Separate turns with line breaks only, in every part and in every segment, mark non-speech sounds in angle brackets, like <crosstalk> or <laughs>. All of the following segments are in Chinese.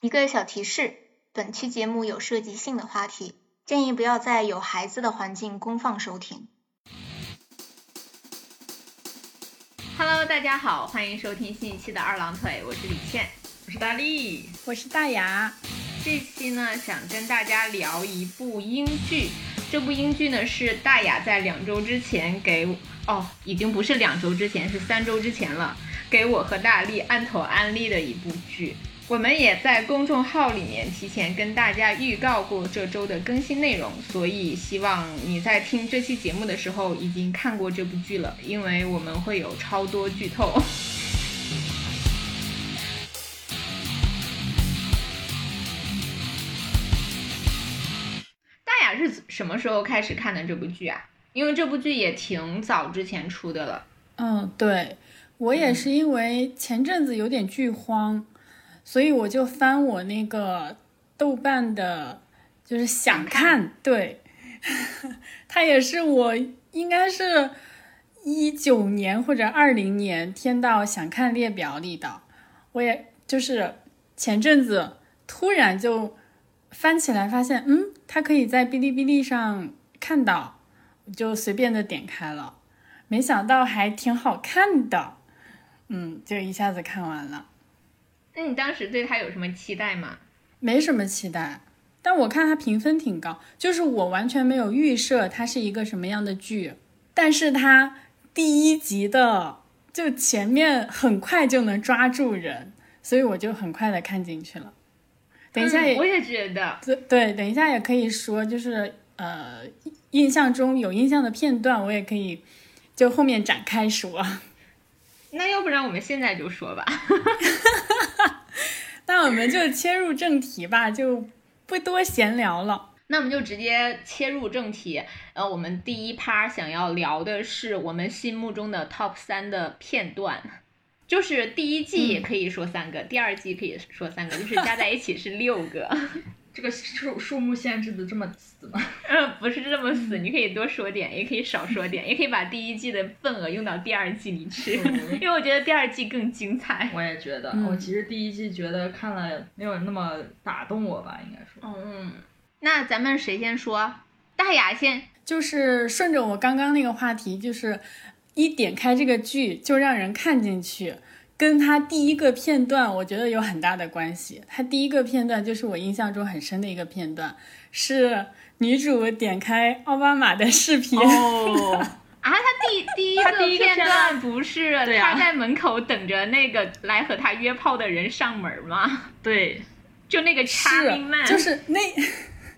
一个小提示：本期节目有涉及性的话题，建议不要在有孩子的环境公放收听。
Hello，大家好，欢迎收听新一期的二郎腿，我是李倩。
我是大力，
我是大牙，
这期呢，想跟大家聊一部英剧。这部英剧呢是大雅在两周之前给我哦，已经不是两周之前，是三周之前了，给我和大力按头安利的一部剧。我们也在公众号里面提前跟大家预告过这周的更新内容，所以希望你在听这期节目的时候已经看过这部剧了，因为我们会有超多剧透。大雅是什么时候开始看的这部剧啊？因为这部剧也挺早之前出的了。
嗯，对我也是因为前阵子有点剧荒，所以我就翻我那个豆瓣的，就是想看，对， <laughs> 它也是我应该是一九年或者二零年填到想看列表里的，我也就是前阵子突然就翻起来发现，嗯，它可以在哔哩哔哩上看到，我就随便的点开了。没想到还挺好看的，嗯，就一下子看完了，
那你当时对它有什么期待吗？
没什么期待。但我看它评分挺高，就是我完全没有预设它是一个什么样的剧，但是它第一集的就前面很快就能抓住人，所以我就很快的看进去了。等一下也
嗯我也觉得，
对对，等一下也可以说，就是呃，印象中有印象的片段，我也可以就后面展开说。
那要不然我们现在就说吧。 <laughs>
那我们就切入正题吧，就不多闲聊了。
那我们就直接切入正题。呃，我们第一趴想要聊的是我们心目中的 top 三的片段，就是第一季
嗯
也可以说三个，第二季可以说三个，就是加在一起是六个。
这个数数目限制的这么死吗？
嗯，不是这么死，你可以多说点，也可以少说 <laughs> 点，也可以把第一季的份额用到第二季里去，因为我觉得第二季更精彩。
我也觉得，
嗯
我其实第一季觉得看了没有那么打动我吧，应该说。
嗯，那咱们谁先说？大雅先。
就是顺着我刚刚那个话题，就是一点开这个剧就让人看进去，跟它第一个片段我觉得有很大的关系。它第一个片段就是我印象中很深的一个片段，是女主点开奥巴马的视频。
哦。啊，他第第一
他
个
第一个
片
片
段
段
不是
对
他
啊
在门口等着那个来和他约炮的人上门吗？
<laughs> 对，
就那个
是，
charming man，
就是那， <laughs>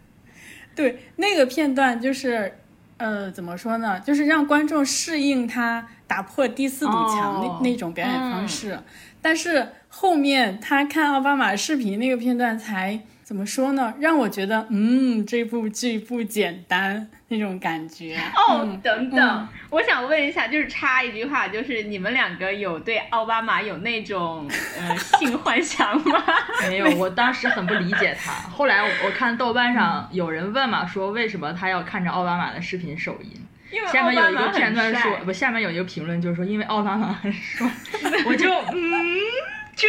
对那个片段就是，呃，怎么说呢？就是让观众适应他打破第四堵墙那、
哦
那种表演方式。但是后面他看奥巴马视频那个片段才怎么说呢？让我觉得，嗯，这部剧不简单那种感觉。
哦，等等，我想问一下，就是插一句话，就是你们两个有对奥巴马有那种 <laughs> 呃性幻想吗？
没有，我当时很不理解他。后来我我看豆瓣上有人问嘛，说为什么他要看着奥巴马的视频手淫？
因为
下面有一
奥
个
巴马
片段
很
说
帅，
不，下面有一个评论就是说，因为奥巴马很帅，
<laughs>
我就嗯这，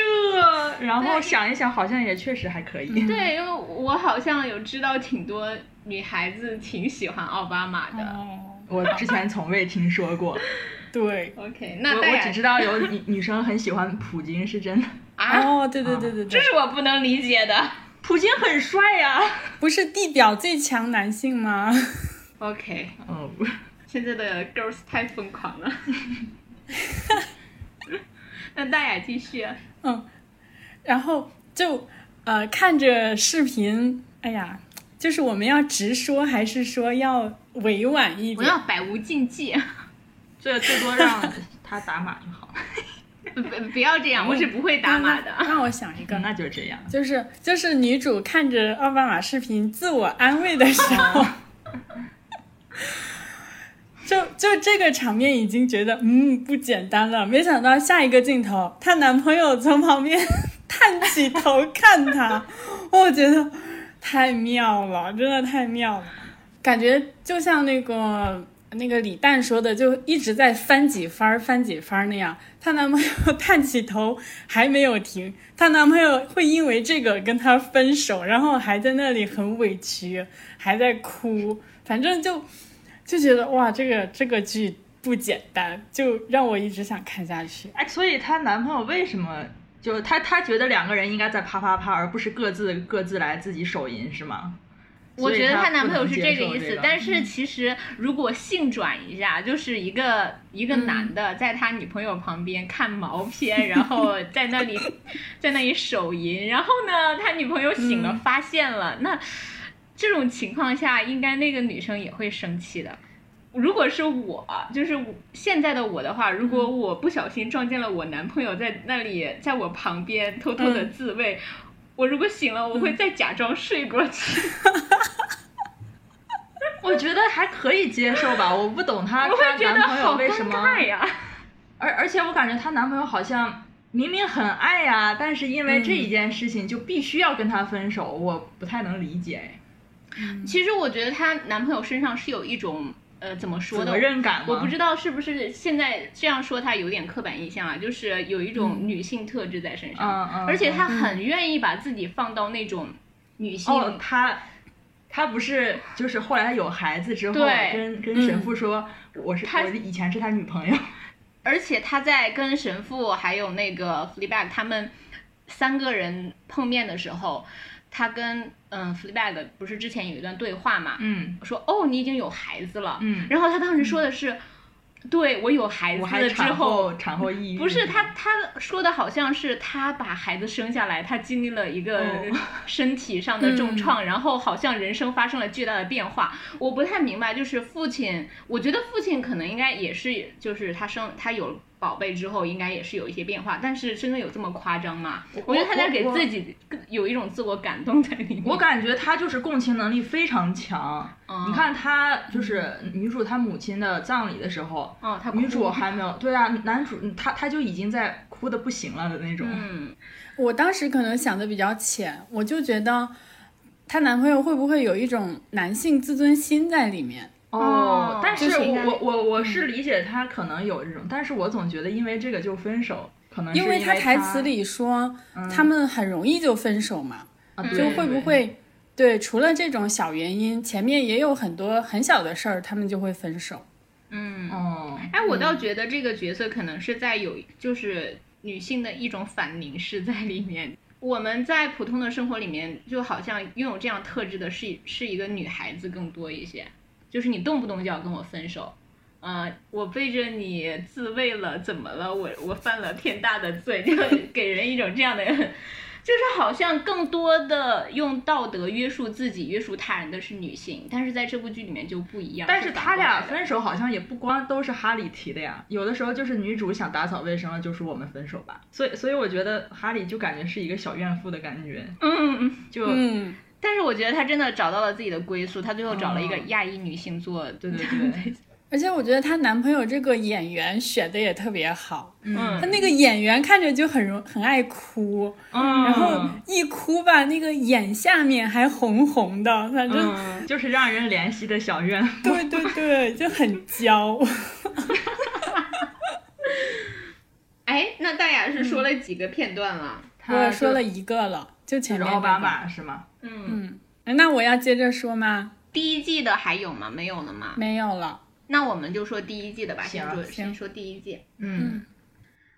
然后想一想，好像也确实还可以。
对，因为我好像有知道挺多女孩子挺喜欢奥巴马
嗯
的。
哦，
我之前从未听说过，
对，
OK，
我
那大
我
雅
只知道有女 <laughs> 女生很喜欢普京，是真的。
啊，
哦，对对对对
这
对，
是我不能理解的。
普京很帅呀、
不是地表最强男性吗？
OK，
嗯，
现在的 girls 太疯狂了。 <laughs> 那大雅继续，
嗯，然后就呃看着视频，哎呀，就是我们要直说还是说要委婉一
不
点？
要百无禁忌， <laughs>
这最多让他打码就好了。
不不不要这样，我是不会打码的。
那让我想一个，
那就这样。
就是就是女主看着奥巴马视频自我安慰的时候。就就这个场面已经觉得嗯不简单了，没想到下一个镜头，她男朋友从旁边 <laughs> 探起头看她，我觉得太妙了，真的太妙了，感觉就像那个那个李诞说的，就一直在翻几番儿翻几番儿那样。她男朋友探起头还没有停，她男朋友会因为这个跟她分手，然后还在那里很委屈，还在哭，反正就就觉得哇，这个这个剧不简单，就让我一直想看下去。
哎，所以她男朋友为什么就她她觉得两个人应该在啪啪啪，而不是各自各自来自己手淫是吗？
我觉得
她
她男朋友是
这
个意思，
个、嗯
但是其实如果性转一下，就是一个一
嗯
个男的在他女朋友旁边看毛片，然
<laughs>
后在那里在那里手淫，然后呢，他女朋友醒
嗯
了发现了，那这种情况下，应该那个女生也会生气的。如果是我，就是我现在的我的话，如果
嗯
我不小心撞见了我男朋友在那里，在我旁边偷偷
嗯
的自慰，我如果醒了，我会再假装睡过去。
我觉得还可以接受吧，我不懂她
我会
她
觉得
男朋友
好
为
尴
什么
尬呀。
而而且我感觉她男朋友好像明明很爱呀、但是因为这一件事情就必须要跟她分手，我不太能理解哎
<laughs> 其实我觉得她男朋友身上是有一种呃怎么说呢
责？任感吗？
我不知道是不是现在这样说她有点刻板印象啊，就是有一种女性特质在身上，
嗯嗯，
而且她很愿意把自己放到那种女性。
哦，她她不是就是后来有孩子之后，
对嗯
跟跟神父说、我是
她
我以前是他女朋友，
而且她在跟神父还有那个 Fleabag 他们三个人碰面的时候，她跟嗯 Fleabag 不是之前有一段对话嘛，
嗯
说哦你已经有孩子了，
嗯，
然后她当时说的是，对我有孩子
我还
了之
产
后。
后产后抑郁，
不是他，他说的好像是他把孩子生下来，他经历了一个
哦嗯
身体
<laughs>
上的重创，然后好像人生发生了巨大的变化。我不太明白，就是父亲，我觉得父亲可能应该也是，就是他生他有宝贝之后，应该也是有一些变化，但是真的有这么夸张吗？
我
我觉得他在给
我
自己有一种自我感动在里面。
我感觉她就是共情能力非常强。
嗯
你，看她就是女主她母亲的葬礼的时候，
哦，他哭
女主还没有，对啊，男主他他就已经在哭的不行了的那种。
嗯，
我当时可能想的比较浅，我就觉得她男朋友会不会有一种男性自尊心在里面？
哦
但
就是是应
我
该
我我我
嗯
是理解他可能有这种，但是我总觉得因为这个就分手，可能
嗯
是
因
为
为她台词
他
里说、
嗯
他们很容易就分手嘛，
啊
嗯
就
对
会不
对
会对除了这种小原因，前面也有很多很小的事儿，他们就会分手。
哦，
哎，我倒觉得这个角色可能是在有，就是女性的一种反凝视在里面。我们在普通的生活里面，就好像拥有这样特质的是是一个女孩子更多一些，就是你动不动就要跟我分手，呃，我背着你自慰了，怎么了？我我犯了天大的罪， <laughs> 就给人一种这样的，就是好像更多的用道德约束自己、约束他人的是女性，但是在这部剧里面就不一样。
但是
反
他
过来
俩
的
分手好像也不光都是哈利提的呀，有的时候就是女主想打扫卫生了，就说我们分手吧。所以所以我觉得哈利就感觉是一个小怨妇的感觉，
嗯嗯嗯。
就、
嗯，
但是我觉得她真的找到了自己的归宿，她最后找了一个
嗯
亚裔女性做，<laughs>
对对
<laughs>
对，
而且我觉得她男朋友这个演员选的也特别好，
嗯
他那个演员看着就很容很爱哭，
嗯，
然后一哭吧，那个眼下面还红红的，反正、
嗯，就是让人怜惜的小怨妇。
对对对，就很
<laughs>
娇。
哎，那大雅是说了几个片段了？
他
我说了一个了，就前
是
面
奥巴
那个。
马是吗？
嗯，
哎那我要接着说吗？
第一季的还有吗？没有了吗？
没有了。
那我们就说第一季的吧，
行
先说
行
先说第一季
嗯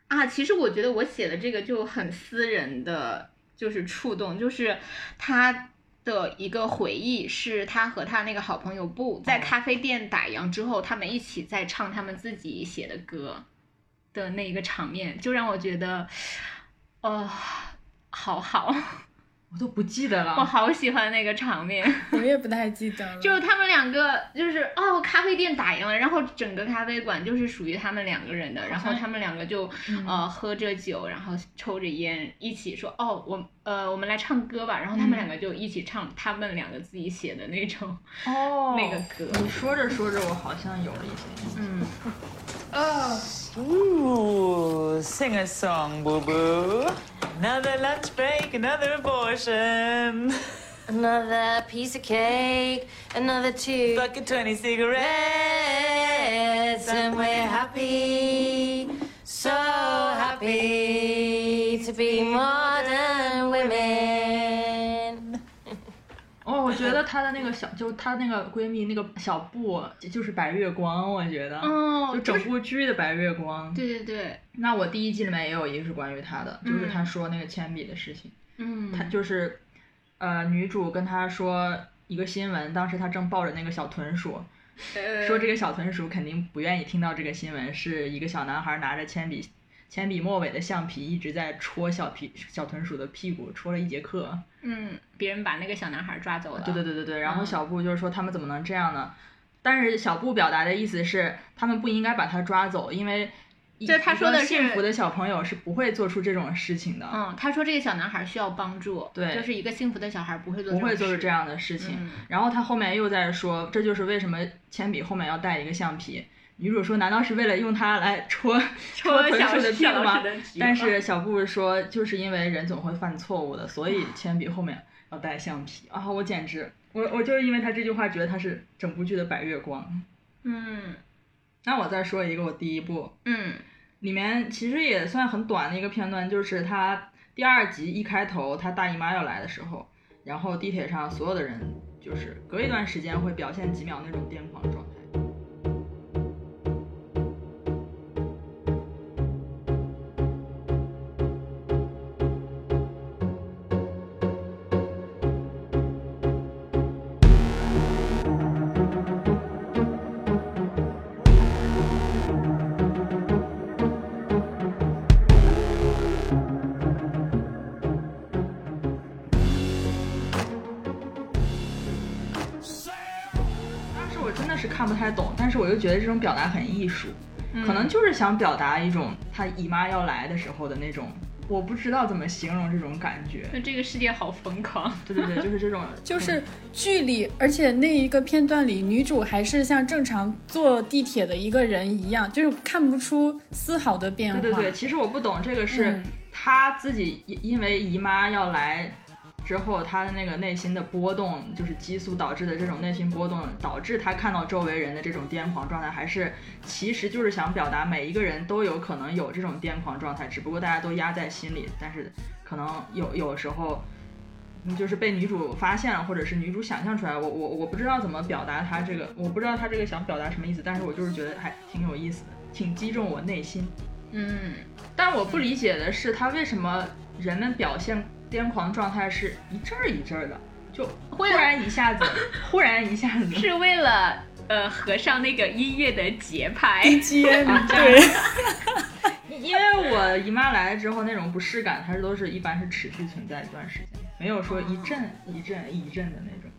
啊。其实我觉得我写的这个就很私人的，就是触动，就是他。的一个回忆是他和他那个好朋友布在咖啡店打烊之后，他们一起在唱他们自己写的歌的那一个场面，就让我觉得，哦，好好，
我都不记得
我
了。
好喜欢那个场面。
我也不太记
<laughs>
得了。
就是他们两个，就是哦，咖啡店打烊了，然后整个咖啡馆就是属于他们两个人的，然后他们两个就、
嗯
呃喝着酒，然后抽着烟，一起说哦，我呃我们来唱歌吧，然后他们两
嗯
个就一起唱他们两个自己写的那种，
哦
那个歌
你说着说着，我好像有了一些。
嗯，
Ooh, sing a song, boo boo. Another lunch break, another abortion.
Another piece of cake, another two.
Bucket 20 cigarettes.
kids and we're happy, so happy to be modern women.
哦，我觉得她的那个小，就她那个闺蜜那个小布，就就是白月光，我觉得，
哦
就整部剧的白月光。
对对对，
那我第一季里面也有一个是关于她的，就是她说那个铅笔的事情，
嗯，
她就是，呃，女主跟她说一个新闻，当时她正抱着那个小豚鼠，
呃
说这个小豚鼠肯定不愿意听到这个新闻，是一个小男孩拿着铅笔。铅笔末尾的橡皮一直在戳小皮小豚鼠的屁股，戳了一节课。
嗯，别人把那个小男孩抓走了。
对对对对对，然后
嗯
小布就是说他们怎么能这样呢？但是小布表达的意思是他们不应该把他抓走，因为一
就是他
一
说
个
的是
幸福的小朋友是不会做出这种事情的，
嗯，他说这个小男孩需要帮助，
对
就是一个幸福的小孩不会做
不会做出
出
这样的事情。
嗯
然后他后面又在说，这就是为什么铅笔后面要带一个橡皮。女主说：“难道是为了用它来戳
戳
豚
小
鼠的屁
小
股吗
老鼠的屁？”股
但是小布说：“就是因为人总会犯错误的，所以铅笔后面要带橡皮。”啊，我简直，我我就是因为他这句话觉得他是整部剧的白月光。
<laughs> 嗯
那我再说一个我第一部
嗯
里面其实也算很短的一个片段，就是他第二集一开头，他大姨妈要来的时候，然后地铁上所有的人就是隔一段时间会表现几秒那种癫狂状态。当时我真的是看不太懂，但是我又觉得这种表达很艺术，可能就是想表达一种他姨妈要来的时候的那种，我不知道怎么形容这种感觉。
那这个世界好疯狂。
对对对，就是这种，
<laughs> 就是剧里，而且那一个片段里，女主还是像正常坐地铁的一个人一样，就是看不出丝毫的变化。
对对对，其实我不懂这个是
嗯
她自己因因为姨妈要来之后，她的那个内心的波动，就是激素导致的这种内心波动，导致她看到周围人的这种癫狂状态，还是其实就是想表达每一个人都有可能有这种癫狂状态，只不过大家都压在心里，但是可能有有时候。嗯就是被女主发现了，或者是女主想象出来，我我我不知道怎么表达她这个，我不知道她这个想表达什么意思，但是我就是觉得还挺有意思的，挺击中我内心。
嗯，
但我不理解的是，他为什么人们表现癫狂状态是一阵儿一阵儿的，就忽然一下
<laughs>
子，忽然一下子。
是为了呃合上那个音乐的节拍。
接
<laughs>
对，
<laughs> 因为我姨妈来了之后，那种不适感，它都是一般是持续存在一段时间，没有说一
哦
阵一阵一阵的那种。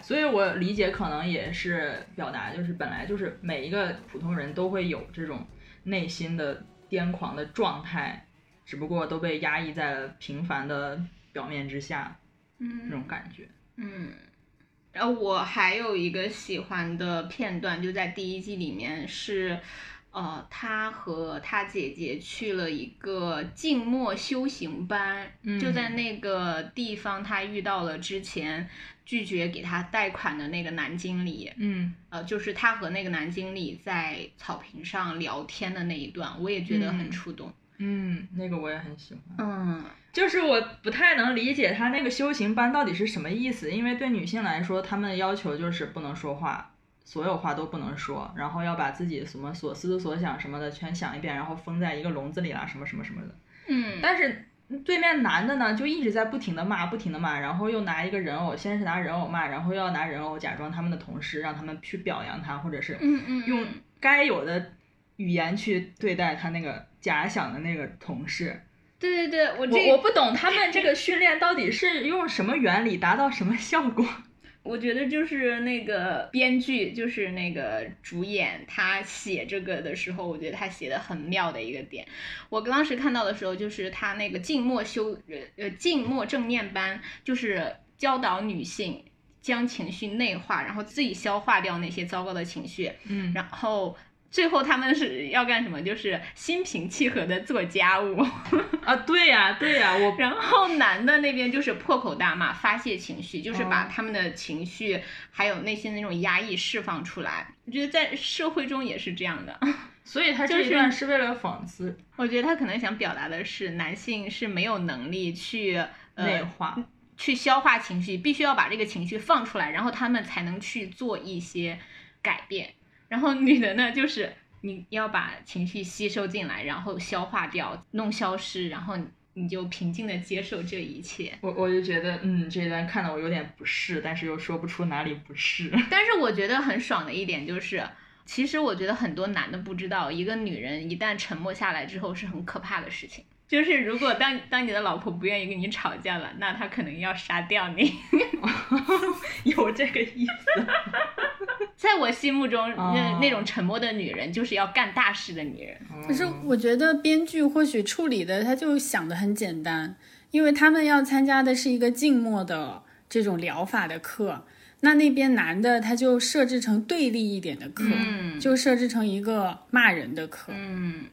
所以我理解可能也是表达，就是本来就是每一个普通人都会有这种内心的癫狂的状态，只不过都被压抑在了平凡的表面之下，
嗯
那种感觉。
嗯，然后我还有一个喜欢的片段，就在第一季里面是，呃，他和他姐姐去了一个静默修行班，
嗯
就在那个地方，他遇到了之前拒绝给他贷款的那个男经理，
嗯，
呃，就是他和那个男经理在草坪上聊天的那一段，我也觉得很
嗯
触动。
嗯，那个我也很喜欢。
嗯
就是我不太能理解他那个修行班到底是什么意思，因为对女性来说，她们的要求就是不能说话，所有话都不能说，然后要把自己什么所思所想什么的全想一遍，然后封在一个笼子里啦，什么什么什么的。
嗯，
但是对面男的呢，就一直在不停的骂，不停的骂，然后又拿一个人偶，先是拿人偶骂，然后又要拿人偶假装他们的同事，让他们去表扬他，或者是
嗯嗯
用该有的语言去对待他那个假想的那个同事。
对对对，我这
我我不懂他们这个训练到底是用什么原理达到什么效果？
我觉得就是那个编剧，就是那个主演，他写这个的时候，我觉得他写的很妙的一个点。我当时看到的时候，就是他那个静默修呃呃静默正念班，就是教导女性将情绪内化，然后自己消化掉那些糟糕的情绪，
嗯
然后最后他们是要干什么？就是心平气和的做家务， <laughs>
啊，对呀、对呀、我
然后男的那边就是破口大骂，发泄情绪，就是把他们的情绪还有内心的那种压抑释放出来。我觉得在社会中也是这样的。 <laughs>
所以他
就
这一
是
段是为了讽刺
我觉得他可能想表达的是，男性是没有能力去
内
呃
化，
去消化情绪，必须要把这个情绪放出来，然后他们才能去做一些改变。然后女的呢，就是你要把情绪吸收进来，然后消化掉，弄消失，然后你就平静的接受这一切。
我我就觉得，嗯，这一段看的我有点不适，但是又说不出哪里不适。 <laughs>
但是我觉得很爽的一点就是，其实我觉得很多男的不知道，一个女人一旦沉默下来之后是很可怕的事情。就是如果当当你的老婆不愿意跟你吵架了，那她可能要杀掉你。
<laughs> 有这个意思。
<laughs> 在我心目中，那
哦
那种沉默的女人就是要干大事的女人。
嗯
可是我觉得编剧或许处理的他就想的很简单，因为他们要参加的是一个静默的这种疗法的课，那那边男的他就设置成对立一点的课，
嗯
就设置成一个骂人的课。
嗯，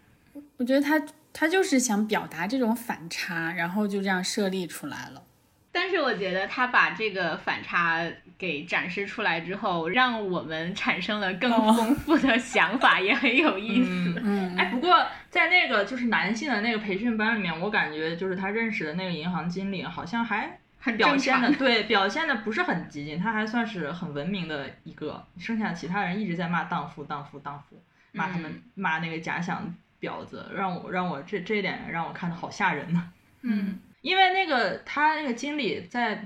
我觉得他他就是想表达这种反差，然后就这样设立出来了。
但是我觉得她把这个反差给展示出来之后，让我们产生了更
哦
丰富的想法，也很有意思。
嗯，
哎，不过在那个就是男性的那个培训班里面，我感觉就是他认识的那个银行经理好像还
很
表
正
现
常
的对表现的不是很激进，他还算是很文明的一个。剩下其他人一直在骂荡妇、荡妇、荡妇，骂他们、
嗯
骂那个假想婊子，让我让我这这一点让我看的好吓人呢、
嗯
因为那个他那个经理在，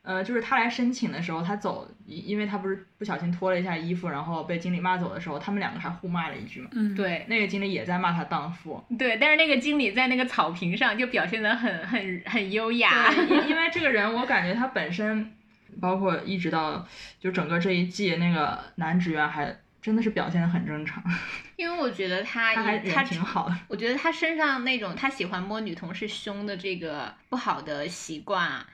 呃，就是他来申请的时候，他走，因因为他不是不小心脱了一下衣服，然后被经理骂走的时候，他们两个还互骂了一句嘛。
嗯，
对，
那个经理也在骂他荡妇，
对，但是那个经理在那个草坪上就表现得很很很优雅。
因因为这个人，我感觉他本身，包括一直到就整个这一季那个男职员还真的是表现得很正常，
<laughs> 因为我觉得他
他还
也他嗯
人挺好的。
我觉得他身上那种他喜欢摸女同事胸的这个不好的习惯啊，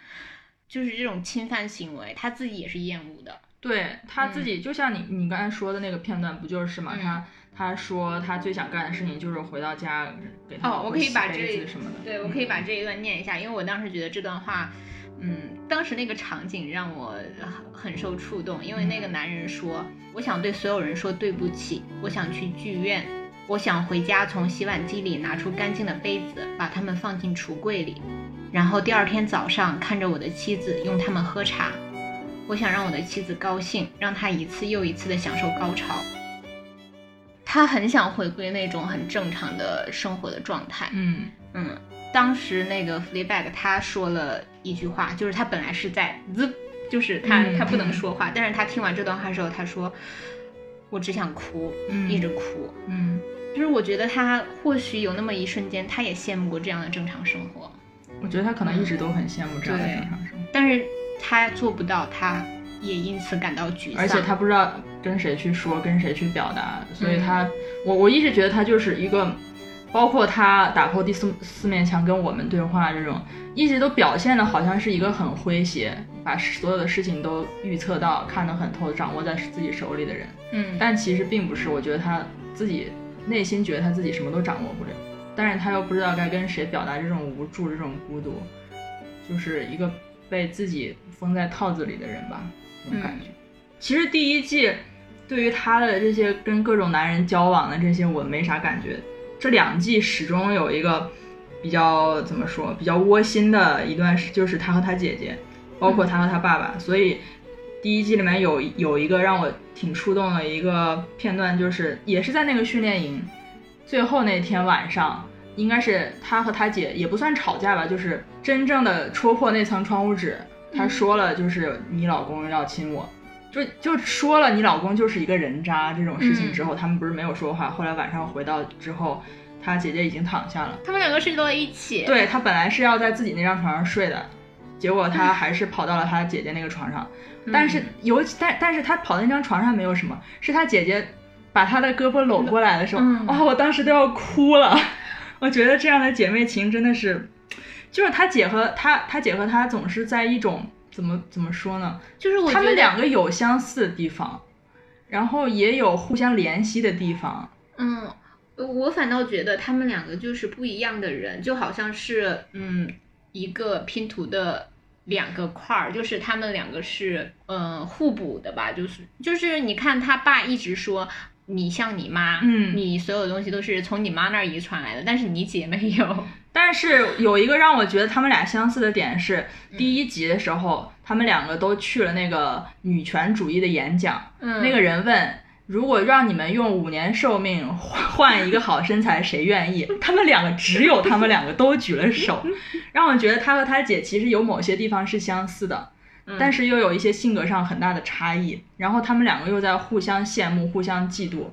就是这种侵犯行为，他自己也是厌恶的。
对他自己，就像你你刚才说的那个片段，不就是嘛？
嗯
他他说他最想干的事情就是回到家给他
哦，
老
我
婆
可以
洗
把
杯
这
子什么的，
对我可以把这一段念一下，因为我当时觉得这段话，嗯，当时那个场景让我很很受触动，因为那个男人说：“我想对所有人说对不起，我想去剧院，我想回家从洗碗机里拿出干净的杯子，把它们放进橱柜里，然后第二天早上看着我的妻子用它们喝茶。”我想让我的妻子高兴，让她一次又一次的享受高潮。他很想回归那种很正常的生活的状态。
嗯
嗯，当时那个 Fleabag 他说了一句话，就是他本来是在 z，就是他、
嗯
他不能说话，但是他听完这段话之后，他说：“我只想哭，
嗯
一直哭。
嗯，”
就是我觉得他或许有那么一瞬间，他也羡慕过这样的正常生活，
我觉得他可能一直都很羡慕这样的
对
正常生活，
但是他做不到，他也因此感到沮丧。
而且他不知道跟谁去说，跟谁去表达，所以
嗯
他，我我一直觉得他就是一个，包括他打破第四四面墙跟我们对话这种，一直都表现的好像是一个很诙谐，把所有的事情都预测到，看得很透，掌握在自己手里的人，
嗯，
但其实并不是，我觉得他自己内心觉得他自己什么都掌握不了，但是他又不知道该跟谁表达这种无助、这种孤独，就是一个被自己封在套子里的人吧，这种感觉。嗯其实第一季对于他的这些跟各种男人交往的这些，我没啥感觉。这两季始终有一个比较怎么说，比较窝心的一段是，就是他和他姐姐，包括他和他爸爸，所以第一季里面有有一个让我挺触动的一个片段，就是也是在那个训练营，最后那天晚上，应该是他和他姐也不算吵架吧，就是真正的戳破那层窗户纸，他说了就是你老公要亲我。就就说了，你老公就是一个人渣这种事情之后，他们不是没有说话。后来晚上回到之后，他姐姐已经躺下了，
他们两个睡到了一起。
对他本来是要在自己那张床上睡的，结果他还是跑到了他姐姐那个床上。
嗯
但是尤其但但是他跑到那张床上没有什么，是他姐姐把他的胳膊搂过来的时候，
嗯
哇、我当时都要哭了。 <laughs> 我觉得这样的姐妹情真的是，就是他姐和他他姐和他总是在一种怎么怎么说呢？
就是我觉
他
得
们两个有相似的地方，然后也有互相怜惜的地方。
嗯，我反倒觉得他们两个就是不一样的人，就好像是嗯一个拼图的两个块儿，就是他们两个是嗯互补的吧，就是就是你看他爸一直说。你像你妈，
嗯
你所有东西都是从你妈那儿遗传来的，但是你姐没有，
但是有一个让我觉得他们俩相似的点是，第一集的时候，他们两个都去了那个女权主义的演讲，
嗯
<laughs> 那个人问。如果让你们用五年寿命换换一个好身材，谁愿意？他们两个只有他们两个都举了手，让我觉得他和他姐其实有某些地方是相似的，但是又有一些性格上很大的差异。然后他们两个又在互相羡慕、互相嫉妒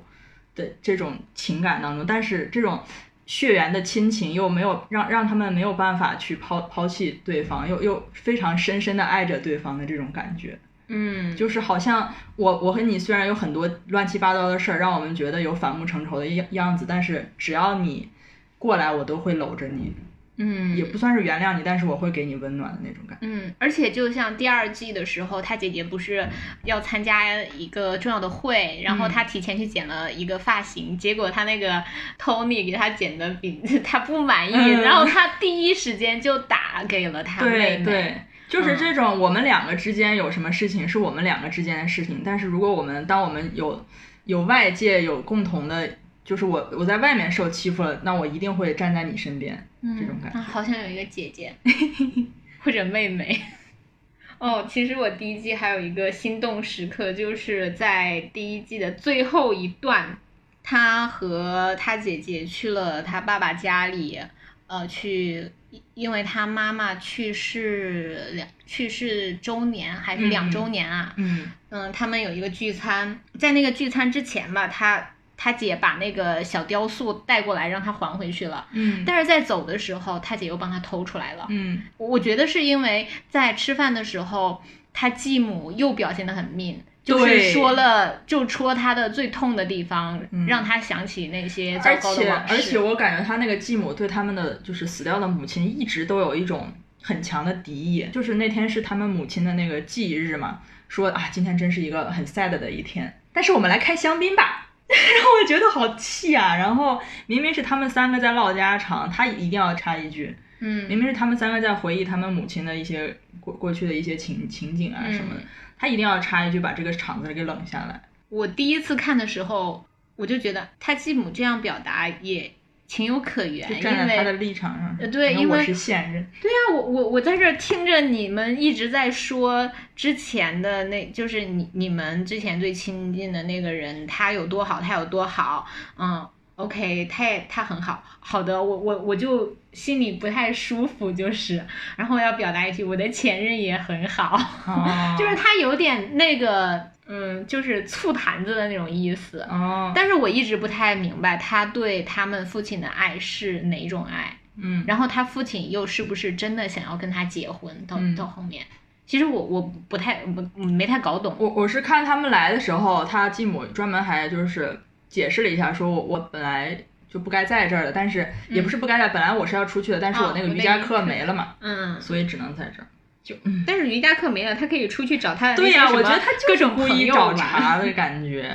的这种情感当中，但是这种血缘的亲情又没有让让他们没有办法去抛抛弃对方，又又非常深深的爱着对方的这种感觉。
嗯，
就是好像我我和你虽然有很多乱七八糟的事儿，让我们觉得有反目成仇的样样子，但是只要你过来，我都会搂着你，
嗯
也不算是原谅你，但是我会给你温暖的那种感觉。
嗯，而且就像第二季的时候，她姐姐不是要参加一个重要的会，然
嗯
后她提前去剪了一个发型，结果她那个 Tony 给她剪的比 <laughs> 她不满意，
嗯
然后她第一时间就打给了她妹
对
妹。
对，
嗯
就是这种我们两个之间有什么事情是我们两个之间的事情，但是如果我们当我们有有外界有共同的，就是我我在外面受欺负了，那我一定会站在你身边，这种感觉。
啊，好想有一个姐
<laughs>
姐或者妹妹。哦，其实我第一季还有一个心动时刻，就是在第一季的最后一段，他和他姐姐去了他爸爸家里，呃，去，因为他妈妈去世两去世周年还是两周年啊，
嗯
嗯，他们有一个聚餐，在那个聚餐之前吧，他他姐把那个小雕塑带过来，让他还回去了。
嗯
但是在走的时候，他姐又帮他偷出来了。
嗯
我我觉得是因为在吃饭的时候，他继母又表现得很 mean，就是
对
说了就戳他的最痛的地方，
嗯
让他想起那些糟
而
糕的
且
往事。
而且我感觉他那个继母对他们的就是死掉的母亲一直都有一种很强的敌意，就是那天是他们母亲的那个忌日嘛，说啊今天真是一个很 sad 的一天，但是我们来开香槟吧， <laughs> 让我觉得好气啊！然后明明是他们三个在唠家常，他一定要插一句，明
嗯
明是他们三个在回忆他们母亲的一些过过去的一些情情景啊什么的，
嗯
他一定要插一句把这个场子给冷下来。
我第一次看的时候，我就觉得他继母这样表达也情有可原，
就
因
站在他的
为。
立场
呃
上，
对因
我
为
是现
<laughs>
任，
对啊，我我我在这儿听着你们一直在说之前的那，就是你你们之前最亲近的那个人，他有多好，他有多好，嗯，OK，他也他很好，好的，我我我就心里不太舒服，就是，然后要表达一句，我的前任也很好，
哦
就是他有点那个，嗯，就是醋坛子的那种意思，
哦，
但是我一直不太明白他对他们父亲的爱是哪种爱。
嗯，
然后他父亲又是不是真的想要跟他结婚？到、
嗯
到后面，其实我我不太我没太搞懂。
我我是看他们来的时候，他继母专门还就是解释了一下，说我我本来就不该在这儿的，但是也不是不该在，本来我是要出去的，但是
嗯哦
我那个
我那
瑜伽
个
课
课
没了嘛，
嗯，
所以只能在这儿。
但是瑜伽课没了，他可以出去找他的
对
那些
呀、
什
我
么
觉得他就
各
是
种
故
朋
意
友
找
玩 <laughs>
茬的感觉。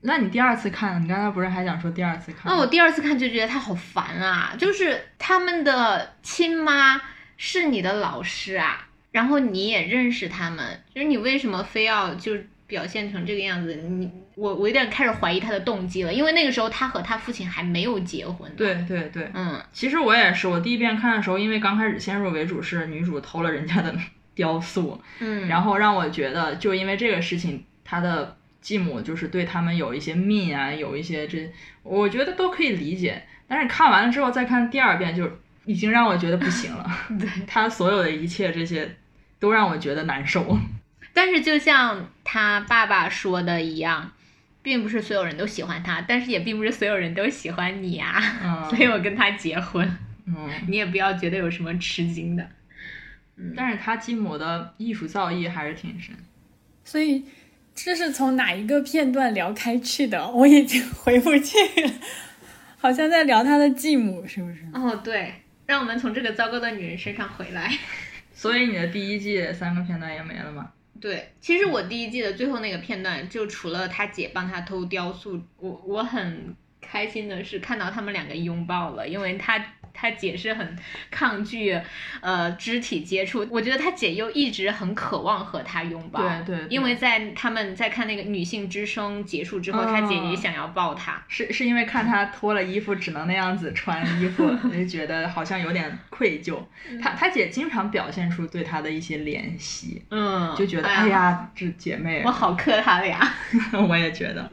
那你第二次看，你刚才不是还想说第二次看？
那哦我第二次看就觉得他好烦啊，就是他们的亲妈是你的老师啊，然后你也认识他们，就是你为什么非要就表现成这个样子？你我我有点开始怀疑他的动机了，因为那个时候他和他父亲还没有结婚。，
对对对，
嗯
其实我也是，我第一遍看的时候，因为刚开始先入为主是女主偷了人家的 <laughs> 雕塑，
嗯，
然后让我觉得，就因为这个事情，他的继母就是对他们有一些 mean 啊，有一些这，我觉得都可以理解。但是看完了之后再看第二遍，就已经让我觉得不行
<laughs>
了。对，他所有的一切这些，都让我觉得
<laughs>
难受。
但是就像他爸爸说的一样，并不是所有人都喜欢他，但是也并不是所有人都喜欢你啊。 <laughs> 所以
嗯
我跟他结婚，
嗯，
你也不要觉得有什么吃惊的。嗯
但是他继母的艺术造诣还是挺深。
所以这是从哪一个片段聊开去的？我已经回不去了，好像在聊他的继母，是不是？
哦，对，让我们从这个糟糕的女人身上回来。
所以你的第一季三个片段也没了吗？
对，其实我
嗯
第一季的最后那个片段，就除了他姐帮他偷雕塑，我我很开心的是看到他们两个拥抱了，因为他他姐是很抗拒呃肢体接触，我觉得他姐又一直很渴望和他拥抱，
对对对
因为在他们在看那个女性之声结束之后，他姐
嗯
也想要抱他，
是是因为看他脱了衣服只能那样子穿衣服，我就觉得好像有点愧疚。他他姐经常表现出对他的一些怜惜，
嗯，
就觉得哎，呀，这姐妹
我好克他俩，
<laughs> 我也觉得。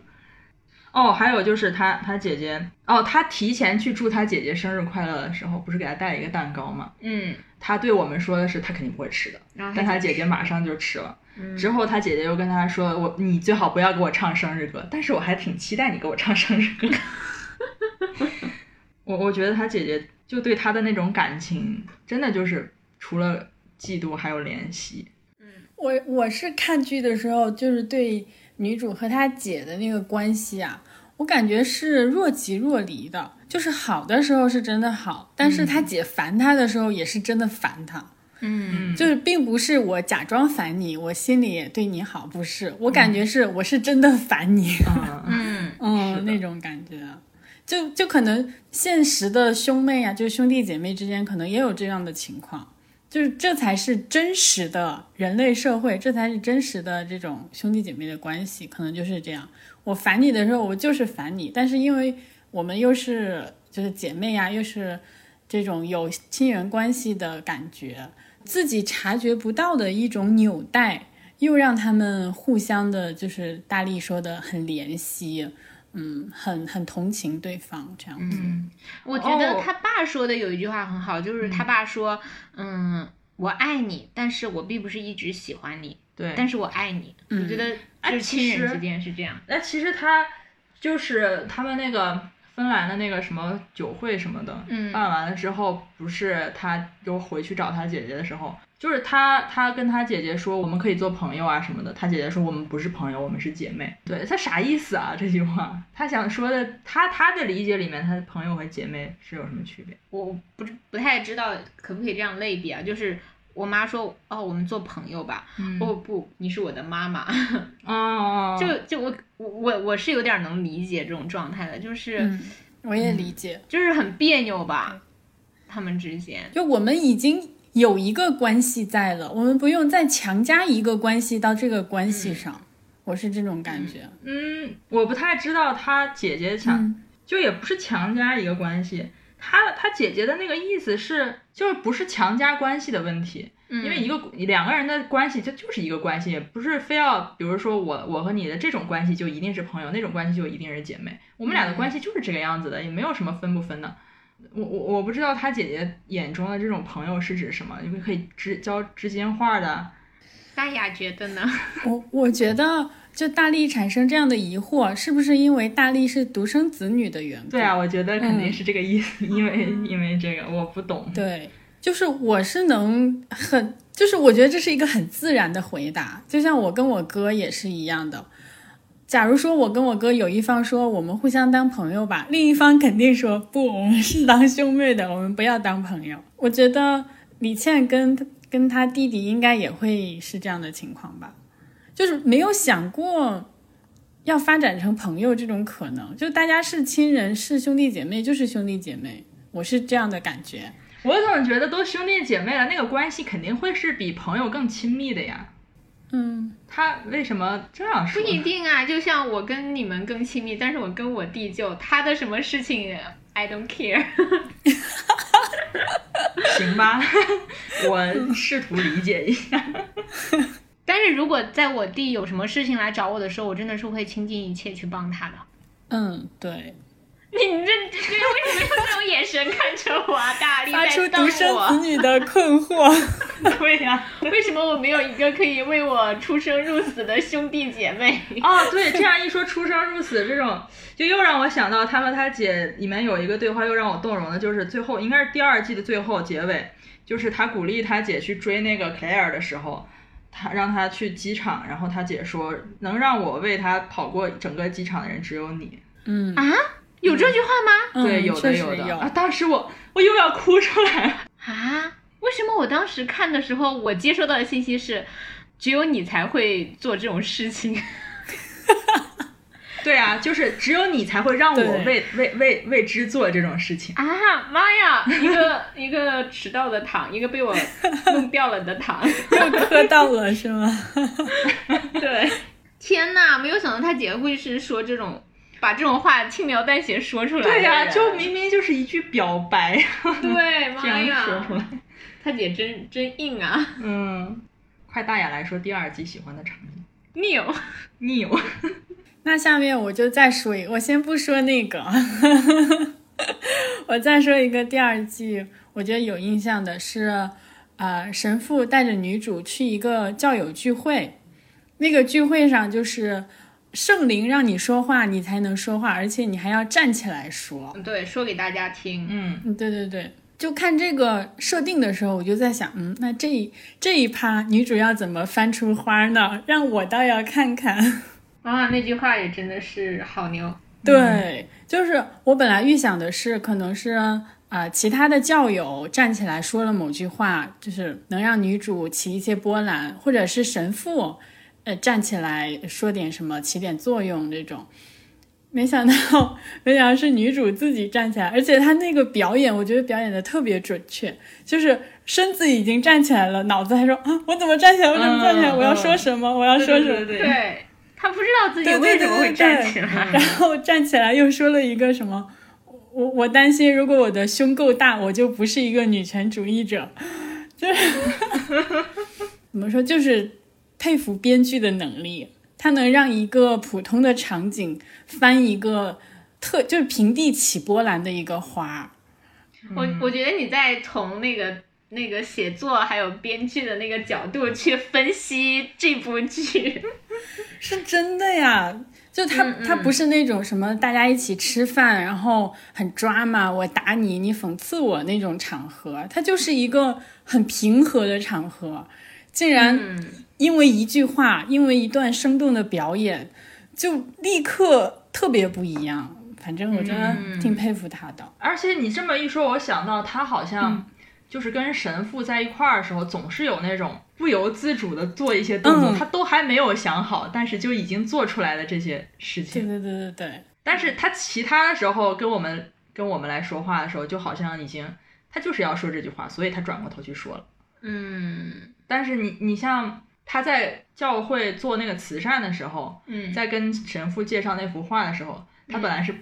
哦，还有就是他他姐姐哦，他提前去祝他姐姐生日快乐的时候，不是给他带了一个蛋糕吗？
嗯，
他对我们说的是他肯定不会吃的，
然后
但他姐姐马上就吃了。之后他姐姐又跟他说：“我你最好不要给我唱生日歌，但是我还挺期待你给我唱生日歌。 <laughs> 我”我觉得他姐姐就对他的那种感情，真的就是除了嫉妒还有怜惜。
我我是看剧的时候，就是对女主和她姐的那个关系啊，我感觉是若即若离的，就是好的时候是真的好，但是她姐烦她的时候也是真的烦她。
嗯，
就是并不是我假装烦你，我心里也对你好，不是，我感觉是我是真的烦你，
<laughs>
嗯，
嗯
嗯，那种感觉，就就可能现实的兄妹啊，就是兄弟姐妹之间，可能也有这样的情况，就是这才是真实的人类社会，这才是真实的这种兄弟姐妹的关系，可能就是这样。我烦你的时候，我就是烦你，但是因为我们又是就是姐妹呀、又是这种有亲缘关系的感觉，自己察觉不到的一种纽带，又让他们互相的，就是大力说的很怜惜，嗯，很很同情对方这样子。
嗯我觉得
哦
他爸说的有一句话很好，就是他爸说，嗯，我爱你，但是我并不是一直喜欢你，
对。
但是我爱你。我觉得
哎
就是
其
亲人
实
之间是这样，
那其实他就是他们那个芬兰的那个什么酒会什么的，
嗯
办完了之后，不是他又回去找他姐姐的时候，就是他他跟他姐姐说我们可以做朋友啊什么的，他姐姐说我们不是朋友，我们是姐妹。对他啥意思啊？这句话，他想说的，他他的理解里面，他的朋友和姐妹是有什么区别？
我我不知不太知道可不可以这样类比啊，就是。我妈说：“哦，我们做朋友吧。哦不，你是我的妈妈。<laughs>
哦，
就就我我我我是有点能理解这种状态的，就是、
嗯，我也理解，
就是很别扭吧，他们之间。
就我们已经有一个关系在了，我们不用再强加一个关系到这个关系上，我是这种感觉。
嗯，我不太知道他姐姐想
嗯
就也不是强加一个关系。他他姐姐的那个意思是，就是不是强加关系的问题，因为一个两个人的关系，它就是一个关系，也不是非要，比如说我我和你的这种关系就一定是朋友，那种关系就一定是姐妹，我们俩的关系就是这个样子的，也没有什么分不分的。我我我不知道他姐姐眼中的这种朋友是指什么，因为可以知交知心话的，
大雅觉得呢？
我我觉得，就大力产生这样的疑惑，是不是因为大力是独生子女的缘故？
对啊，我觉得肯定是这个意思，因为因为这个我不懂，
对，就是我是能很，就是我觉得这是一个很自然的回答，就像我跟我哥也是一样的。假如说我跟我哥有一方说我们互相当朋友吧，另一方肯定说不，我们是当兄妹的，我们不要当朋友。我觉得李倩跟跟他弟弟应该也会是这样的情况吧，就是没有想过要发展成朋友这种可能，就大家是亲人，是兄弟姐妹，就是兄弟姐妹，我是这样的感觉。
我总觉得都兄弟姐妹了，那个关系肯定会是比朋友更亲密的呀。
嗯，
他为什么这样
不
说呢？
一定啊，就像我跟你们更亲密，但是我跟我弟就他的什么事情，I don't care。
<laughs>
<laughs>
行吧，我试图理解一下。
但是如果在我弟有什么事情来找我的时候，我真的是会倾尽一切去帮他的。
嗯，对，
你这这为什么用这种眼神看着我啊？大力
发
在
出
瞪
独生子
我，
女的困
<laughs>
惑。
对
<laughs>
呀、
为什么我没有一个可以为我出生入死的兄弟姐妹？ <laughs>
哦，对，这样一说出生入死这种，就又让我想到他和他姐里面有一个对话，又让我动容的，就是最后应该是第二季的最后结尾，就是他鼓励他姐去追那个 Claire 的时候，他让他去机场，然后他姐说能让我为他跑过整个机场的人只有你。
嗯，
有这句话吗？
对，有的
确实
有的
有
啊！当时我我又要哭出来了，
啊？为什么我当时看的时候，我接收到的信息是？只有你才会做这种事情。
对啊，就是只有你才会让我
对
为为为为之做这种事情。
啊妈呀！一个 <laughs> 一个迟到的糖，一个被我弄掉了的糖。 <laughs>
又磕到了是吗？
对，天呐，没有想到他姐会是说这种，把这种话轻描淡写说出来的人。
对呀、就明明就是一句表白，
对，<laughs>
这
哎
妈
样说出
呀，
来。
他姐真真硬啊
嗯，快大雅来说第二季喜欢的场景。
，Neil，
你有
<laughs>
<laughs>
那下面我就再说一个，我先不说那个， <laughs> 我再说一个第二季，我觉得有印象的是，呃，神父带着女主去一个教友聚会，那个聚会上就是圣灵让你说话，你才能说话，而且你还要站起来说。
对，说给大家听。
嗯，
嗯，对对对，就看这个设定的时候，我就在想，嗯，那这一这一趴女主要怎么翻出花呢？让我倒要看看。
啊，那句话也真的是好牛。
对，就是我本来预想的是，可能是啊、呃其他的教友站起来说了某句话，就是能让女主起一些波澜，或者是神父，呃，站起来说点什么，起点作用这种。没想到， <laughs> 没想到是女主自己站起来，而且她那个表演，我觉得表演的特别准确，就是身子已经站起来了，脑子还说啊，我怎么站起来？我怎么站起来？
嗯
我要
嗯
说什么？我要说什么？
对
对他不知道自己
对对
为什
对
么会
对
站
对
起来。
然后站起来又说了一个什么，我我担心如果我的胸够大，我就不是一个女权主义者，就是怎么说，就是佩服编剧的能力，他能让一个普通的场景翻一个特就是平地起波澜的一个花。
我我觉得你在从那个那个写作还有编剧的那个角度去分析这部剧，
是真的呀。就他，他不是那种什么大家一起吃饭，然后很抓嘛，我打你，你讽刺我那种场合，他就是一个很平和的场合，竟
嗯
然因为一句话，因为一段生动的表演，就立刻特别不一样。反正我真的挺佩服他的。
而且你这么一说，我想到他好
嗯
像就是跟神父在一块儿的时候，总是有那种不由自主的做一些动作，
嗯
他都还没有想好，但是就已经做出来了这些事
对
情。
对对对对，
但是他其他的时候跟我们跟我们来说话的时候，就好像已经他就是要说这句话，所以他转过头去说了。
嗯
但是你你像他在教会做那个慈善的时候，
嗯，
在跟神父介绍那幅画的时候，他本来是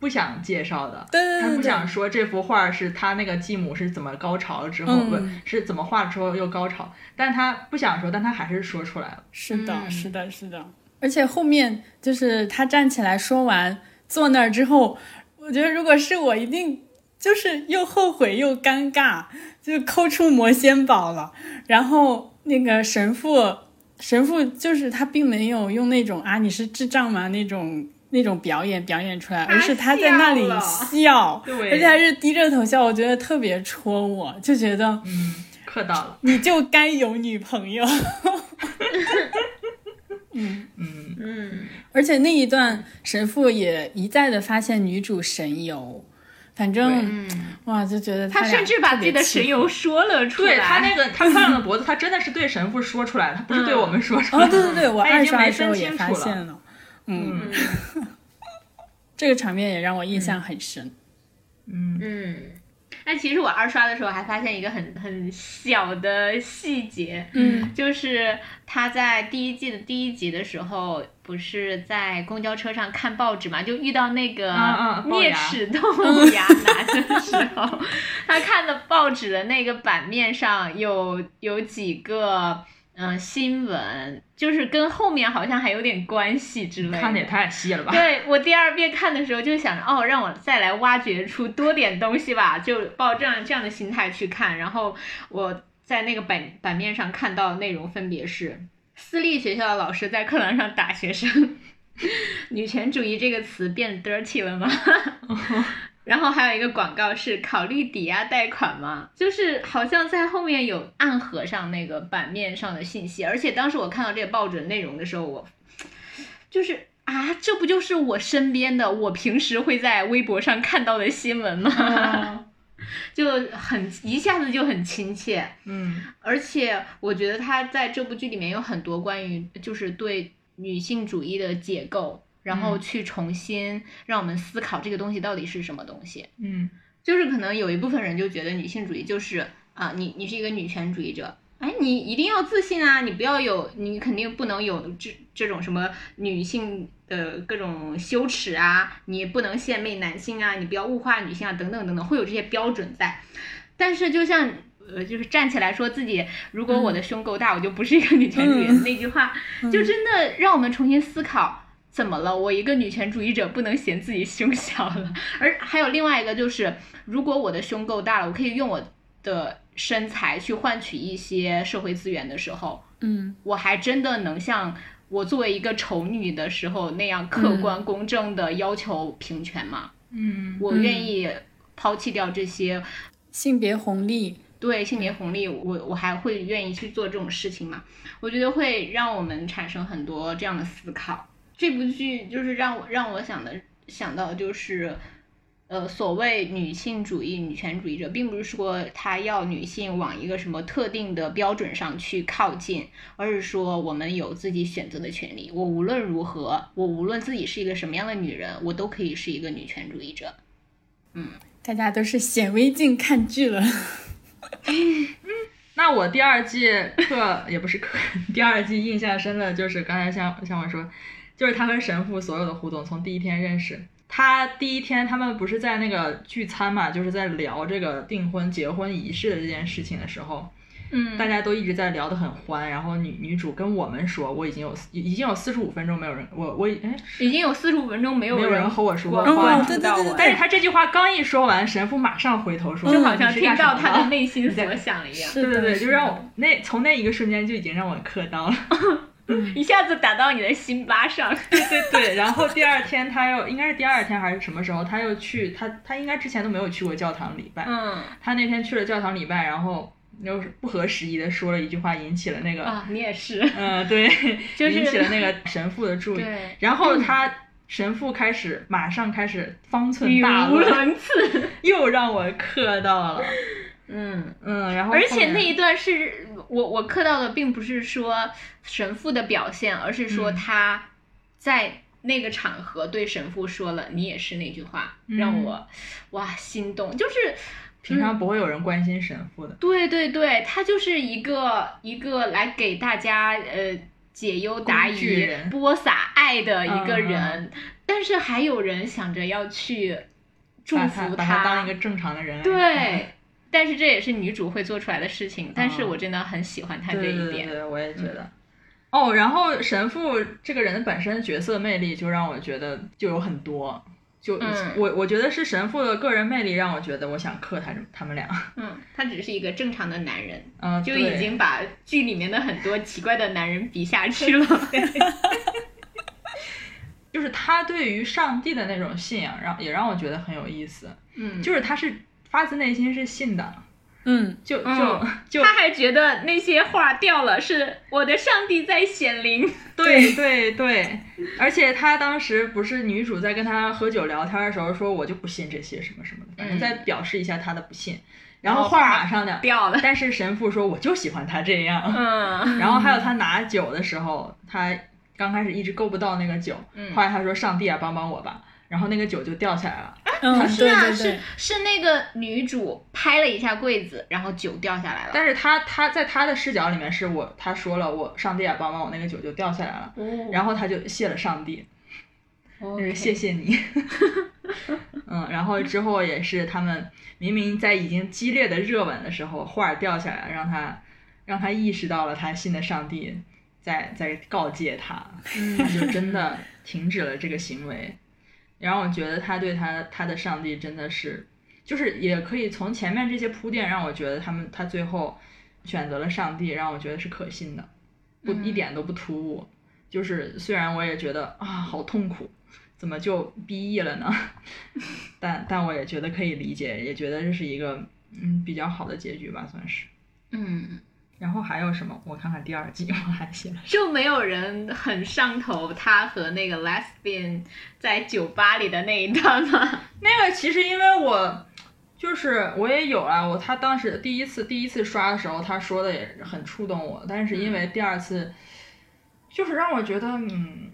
不想介绍的，
对嗯对对
他
对
不
对
想说这幅画是他那个继母是怎么高潮了之后，
嗯
不是是怎么画之后又高潮，但他不想说，但他还是说出来了。
是的，
嗯
是的，是的。而且后面就是他站起来说完，坐那儿之后，我觉得如果是我，一定就是又后悔又尴尬，就抠出魔仙宝了。然后那个神父，神父就是他并没有用那种啊你是智障吗那种那种表演表演出来，而是他在那里
笑了
笑，
对
而且还是低着头笑，我觉得特别戳我，就觉得
嗯，刻到了。
你就该有女朋友。
嗯，
而且那一段神父也一再的发现女主神游，反正哇就觉得
他
俩
甚至把
特
自
别
己的
气
神游说了出来。
对他
<laughs>
那个他漂亮的脖子，他真的是对神父说出来的，他不是对我们说出来
哦
的。
对对对，我
<laughs> 他
二
已经
刷
没
的时候
分
也
清
发
楚
现
了。
了，嗯， <laughs> 这个场面也让我印象很深。
嗯，但其实我二刷的时候还发现一个很很小的细节，
嗯，
就是他在第一季的第一集的时候，不是在公交车上看报纸嘛，就遇到那个
啊啊龅
啮
牙
齿
<laughs>
动物牙男的时候，他看的报纸的那个版面上有有几个。嗯，新闻就是跟后面好像还有点关系之类的。
看的也太细了吧？
对我第二遍看的时候就想着，哦，让我再来挖掘出多点东西吧，就抱这样这样的心态去看。然后我在那个版版面上看到的内容分别是：私立学校的老师在课堂上打学生，女权主义这个词变 dirty 了吗？然后还有一个广告是考虑抵押贷款吗？就是好像在后面有暗合上那个版面上的信息，而且当时我看到这个报纸内容的时候，我就是啊，这不就是我身边的我平时会在微博上看到的新闻吗？ <laughs> 就很一下子就很亲切。
嗯，
而且我觉得他在这部剧里面有很多关于就是对女性主义的解构，然后去重新让我们思考这个东西到底是什么东西。
嗯，
就是可能有一部分人就觉得女性主义就是啊，你你是一个女权主义者。哎，你一定要自信啊！你不要有，你肯定不能有这这种什么女性的各种羞耻啊，你不能献媚男性啊，你不要物化女性啊，等等等等，会有这些标准在。但是就像呃，就是站起来说自己，如果我的胸够大，我就不是一个女权主义人、那句话，就真的让我们重新思考。怎么了？我一个女权主义者不能嫌自己胸小了，而还有另外一个就是，如果我的胸够大了，我可以用我的身材去换取一些社会资源的时候，
嗯
我还真的能像我作为一个丑女的时候那样客观公正的要求平权吗？
嗯，
我愿意抛弃掉这些
性别红利，
对性别红利，我我还会愿意去做这种事情吗？我觉得会让我们产生很多这样的思考。这部剧就是让我让我想的想到就是，呃，所谓女性主义、女权主义者，并不是说她要女性往一个什么特定的标准上去靠近，而是说我们有自己选择的权利。我无论如何，我无论自己是一个什么样的女人，我都可以是一个女权主义者。
大家都是显微镜看剧了。
那我第二季课也不是课，第二季印象深的就是刚才像像我说，就是他和神父所有的互动，从第一天认识。他第一天他们不是在那个聚餐嘛，就是在聊这个订婚结婚仪式的这件事情的时候，
嗯
大家都一直在聊得很欢。然后女女主跟我们说，我已经有已已经有四十五分钟没有人，我我哎
已经有四十五分钟没有
没有人
人
和我说过
我
话
关
哦对
注
对
到
对对
我，
但是他这句话刚一说完，神父马上回头说，
就
好像
你是
听
干什
到
么
他的
了
内心所想一样，
是
对对对，
是
就让我那从那一个瞬间就已经让我磕到了。
一下子打到你的心巴上。
对 <laughs> 对，然后第二天他又应该是第二天还是什么时候，他又去他他应该之前都没有去过教堂礼拜，
嗯
他那天去了教堂礼拜，然后又是不合时宜的说了一句话，引起了那个，
啊，你也是。
嗯、 <laughs> 对，
就是
引起了那个神父的注意，
对
然后他。神父开始，马上开始方寸
嗯语
大
无
论，
伦次，
又让我磕到了。
嗯，
嗯，然后
而
后
且
面
那一段是我我磕到的，并不是说神父的表现，而是说
嗯
他在那个场合对神父说了“你也是”那句话，
嗯
让我哇心动，就是
平
嗯
常不会有人关心神父的，
对对对，他就是一个一个来给大家呃解忧答
工具
疑、
人
播撒爱的一个
嗯嗯
人，但是还有人想着要去祝
把他
福
把他当一个正常的人来看
对。但是这也是女主会做出来的事情，但是我真的很喜欢她这
对
一
对对
点。
对，我也觉得。哦，然后神父这个人本身角色魅力就让我觉得就有很多，就、
嗯
我我觉得是神父的个人魅力让我觉得我想克他这他们俩， <laughs>
嗯，他只是一个正常的男人，
嗯，
就
对
已经把剧里面的很多奇怪的男人比下去了。
<laughs> 就是他对于上帝的那种信仰，让也让我觉得很有意思，
嗯，
就是他是发自内心是信的，
嗯，
就就、
嗯
就
他还觉得那些话掉了，是我的上帝在显灵。 <laughs>
对对对，而且他当时不是女主在跟他喝酒聊天的时候说，我就不信这些什么什么的，反正
嗯
再表示一下他的不信。然
后
后
话
话马上的
掉了 <laughs>
但是神父说我就喜欢他这样。
嗯，
然后还有他拿酒的时候，他刚开始一直够不到那个酒，
嗯
后来他说上帝啊帮帮我吧，然后那个酒就掉下来了。
嗯，
是
对
啊，
对
是
对，
是那个女主拍了一下柜子，然后酒掉下来了。
但是他他在他的视角里面是我他说了我上帝啊帮帮我那个酒就掉下来了，
哦，
然后他就谢了上帝。就是
OK
谢谢你。 <laughs> 嗯，然后之后也是他们明明在已经激烈的热吻的时候，花儿掉下来，让他让他意识到了他信的上帝在在告诫他，他就真的停止了这个行为。然后我觉得他对他他的上帝真的是，就是也可以从前面这些铺垫，让我觉得他们他最后选择了上帝，让我觉得是可信的，不一点都不突兀。就是虽然我也觉得啊好痛苦，怎么就 BE 了呢？ <laughs> 但但我也觉得可以理解，也觉得这是一个嗯比较好的结局吧，算是。
嗯，
然后还有什么？我看看第二季，我还写了。
就没有人很上头他和那个 lesbian 在酒吧里的那一段吗？
那个其实因为我。就是我也有啊，我他当时第一次第一次刷的时候，他说的也很触动我，但是因
嗯
为第二次，就是让我觉得嗯，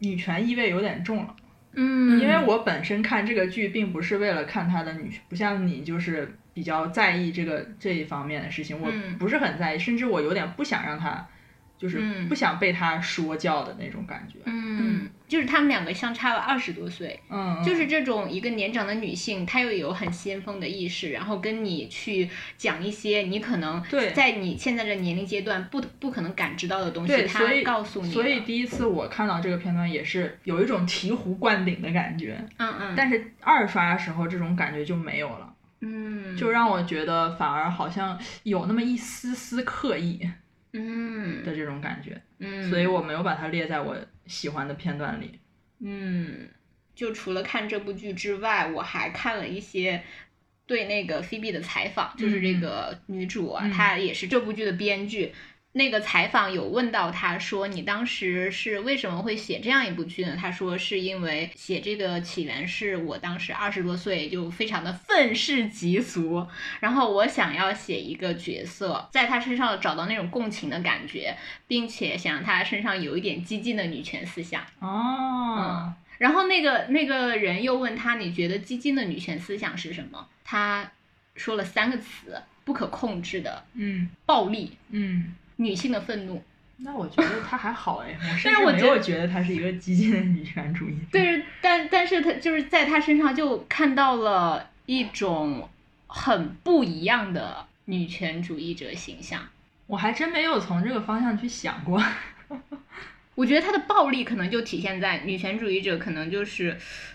女权意味有点重了。
<laughs> 嗯
因为我本身看这个剧，并不是为了看他的女，不像你就是比较在意这个这一方面的事情，我
嗯
不是很在意，甚至我有点不想让他，就是
嗯
不想被他说教的那种感觉。
嗯，就是他们两个相差了二十多岁，
嗯，
就是这种一个年长的女性，她又有很先锋的意识，然后跟你去讲一些你可能
对
在你现在的年龄阶段不不可能感知到的东西，
对，
她
所以
告诉你的，
所以第一次我看到这个片段也是有一种醍醐灌顶的感觉，
嗯嗯，
但是二刷的时候这种感觉就没有了，
嗯
就让我觉得反而好像有那么一丝丝刻意
嗯
的这种感觉，
嗯，
所以我没有把它列在我喜欢的片段里。
嗯，就除了看这部剧之外，我还看了一些对那个菲比的采访，就是这个女主啊，
嗯
她也是这部剧的编剧。那个采访有问到她说：“你当时是为什么会写这样一部剧呢？”她说：“是因为写这个起源是我当时二十多岁，就非常的愤世嫉俗，然后我想要写一个角色，在她身上找到那种共情的感觉，并且想让她身上有一点激进的女权思想。”
哦，
嗯然后那个那个人又问他，你觉得激进的女权思想是什么？他说了三个词：不可控制的
嗯
暴力、
嗯，
女性的愤怒。
那我觉得他还好
<laughs>
哎，我甚
但是我
至没
觉得
有觉得他是一个激进的女权主义者。
对，但但是他就是在他身上就看到了一种很不一样的女权主义者形象。
我还真没有从这个方向去想过。 <laughs>
我觉得他的暴力可能就体现在女权主义者可能就是，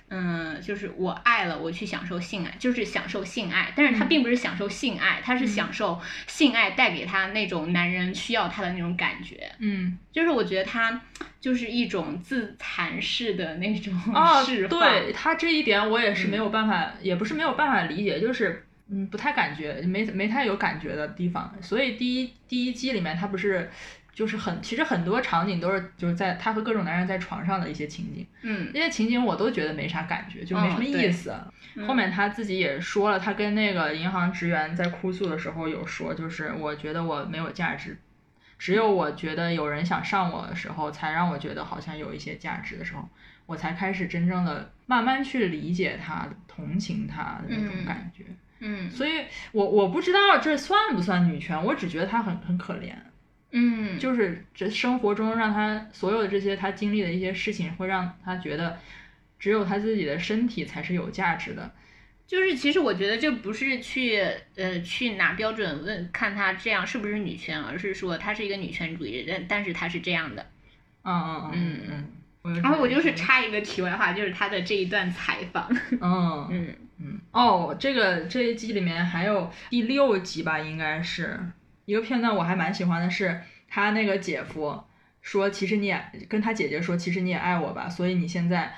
嗯、就是我爱了，我去享受性爱，就是享受性爱，但是他
嗯
并不是享受性爱，他是享受性爱带给他那种男人需要他的那种感觉，
嗯，
就是我觉得他就是一种自残式的那种
哦，
嗯 <laughs> 释放，嗯
对他这一点我也是没有办法，也不是没有办法理解，就是嗯不太感觉，没没太有感觉的地方。所以第一第一季里面他不是。就是很，其实很多场景都是就是在他和各种男人在床上的一些情景，
嗯，
那些情景我都觉得没啥感觉，就没什么
嗯对
意思。
嗯
后面他自己也说了，他跟那个银行职员在哭诉的时候有说，就是我觉得我没有价值，只有我觉得有人想上我的时候，才让我觉得好像有一些价值的时候，我才开始真正的慢慢去理解他、同情他的那种感觉。
嗯
所以我我不知道这算不算女权，我只觉得他很很可怜，
嗯，
就是这生活中让他所有的这些他经历的一些事情，会让他觉得只有他自己的身体才是有价值的。
就是其实我觉得这不是去呃去拿标准问看他这样是不是女权，而是说她是一个女权主义人，但但是她是这样的。
嗯嗯
嗯
嗯嗯。
然后我就是插一个题外话，就是他的这一段采访，
嗯
嗯
嗯哦，这个这一季里面还有第六集吧，应该是一个片段，我还蛮喜欢的是他那个姐夫说，其实你也跟他姐姐说，其实你也爱我吧，所以你现在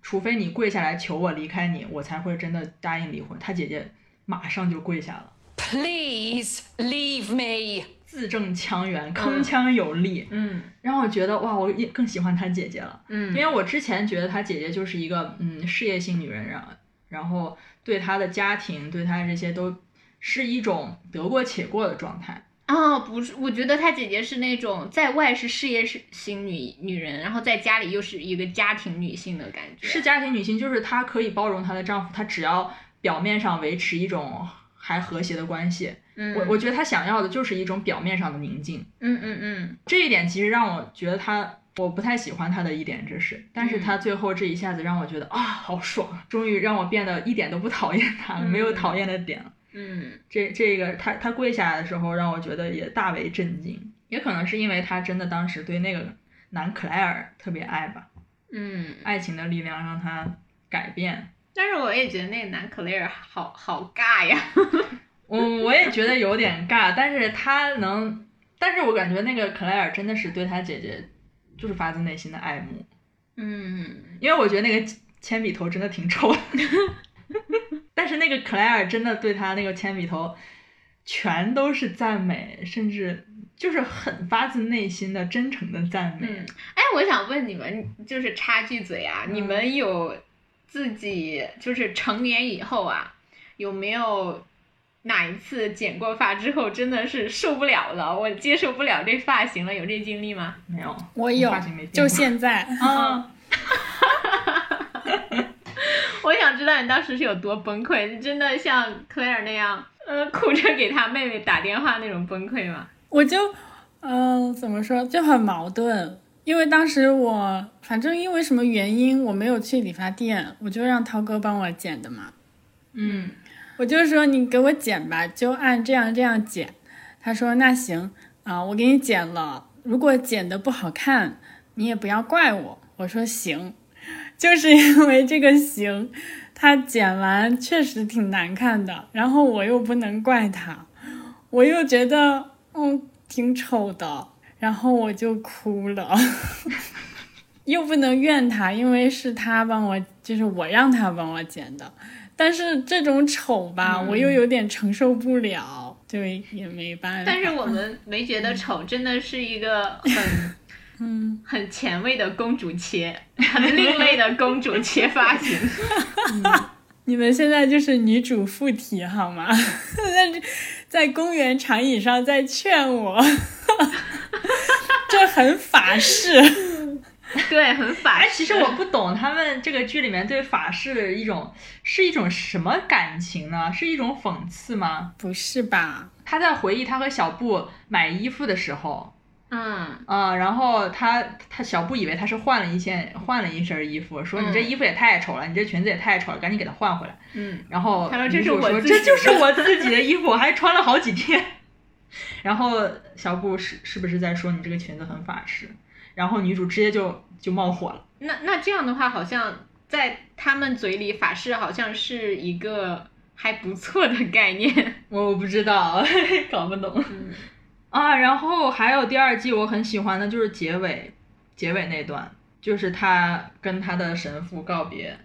除非你跪下来求我离开你，我才会真的答应离婚。他姐姐马上就跪下了，
Please leave me.
字正腔圆，铿锵有力，
嗯
让我觉得哇，我也更喜欢他姐姐了。因
嗯
为我之前觉得她姐姐就是一个嗯事业性女人，然后然后对她的家庭，对她这些都是一种得过且过的状态。
哦，不是，我觉得她姐姐是那种在外是事业型女女人，然后在家里又是一个家庭女性的感觉，
是家庭女性，就是她可以包容她的丈夫，她只要表面上维持一种还和谐的关系。
嗯，
我我觉得她想要的就是一种表面上的宁静。
嗯嗯嗯
这一点其实让我觉得她，我不太喜欢她的一点，这是，但是
嗯
她最后这一下子让我觉得啊，好爽，终于让我变得一点都不讨厌她了，没有讨厌的点了。
嗯
这这个他他跪下来的时候，让我觉得也大为震惊，也可能是因为他真的当时对那个男克莱尔特别爱吧，
嗯，
爱情的力量让他改变。
但是我也觉得那个男克雷尔好好尬呀，
我我也觉得有点尬，但是他能，但是我感觉那个克莱尔真的是对他姐姐就是发自内心的爱慕，
嗯
因为我觉得那个铅笔头真的挺丑的， <laughs> 但是那个克莱尔真的对他那个铅笔头全都是赞美，甚至就是很发自内心的真诚的赞美。
嗯，哎，我想问你们，就是
嗯
插句嘴啊，你们有自己就是成年以后啊，有没有哪一次剪过发之后真的是受不了了，我接受不了这发型了？有这经历吗？
没有，
我有
发型没，变
就
化
现在。
啊，
我想知道你当时是有多崩溃，是真的像 Claire 那样，呃，哭着给他妹妹打电话那种崩溃吗？
我就，嗯、怎么说，就很矛盾。因为当时我反正因为什么原因我没有去理发店，我就让涛哥帮我剪的嘛。
嗯，
我就说你给我剪吧，就按这样这样剪。他说那行啊、我给你剪了。如果剪的不好看，你也不要怪我。我说行，就是 <laughs> 因为这个行，他剪完确实挺难看的，然后我又不能怪他，我又觉得嗯挺丑的，然后我就哭了。 <laughs> 又不能怨他，因为是他帮我，就是我让他帮我剪的。但是这种丑吧，我
嗯
又有点承受不了，就也没办法。
但是我们没觉得丑，真的是一个很。嗯，很前卫的公主切，很另类的公主切发型。 <laughs>
你们现在就是女主附体好吗？ <laughs> 在在公园长椅上在劝我，这很法式。
对，很法
哎，
式。
其实我不懂他们这个剧里面对法式的一种是一种什么感情呢？是一种讽刺吗？
不是吧？
他在回忆他和小布买衣服的时候，
嗯，
啊、然后他他小布以为他是换了一件换了一身衣服，说你这
嗯
衣服也太丑了，你这裙子也太丑了，赶紧给他换回来。
嗯，
然后
他说
女
这是
主
我自己
这就是
的
我自己的衣服，我还穿了好几天。 <laughs> 然后小布是是不是在说你这个裙子很法式？然后女主直接就就冒火了。
那那这样的话，好像在他们嘴里，法式好像是一个还不错的概念。 <laughs>
我不知道， <laughs> 搞不懂、
嗯
啊。然后还有第二季我很喜欢的就是结尾，结尾那段就是他跟他的神父告别，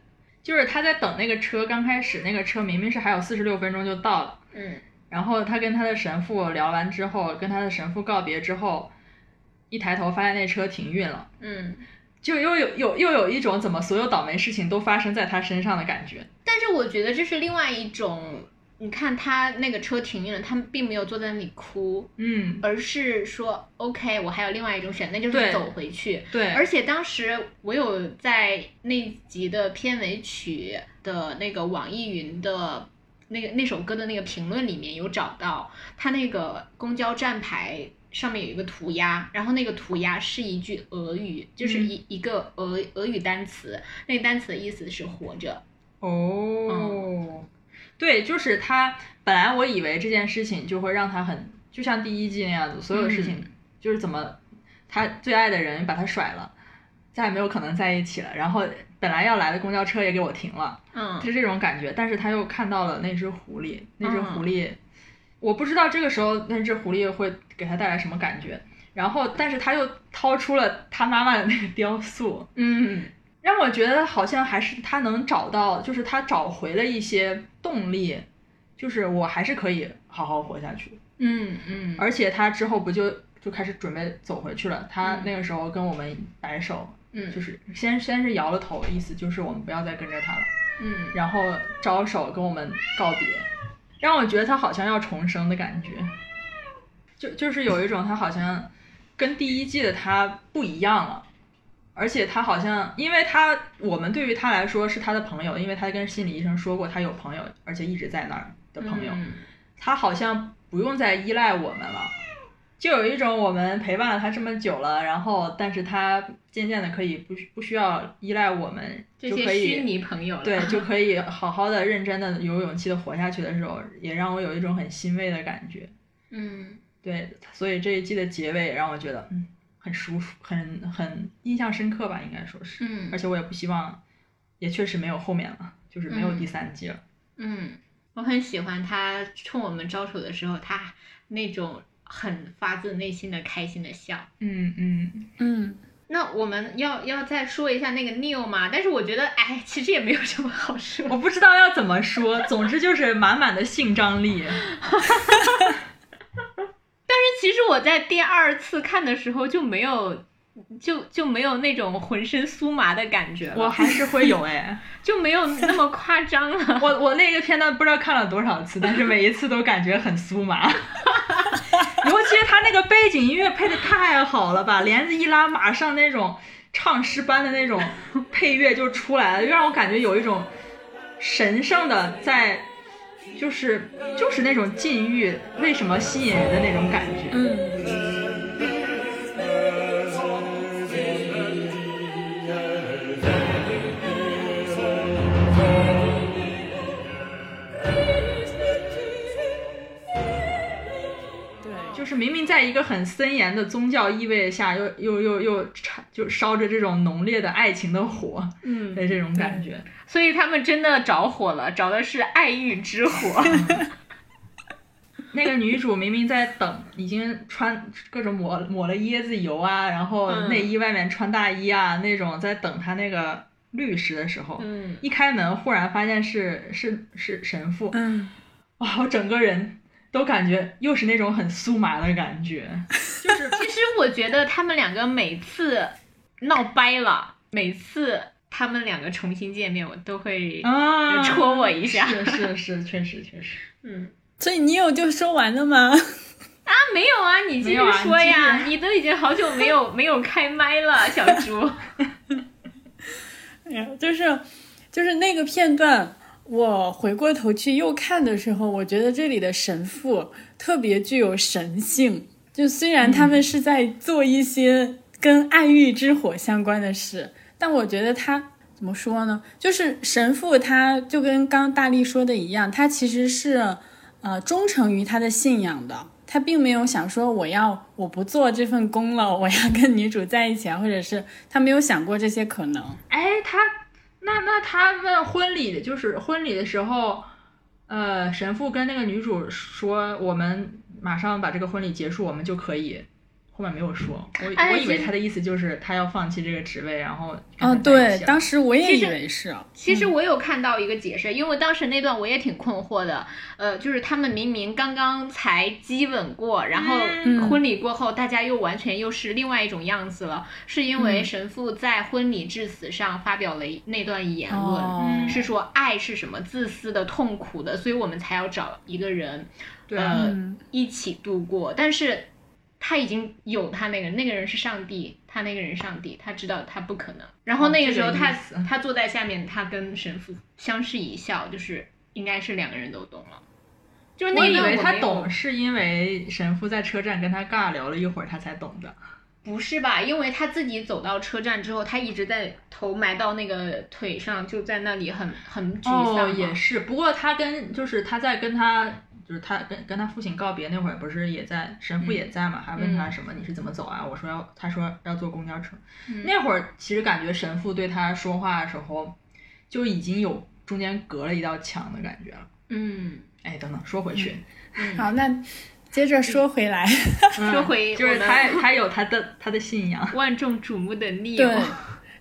就是他在等那个车，刚开始那个车明明是还有四十六分钟就到了，
嗯
然后他跟他的神父聊完之后，跟他的神父告别之后，一抬头发现那车停运了，
嗯，
就又有有又有一种怎么所有倒霉事情都发生在他身上的感觉。
但是我觉得这是另外一种。你看他那个车停运了，他并没有坐在那里哭，
嗯，
而是说 OK，我还有另外一种选，那就是
对
走回去。
对，
而且当时我有在那集的片尾曲的那个网易云的那个那首歌的那个评论里面有找到，它那个公交站牌上面有一个涂鸦，然后那个涂鸦是一句俄语，就是
嗯
一、一个俄俄语单词，那个单词的意思是活着。
哦，对，就是他。本来我以为这件事情就会让他很，就像第一季那样子，所有事情就是怎么他最爱的人把他甩了，再也没有可能在一起了。然后本来要来的公交车也给我停了，
嗯，
是这种感觉。但是他又看到了那只狐狸，那只
嗯
狐狸，我不知道这个时候那只狐狸会给他带来什么感觉。然后，但是他又掏出了他妈妈的那个雕塑，
嗯
<laughs> 让我觉得好像还是他能找到，就是他找回了一些动力，就是我还是可以好好活下去。
嗯嗯，
而且他之后不就就开始准备走回去了？他那个时候跟我们摆手，
嗯
就是先先是摇了头，意思就是我们不要再跟着他了，
嗯
然后招手跟我们告别，让我觉得他好像要重生的感觉，就就是有一种他好像跟第一季的他不一样了。而且他好像，因为他我们对于他来说是他的朋友，因为他跟心理医生说过他有朋友，而且一直在那儿的朋友，
嗯
他好像不用再依赖我们了，就有一种我们陪伴了他这么久了，然后但是他渐渐的可以不需不需要依赖我们，
这
就
些
可
虚
以
拟朋友了， <laughs>
对就可以好好的认真的有勇气的活下去的时候，也让我有一种很欣慰的感觉。
嗯
对，所以这一季的结尾让我觉得嗯很舒服，很很印象深刻吧，应该说是。
嗯
而且我也不希望，也确实没有后面了，就是没有
嗯
第三季了。
嗯，我很喜欢他冲我们招手的时候，他那种很发自内心的开心的笑。
嗯嗯，
嗯，
那我们要要再说一下那个 Neil 吗？但是我觉得，哎，其实也没有什么好说。 <laughs>
我不知道要怎么说，总之就是满满的性张力。
但是其实我在第二次看的时候就没有就就没有那种浑身酥麻的感觉
我
了，
还是会有哎，
就没有那么夸张了。 <laughs>
我我那个片段不知道看了多少次，但是每一次都感觉很酥麻。 <laughs> 尤其是他那个背景音乐配的太好了吧，帘子一拉，马上那种唱诗般的那种配乐就出来了，就让我感觉有一种神圣的在，就是就是那种禁欲为什么吸引人的那种感觉。
嗯，对，
就是明明在一个很森严的宗教意味下，又又又又产就烧着这种浓烈的爱情的火
嗯，
的这种感觉。
所以他们真的着火了，着的是爱欲之火。 <laughs>
那个女主明明在等，已经穿各种抹抹了椰子油啊，然后
嗯
内衣外面穿大衣啊，那种在等她那个律师的时候，
嗯，
一开门忽然发现是是是神父，
嗯，
哇，我整个人都感觉又是那种很酥麻的感觉，就是
其实我觉得他们两个每次闹掰了，每次他们两个重新见面，我都会
啊，
戳我一下。
是是是，确实确实。
嗯，
所以你有就说完了吗？
啊，没有啊，你继
没
续
有啊
说呀，
你继 <laughs>
你都已经好久没有没有开麦了，小猪。
<laughs> 哎呀，就是就是那个片段，我回过头去又看的时候，我觉得这里的神父特别具有神性。就虽然他们是在做一些跟爱欲之火相关的事，但我觉得他怎么说呢？就是神父他就跟刚刚大力说的一样，他其实是呃忠诚于他的信仰的。他并没有想说我要我不做这份工了，我要跟女主在一起啊，或者是他没有想过这些可能。
哎，他那那他们婚礼就是婚礼的时候，呃，神父跟那个女主说，我们马上把这个婚礼结束，我们就可以。后面没有说，我、
哎
我以为
其实
他的意思就是他要放弃这个职位，然后跟
啊，
他在一
对
起，了
当时我也
其
以
实
为是，啊
其
嗯
实我有看到一个解释，因为我当时那段我也挺困惑的，呃，就是他们明明刚刚才激吻过，然后
嗯
婚礼过后，大家又完全又是另外一种样子了，是因
嗯
为神父在婚礼致辞上发表了一那段言论，
哦，
是说爱是什么自私的、痛苦的，所以我们才要找一个人，
对啊
呃，
嗯
一起度过。但是他已经有他那个人，那个人是上帝，他那个人上帝，他知道他不可能。然后
哦
那
这
时候
个
他、
意思
他坐在下面，他跟神父相视一笑，就是应该是两个人都懂了。就是那
我
个
以为
我
他
没有
懂，是因为神父在车站跟他尬聊了一会儿，他才懂的。
不是吧？因为他自己走到车站之后，他一直在头埋到那个腿上，就在那里很很沮丧嘛、
哦，也是。不过他跟就是他在跟他就是他跟跟他父亲告别那会儿，不是也在神父
嗯
也在嘛，还问他什么你是怎么走啊？我说要，他说要坐公交车。
嗯
那会儿其实感觉神父对他说话的时候，就已经有中间隔了一道墙的感觉了。
嗯。
哎，等等，说回去，
好，那接着说回来，
嗯
说回
就
我
是
们
他他有他的他的信仰，
万众瞩目的 n e
对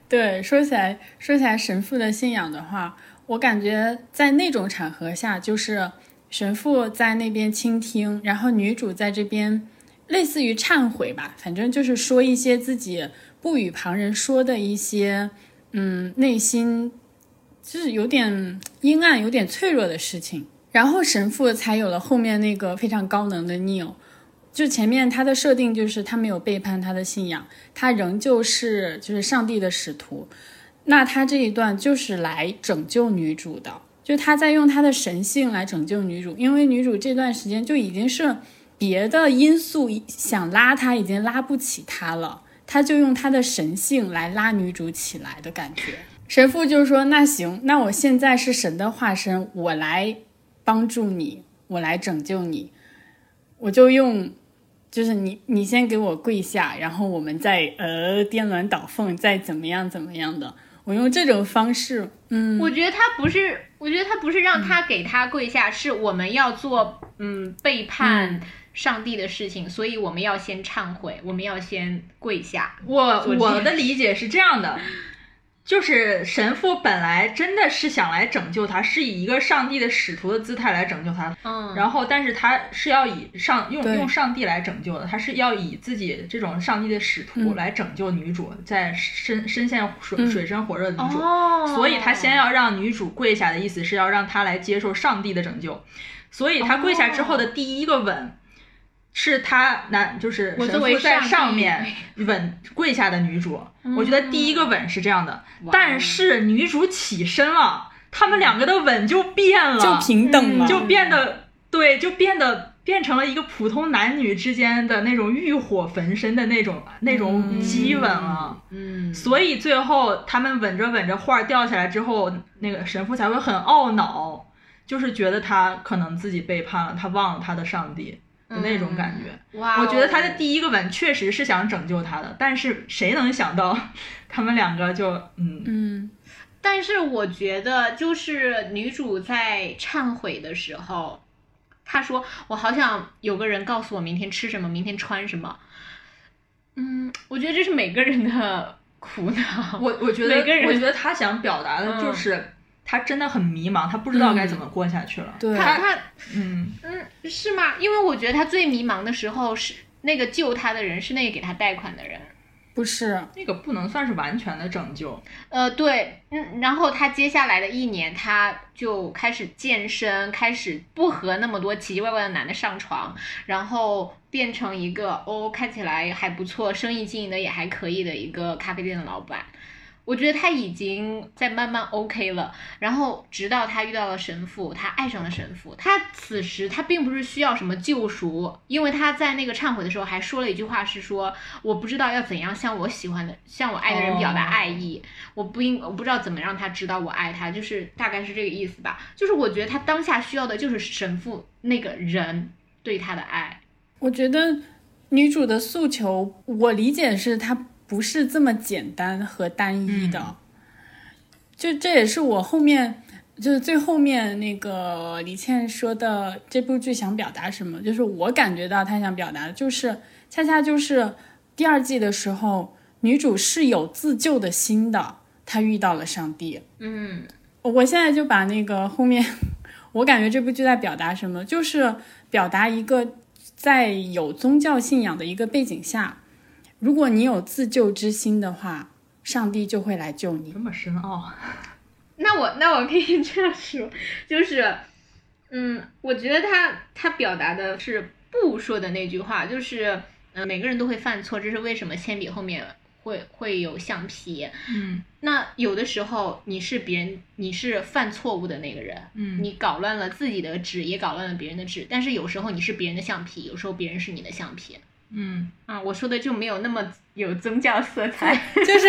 对，说起来说起来神父的信仰的话，我感觉在那种场合下，就是神父在那边倾听，然后女主在这边类似于忏悔吧，反正就是说一些自己不与旁人说的一些，嗯，内心就是有点阴暗、有点脆弱的事情。然后神父才有了后面那个非常高能的 Neil，就前面他的设定就是他没有背叛他的信仰，他仍旧是就是上帝的使徒。那他这一段就是来拯救女主的，就他在用他的神性来拯救女主，因为女主这段时间就已经是别的因素想拉她，已经拉不起她了，他就用他的神性来拉女主起来的感觉。神父就说：“那行，那我现在是神的化身，我来帮助你，我来拯救你，我就用就是你你先给我跪下，然后我们再呃颠鸾倒凤，再怎么样怎么样的。我用这种方式，嗯，
我觉得他不是，我觉得他不是让他给他跪下，是我们要做嗯背叛上帝的事情，所以我们要 <laughs> 先忏悔，我们要先跪下。
我
我
我的理解是这样的，就是神父本来真的是想来拯救他，是以一个上帝的使徒的姿态来拯救他，
嗯，
然后但是他是要以上用
对
用上帝来拯救的，他是要以自己这种上帝的使徒
嗯
来拯救女主，在深深陷水、
嗯
水深火热的女主，
哦，
所以他先要让女主跪下的意思是要让她来接受上帝的拯救，所以他跪下之
哦
后的第一个吻。是他男，就是
我
神
作为
父在
上帝嗯
上面吻跪下的女主，我觉得第一个吻是这样的，
哇
但是女主起身了，他们两个的吻就变了，
就平等了，
就变得对，就变得变成了一个普通男女之间的那种欲火焚身的那种那种激吻了。
嗯，
所以最后他们吻着吻着，画儿掉下来之后，那个神父才会很懊恼，就是觉得他可能自己背叛了，他忘了他的上帝的那种感觉。
哇哦，
我觉得他的第一个吻确实是想拯救他的，但是谁能想到 <laughs> 他们两个就嗯
嗯，
但是我觉得，就是女主在忏悔的时候，她说：“我好想有个人告诉我明天吃什么，明天穿什么。”嗯，我觉得这是每个人的苦恼。
我我觉得，
啊每个人嗯
我觉得他想表达的就是、他真的很迷茫，他不知道该怎么过下去了。
对，
她她
嗯，
嗯是吗？因为我觉得她最迷茫的时候是那个救她的人是那个给她贷款的人。
不是，
那个不能算是完全的拯救。
呃，对，嗯，然后他接下来的一年，他就开始健身，开始不和那么多奇奇怪怪的男的上床，然后变成一个哦，看起来还不错，生意经营的也还可以的一个咖啡店的老板。我觉得他已经在慢慢 OK 了，然后直到他遇到了神父，他爱上了神父。他此时他并不是需要什么救赎，因为他在那个忏悔的时候还说了一句话，是说我不知道要怎样向我喜欢的、向我爱的人表达
哦
爱意。我不应我不知道怎么让他知道我爱他，就是大概是这个意思吧。就是我觉得他当下需要的就是神父那个人对他的爱。
我觉得女主的诉求，我理解是她不是这么简单和单一的，就这也是我后面就是最后面那个李倩说的这部剧想表达什么，就是我感觉到她想表达的就是，恰恰就是第二季的时候，女主是有自救的心的，她遇到了上帝，
嗯
我现在就把那个后面，我感觉这部剧在表达什么，就是表达一个在有宗教信仰的一个背景下，如果你有自救之心的话，上帝就会来救你
这。么深奥，，
那我那我可以 <laughs> 这样说，就是，嗯，我觉得他他表达的是不说的那句话，就是，嗯、每个人都会犯错，这是为什么铅笔后面会会有橡皮。
嗯
那有的时候你是别人，你是犯错误的那个人，
嗯，
你搞乱了自己的纸，也搞乱了别人的纸。但是有时候你是别人的橡皮，有时候别人是你的橡皮。
嗯
啊，我说的就没有那么有宗教色彩。
就是，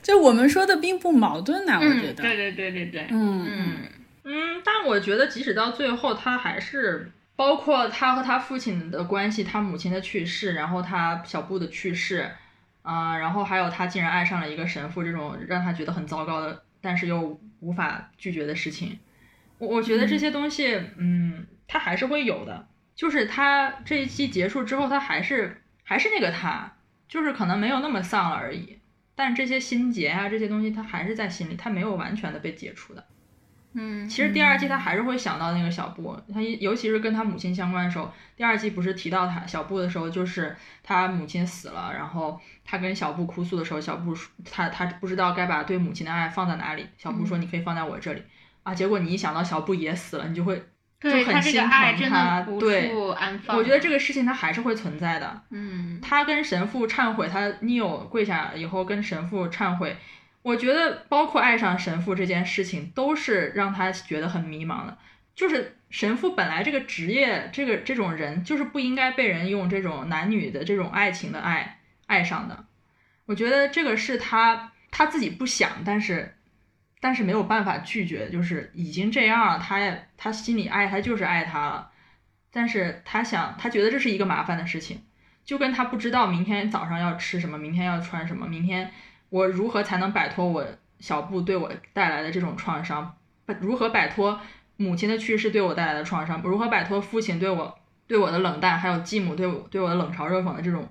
就我们说的并不矛盾呐、我觉
嗯，<laughs>
得。
对对对对对，
嗯，
嗯
嗯，但我觉得即使到最后，他还是包括他和他父亲的关系，他母亲的去世，然后他小布的去世，啊、然后还有他竟然爱上了一个神父这种让他觉得很糟糕的，但是又无法拒绝的事情，我我觉得这些东西，嗯，他还是会有的。就是他这一期结束之后，他还是还是那个他，就是可能没有那么丧了而已。但这些心结啊，这些东西他还是在心里，他没有完全的被解除的。
嗯
其实第二季他还是会想到那个小布，他一尤其是跟他母亲相关的时候，第二季不是提到他小布的时候，就是他母亲死了，然后他跟小布哭诉的时候，小布说他他不知道该把对母亲的爱放在哪里，小布
嗯
说你可以放在我这里、啊，结果你一想到小布也死了，你就会
对
就
他
很
这
心
个
疼
爱真
他
的无
对
处安放。
我觉得这个事情它还是会存在的，
嗯
他跟神父忏悔，他 Neo 跪下以后跟神父忏悔，我觉得包括爱上神父这件事情，都是让他觉得很迷茫的。就是神父本来这个职业，这个这种人，就是不应该被人用这种男女的这种爱情的爱爱上的。我觉得这个是他他自己不想，但是但是没有办法拒绝，就是已经这样了，他也他心里爱他就是爱他了，但是他想他觉得这是一个麻烦的事情。就跟他不知道明天早上要吃什么，明天要穿什么，明天我如何才能摆脱我小布对我带来的这种创伤，不如何摆脱母亲的去世对我带来的创伤，如何摆脱父亲对我对我的冷淡，还有继母对我对我的冷嘲热讽的这种，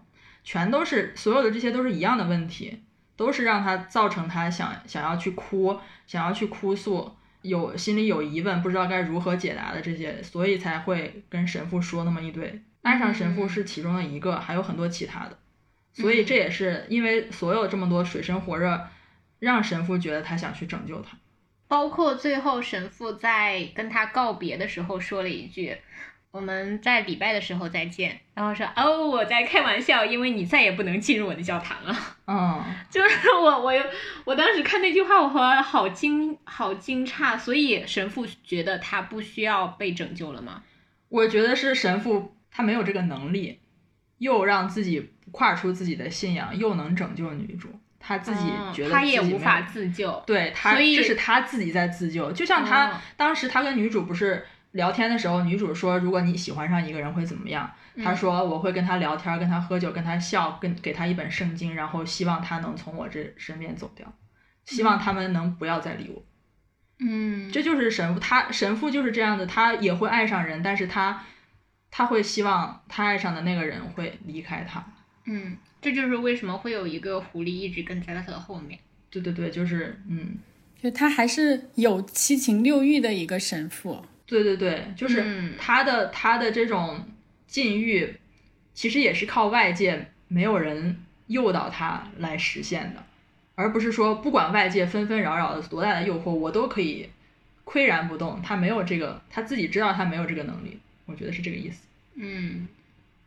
全都是所有的这些都是一样的问题，都是让他造成他想想要去哭，想要去哭诉，有心里有疑问，不知道该如何解答的这些，所以才会跟神父说那么一堆。爱上神父是其中的一个，还有很多其他的。所以
嗯
这也是因为所有这么多水深火热，让神父觉得他想去拯救他。
包括最后神父在跟他告别的时候说了一句：“我们在礼拜的时候再见。”然后说：“哦，我在开玩笑，因为你再也不能进入我的教堂了。 <laughs>
嗯，”
就是我，我有，我当时看那句话，我好好惊，好惊诧。所以神父觉得他不需要被拯救了吗？
我觉得是神父他没有这个能力，又让自己跨出自己的信仰，又能拯救女主，他自己
嗯
觉得、
他也无法自救。
对他，
所以
这是他自己在自救。就像他、
哦
当时他跟女主不是聊天的时候，女主说如果你喜欢上一个人会怎么样？他
嗯
说我会跟他聊天，跟他喝酒，跟他笑，跟给他一本圣经，然后希望他能从我这身边走掉，希望他们能不要再理我。
嗯，
这就是神父，他神父就是这样的，他也会爱上人，但是他他会希望他爱上的那个人会离开他。
嗯，这就是为什么会有一个狐狸一直跟在他的后面。
对对对，就是嗯，
就他还是有七情六欲的一个神父。
对对对，就是
嗯
他的、他的这种禁欲，其实也是靠外界没有人诱导他来实现的，而不是说不管外界纷纷扰扰的多大的诱惑，我都可以岿然不动。他没有这个，他自己知道他没有这个能力，我觉得是这个意思。
嗯，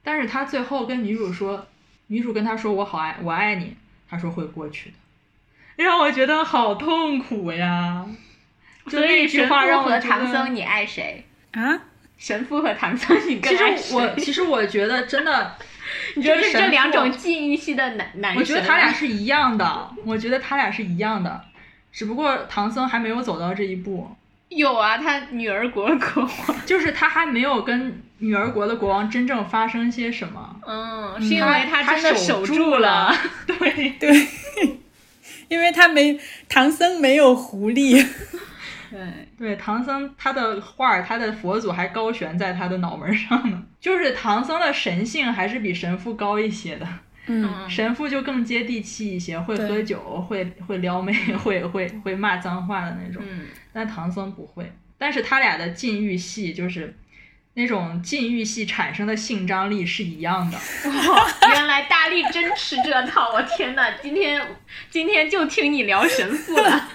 但是他最后跟女主说，女主跟他说我好爱我爱你，他说会过去的，让我觉得好痛苦呀。就
所以
那句
神父
话让我
和
觉
唐
得
僧，你爱谁？
啊，
神父和唐僧，你更
其
爱
实
谁？
我 <laughs> 其实我觉得真的，
<laughs> 你觉得
就是
这
神父
两种禁欲系的男男神啊，
我觉得他
<laughs>
俩是一样的，我觉得他俩是一样的，只不过唐僧还没有走到这一步，
有啊，他女儿国国王，
就是他还没有跟女儿国的国王真正发生些什么。
嗯，是因为
他
真的
守
住
了
了，，
对，
对，因为他没唐僧没有狐狸， <laughs>
对，
对，唐僧他的画儿，他的佛祖还高悬在他的脑门上呢。 <laughs> 就是唐僧的神性还是比神父高一些的，
嗯，
嗯，
神父就更接地气一些，会
对
喝酒，会会撩妹， <laughs> 会会会骂脏话的那种。
嗯
但唐僧不会。但是他俩的禁欲系就是那种禁欲系产生的性张力是一样的。嗯 <laughs>
哇，原来大力真吃这套，我天呐，今天今天就听你聊神父了，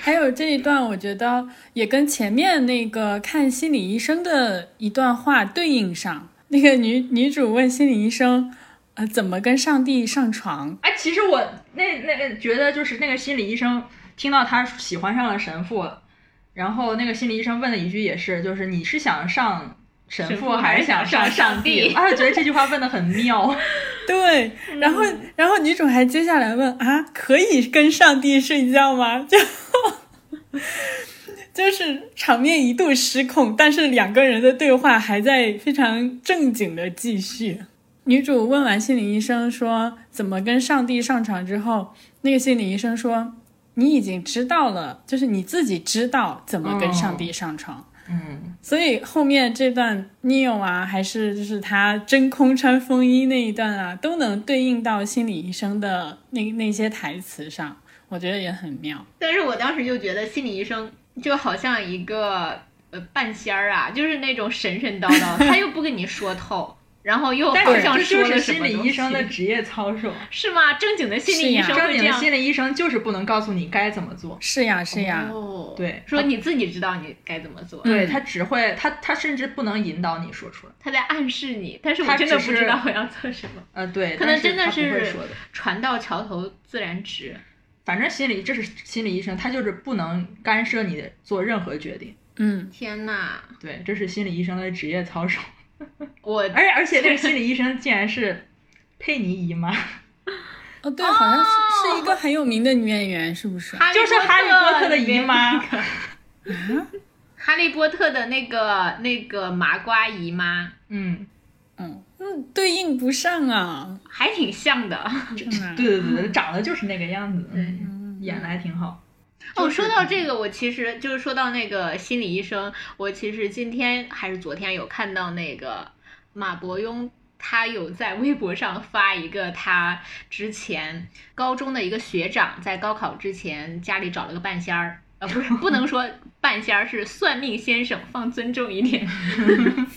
还有这一段，我觉得也跟前面那个看心理医生的一段话对应上。那个女女主问心理医生，呃，怎么跟上帝上床？
哎，其实我那那个觉得就是那个心理医生听到他喜欢上了神父，然后那个心理医生问了一句也是，就是你是想上神
神
父
父还
还是
是
想
想
上
上
上
上
帝？
帝
<laughs> 啊，我觉得这句话问的很妙。
<laughs> 对，然后、然后女主还接下来问啊，可以跟上帝睡觉吗？ <laughs> 就就是场面一度失控，但是两个人的对话还在非常正经的继续。女主问完心理医生说怎么跟上帝上床之后，那个心理医生说你已经知道了，就是你自己知道怎么跟上帝上床。
嗯，
所以后面这段 Neil 啊，还是就是他真空穿风衣那一段啊，都能对应到心理医生的那那些台词上，我觉得也很妙。
但是我当时就觉得心理医生就好像一个呃半仙儿啊，就是那种神神叨
<laughs>
叨，他又不跟你说透。然后又
但
好
是
像
这就
说
是
了什
心
么
理
东
医生的
西
职业操守。
是吗？正经的心理医
是呀
生
正
会
经
这
的
样
心理医生就是不能告诉你该怎么做。
是呀，是呀，
哦，
对
说你自己知道你该怎么做，
对
嗯
他只会他他甚至不能引导你说出来。
他在暗示你，但是
他
我真的
只
不
是
知道我要做什么，
呃，对，
可
但
能真
他
的
不会
是
说的。
船到桥头自然直。
反正心理这是心理医生，他就是不能干涉你的做任何决定。
嗯，
天呐，
对，这是心理医生的职业操守。
我
而且而且，那个心理医生竟然是佩妮姨妈，
哦对，好像是是一个很有名的女演员，是不是？
哈利
就是哈利波特的
里
姨
面
妈。
哈利波特的那个那个麻瓜姨妈
嗯，
嗯嗯，对应不上啊，
还挺像的。
是吗？
对对对对，长得就是那个样子，嗯，演的还挺
<laughs>
好。
哦，说到这个，我其实就是说到那个心理医生，我其实今天还是昨天有看到那个马伯庸他有在微博上发一个他之前高中的一个学长在高考之前家里找了个半仙
<laughs>
儿，呃，不是不能说半仙儿是算命先生，放尊重一点。 <laughs>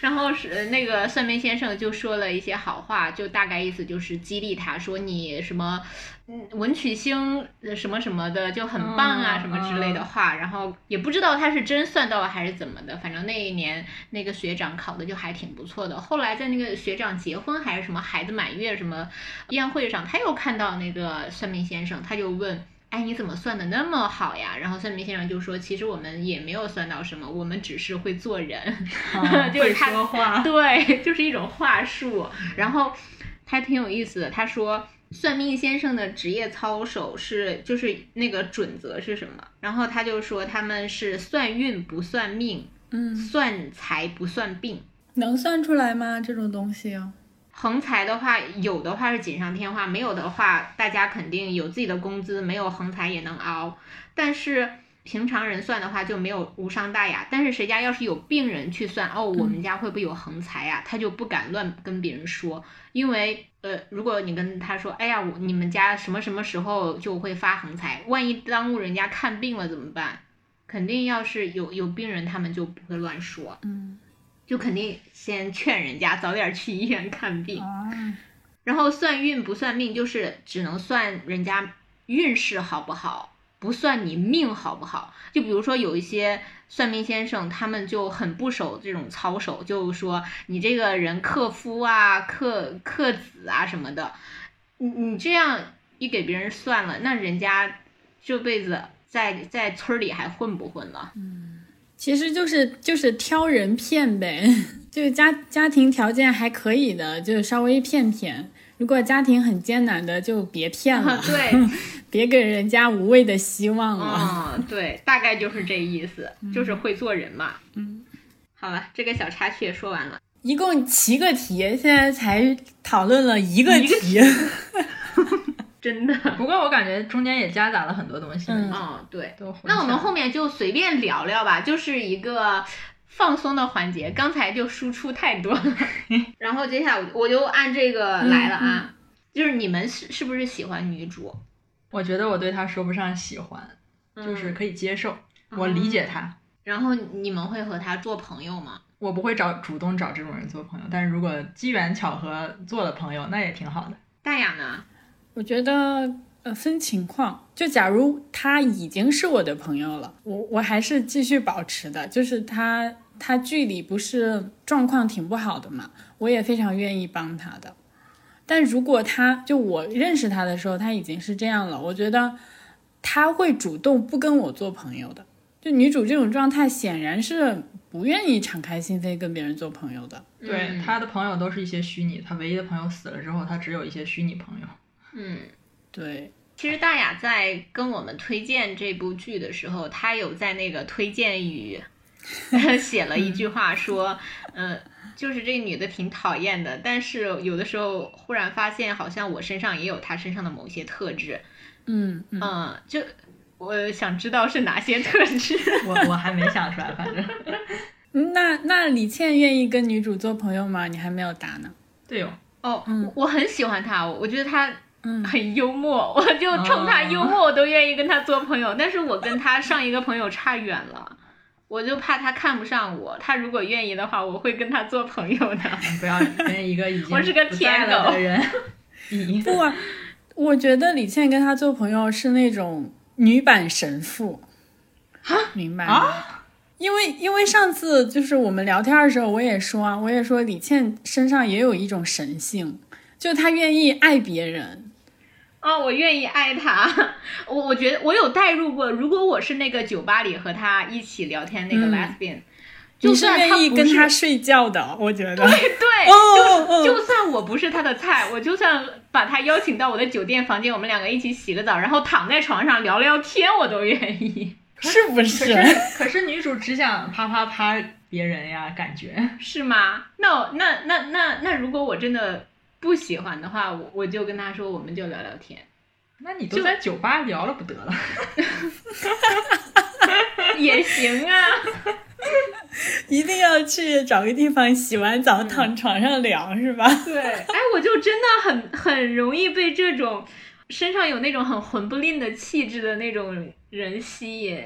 然后是那个算命先生就说了一些好话，就大概意思就是激励他说你什么，嗯，文曲星呃什么什么的就很棒啊，
嗯
什么之类的话。然后也不知道他是真算到了还是怎么的，反正那一年那个学长考的就还挺不错的。后来在那个学长结婚还是什么孩子满月什么宴会上，他又看到那个算命先生，他就问。哎，你怎么算的那么好呀？然后算命先生就说，其实我们也没有算到什么，我们只是会做人。 <laughs>
嗯
就是
会
他
说话，
对， <laughs> 就是一种话术。然后他挺有意思的，他说算命先生的职业操守是就是那个准则是什么？然后他就说他们是算运不算命，
嗯，
算财不算病。
能算出来吗？这种东西哦，
横财的话，有的话是锦上添花，没有的话，大家肯定有自己的工资，没有横财也能熬。但是平常人算的话就没有无伤大雅，但是谁家要是有病人去算，哦，我们家会不会有横财呀、他就不敢乱跟别人说，因为呃，如果你跟他说，哎呀，我你们家什么什么时候就会发横财，万一耽误人家看病了怎么办？肯定要是有有病人，他们就不会乱说，
嗯
就肯定先劝人家早点去医院看病。
啊，
然后算运不算命，就是只能算人家运势好不好，不算你命好不好。就比如说有一些算命先生，他们就很不守这种操守，就说你这个人克夫啊、克克子啊什么的，你你这样一给别人算了，那人家这辈子在在村里还混不混了？
其实就是就是挑人骗呗， <laughs> 就是家家庭条件还可以的，就稍微骗骗。如果家庭很艰难的，就别骗 <laughs> 了，
<laughs> 对，
别给人家无谓的希望了。
嗯，对，大概就是这意思，就是会做人嘛。嗯，好了，这个小插曲也说完了。
一共七个题，现在才讨论了一个题。
真的，
不过我感觉中间也夹杂了很多东西。
嗯
<laughs> 哦，对。
都混
那我
起来
们后面就随便聊聊吧，就是一个放松的环节。刚才就输出太多了， <laughs> 然后接下来我我就按这个来了啊。就是你们是是不是喜欢女主？
我觉得我对他说不上喜欢，
嗯
就是可以接受，我理解他。
然后你们会和她做朋友吗？
我不会找主动找这种人做朋友，但是如果机缘巧合做了朋友，那也挺好的。
大雅呢？
我觉得呃分情况，就假如他已经是我的朋友了，我我还是继续保持的，就是他他剧里不是状况挺不好的嘛，我也非常愿意帮他的。但如果他就我认识他的时候，他已经是这样了，我觉得他会主动不跟我做朋友的。就女主这种状态，显然是不愿意敞开心扉跟别人做朋友的。
对、
嗯
他的朋友都是一些虚拟，他唯一的朋友死了之后，他只有一些虚
<laughs>
拟朋友。
嗯，
对，
其实大雅在跟我们推荐这部剧的时候，她有在那个推荐语写了一句话，说，呃，就是这个女的挺讨厌的，但是有的时候忽然发现，好像我身上也有她身上的某些特质，
嗯嗯。
嗯，就我想知道是哪些特质。 <laughs>
我我还没想出来，反正
嗯那那李倩愿意跟女主做朋友吗？你还没有答呢。
对哦，
哦，我很喜欢她，我觉得她
嗯哦
很幽默，我就冲她幽默，我都愿意跟她做朋友。但是我跟她上一个朋友差远了，我就怕她看不上我。她如果愿意的话，我会跟她做朋友的。
不要跟一个已经
<laughs> 我是个
不在
舔狗
了的人。
<laughs>
以
不啊，我觉得李倩跟他做朋友是那种女版神父，
啊
明白吗？因为因为上次就是我们聊天的时候，我也说啊，我也说李倩身上也有一种神性，就她愿意爱别人。
哦，我愿意爱他。我我觉得我有代入过，如果我是那个酒吧里和他一起聊天那个
嗯
lesbian，、就
你是
算他
愿意
不
跟
是
他睡觉的，我觉
<laughs>
得。
对，
哦哦
就就算我不是他的菜，我就算把他邀请到我的酒店房间，我们两个一起洗个澡，然后躺在床上聊聊天，我都愿意。
是不
可
是？
是可是女主只想啪啪啪别人呀，感觉
是吗？那我那那那那，如果我真的不喜欢的话，我我就跟他说，我们就聊聊天， <laughs>
那你都在酒吧聊了不得了？
也行啊。
一定要去找个地方洗完澡
嗯
躺床上聊、是吧？
对，哎，我就真的很很容易被这种身上有那种很混不吝的气质的那种人吸引，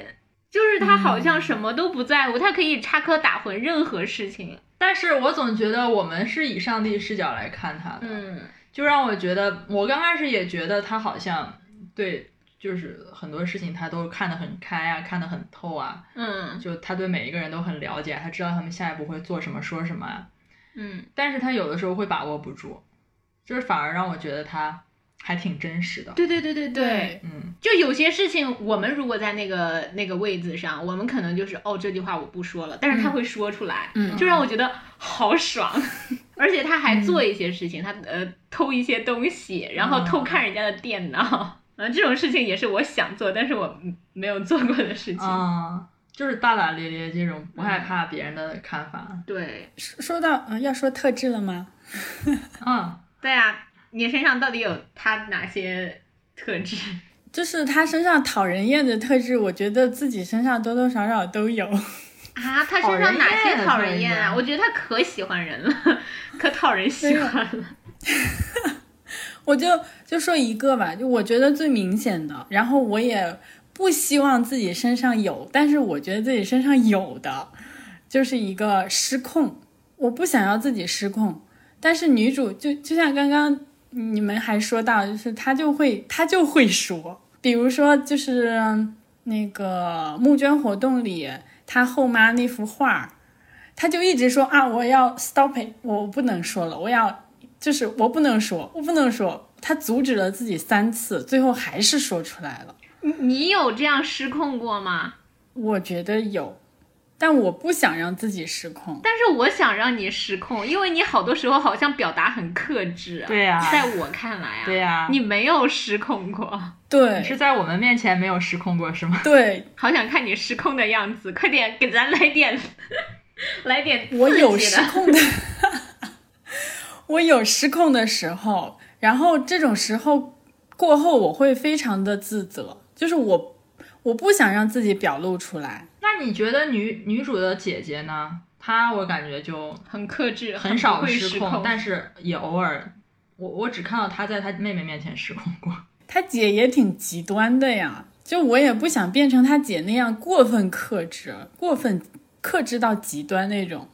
就是他好像什么都不在乎，他可以插科打诨任何事情。
<laughs> 但是我总觉得我们是以上帝视角来看他的，
嗯，
就让我觉得，我刚开始也觉得他好像对，就是很多事情他都看得很开啊，看得很透啊，
嗯
就他对每一个人都很了解，他知道他们下一步会做什么、说什么啊。
嗯，
但是他有的时候会把握不住，就是反而让我觉得他还挺真实的。
对对对对对，
嗯，
就有些事情，我们如果在那个那个位子上，我们可能就是哦，这句话我不说了，但是他会说出来，
嗯
就让我觉得好爽， <laughs> 而且他还做一些事情，他呃偷一些东西，然后偷看人家的电脑，嗯、这种事情也是我想做，但是我嗯没有做过的事情。
啊，就是大大咧咧这种，不害怕别人的看法。
对，
说说到嗯、呃要说特质了吗？
嗯，
对啊，你身上到底有他哪些特质？
就是他身上讨人厌的特质，我觉得自己身上多多少少都有。
啊，他身上哪
讨人厌
些
啊
讨人厌啊？
对呀
我觉得他可喜欢人了， <laughs> 可讨人喜欢了。
我就就说一个吧，就我觉得最明显的，然后我也不希望自己身上有，但是我觉得自己身上有的，就是一个失控。我不想要自己失控，但是女主就就像刚刚你们还说到，就是她就会她就会说，比如说就是嗯那个募捐活动里，她后妈那幅画儿，她就一直说啊，我要 stop it，我不能说了，我要就是我不能说，我不能说。她阻止了自己三次，最后还是说出来了。
你你有这样失控过吗？
我觉得有，但我不想让自己失控。
但是我想让你失控，因为你好多时候好像表达很克制啊。
对呀
在我看来啊，
对呀
你没有失控过。
你是
对
在我们面前没有失控过是吗？ <laughs>
对，
好想看你失控的样子，快点给咱来点， <laughs> 来点
我
刺
有
激
失
的。
控的， <laughs> 我有失控的时候，然后这种时候过后，我会非常的自责，就是我我不想让自己表露出来。
那你觉得女女主的姐姐呢？她我感觉就
很克制，
很少
不会
失
失
控，但是也偶尔，我我只看到她在她妹妹面前失控过。
他姐也挺极端的呀，就我也不想变成他姐那样过分克制，过分克制到极端那种。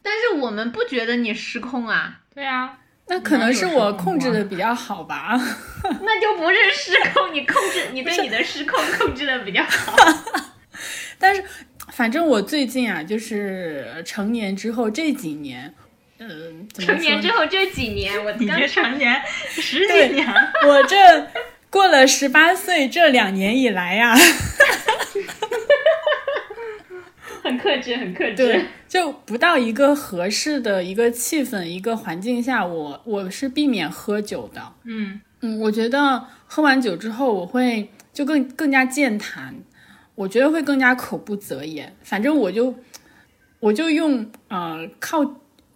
但是我们不觉得你失控啊，
对呀、
那可能是
你哪有
我
失控
控制
过
的比较好吧。 <laughs>
那就不是失控，你控
<laughs>
制，你对你的失控控制的比较好。
但是，反正我最近啊，就是成年之后这几年，嗯、怎么
成年
说
之
呢
后这几年，我
<laughs> 你
刚
这成 <laughs> 年十
对
几年，
我这过了十八岁这两年以来啊呀、
很克制，很克制。
对，就不到一个合适的一个气氛、一个环境下，我我是避免喝酒的。
嗯，
嗯，我觉得喝完酒之后，我会就更更加健谈，我觉得会更加口不择言。反正我就我就用呃靠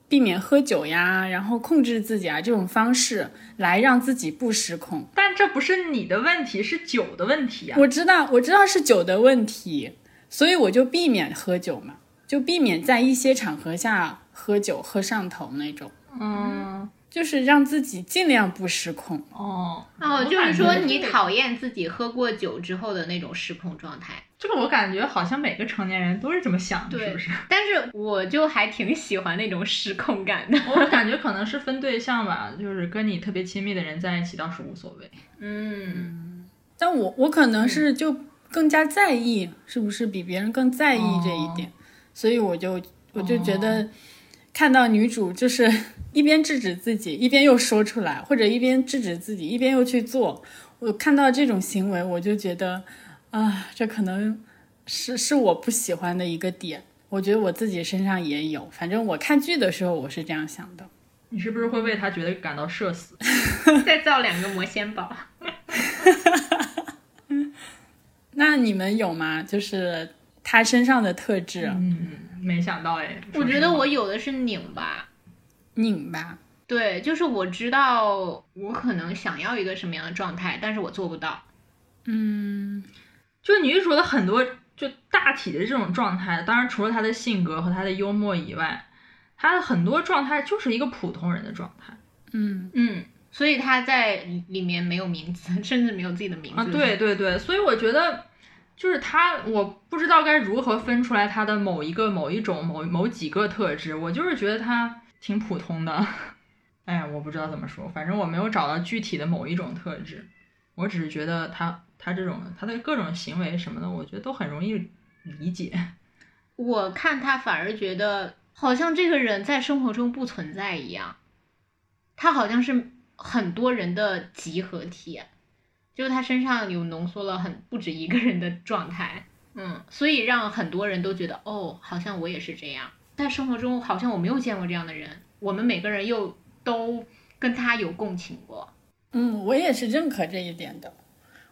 避免喝酒呀，然后控制自己啊这种方式来让自己不失控。
但这不是你的问题，是酒的问题呀、啊
我知道我知道是酒的问题，所以我就避免喝酒嘛，就避免在一些场合下喝酒喝上头那种，
嗯，
就是让自己尽量不失控。
哦，
哦，
我
就是
感
说
觉
你
这个
讨厌自己喝过酒之后的那种失控状态，
这个我感觉好像每个成年人都是这么想的，
对，
是不是？
但是我就还挺喜欢那种失控感的。
我感觉可能是分对象吧，就是跟你特别亲密的人在一起倒是无所谓。
嗯，
但我我可能是就更加在意，是不是比别人更在意这一点，所以我就我就觉得看到女主就是 <laughs> 一边制止自己，一边又说出来，或者一边制止自己，一边又去做，我看到这种行为，我就觉得啊，这可能是是我不喜欢的一个点。我觉得我自己身上也有，反正我看剧的时候我是这样想的。
你是不是会为他觉得感到社死？
<laughs> 再造两个魔仙堡。
那你们有吗？就是他身上的特质，
嗯，没想到哎。
我
说
觉
实
得
话
我有的是拧吧，
拧吧。
对，就是我知道我可能想要一个什么样的状态，但是我做不到。
嗯，
就女主的很多就大体的这种状态，当然除了他的性格和他的幽默以外，他的很多状态就是一个普通人的状态
嗯，
嗯，所以他在里面没有名字，甚至没有自己的名字。
啊。对对对，所以我觉得就是他，我不知道该如何分出来他的某一个、某一种、某某几个特质，我就是觉得他挺普通的。 <laughs> 哎，我不知道怎么说，反正我没有找到具体的某一种特质，我只是觉得他他这种他的各种行为什么的，我觉得都很容易理解。
我看他反而觉得好像这个人在生活中不存在一样，他好像是很多人的集合体，就是他身上有浓缩了很不止一个人的状态，嗯，所以让很多人都觉得哦，好像我也是这样，但生活中好像我没有见过这样的人，我们每个人又都跟他有共情过，
嗯，我也是认可这一点的。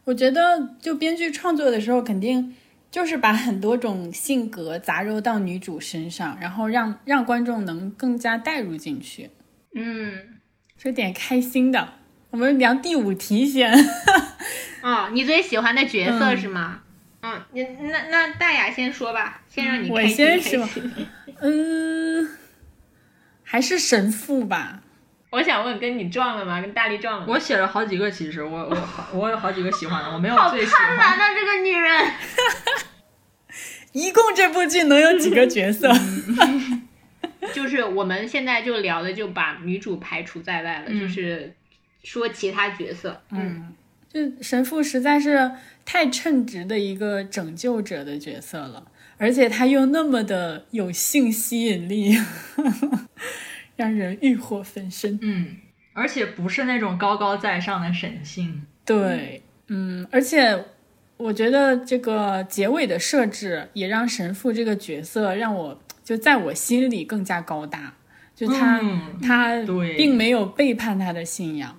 我觉得，就编剧创作的时候，肯定就是把很多种性格杂糅到女主身上，然后让让观众能更加带入进去，
嗯，
这点开心的。我们聊第五题
<laughs>
先，
啊、你最喜欢的角色
嗯
是吗？嗯，你那那大雅先说吧，先让你
我
开心
先
开
说
心
嗯，还是神父吧。
我想问，跟你撞了吗？跟大力撞了吗？
我写了好几个，其实我我我有好几个喜欢的，我没有
好啊
最喜
贪婪
欢。
的这个女人， <laughs>
一共这部剧能有几个角色？
就是我们现在就聊的，就把女主排除在外了，就是说其他角色。嗯，
就神父实在是太称职的一个拯救者的角色了，而且他又那么的有性吸引力， <laughs> 让人欲火焚身。
嗯，而且不是那种高高在上的神性。
对，嗯，而且我觉得这个结尾的设置也让神父这个角色让我就在我心里更加高大，就他、
嗯
他
对
并没有背叛他的信仰，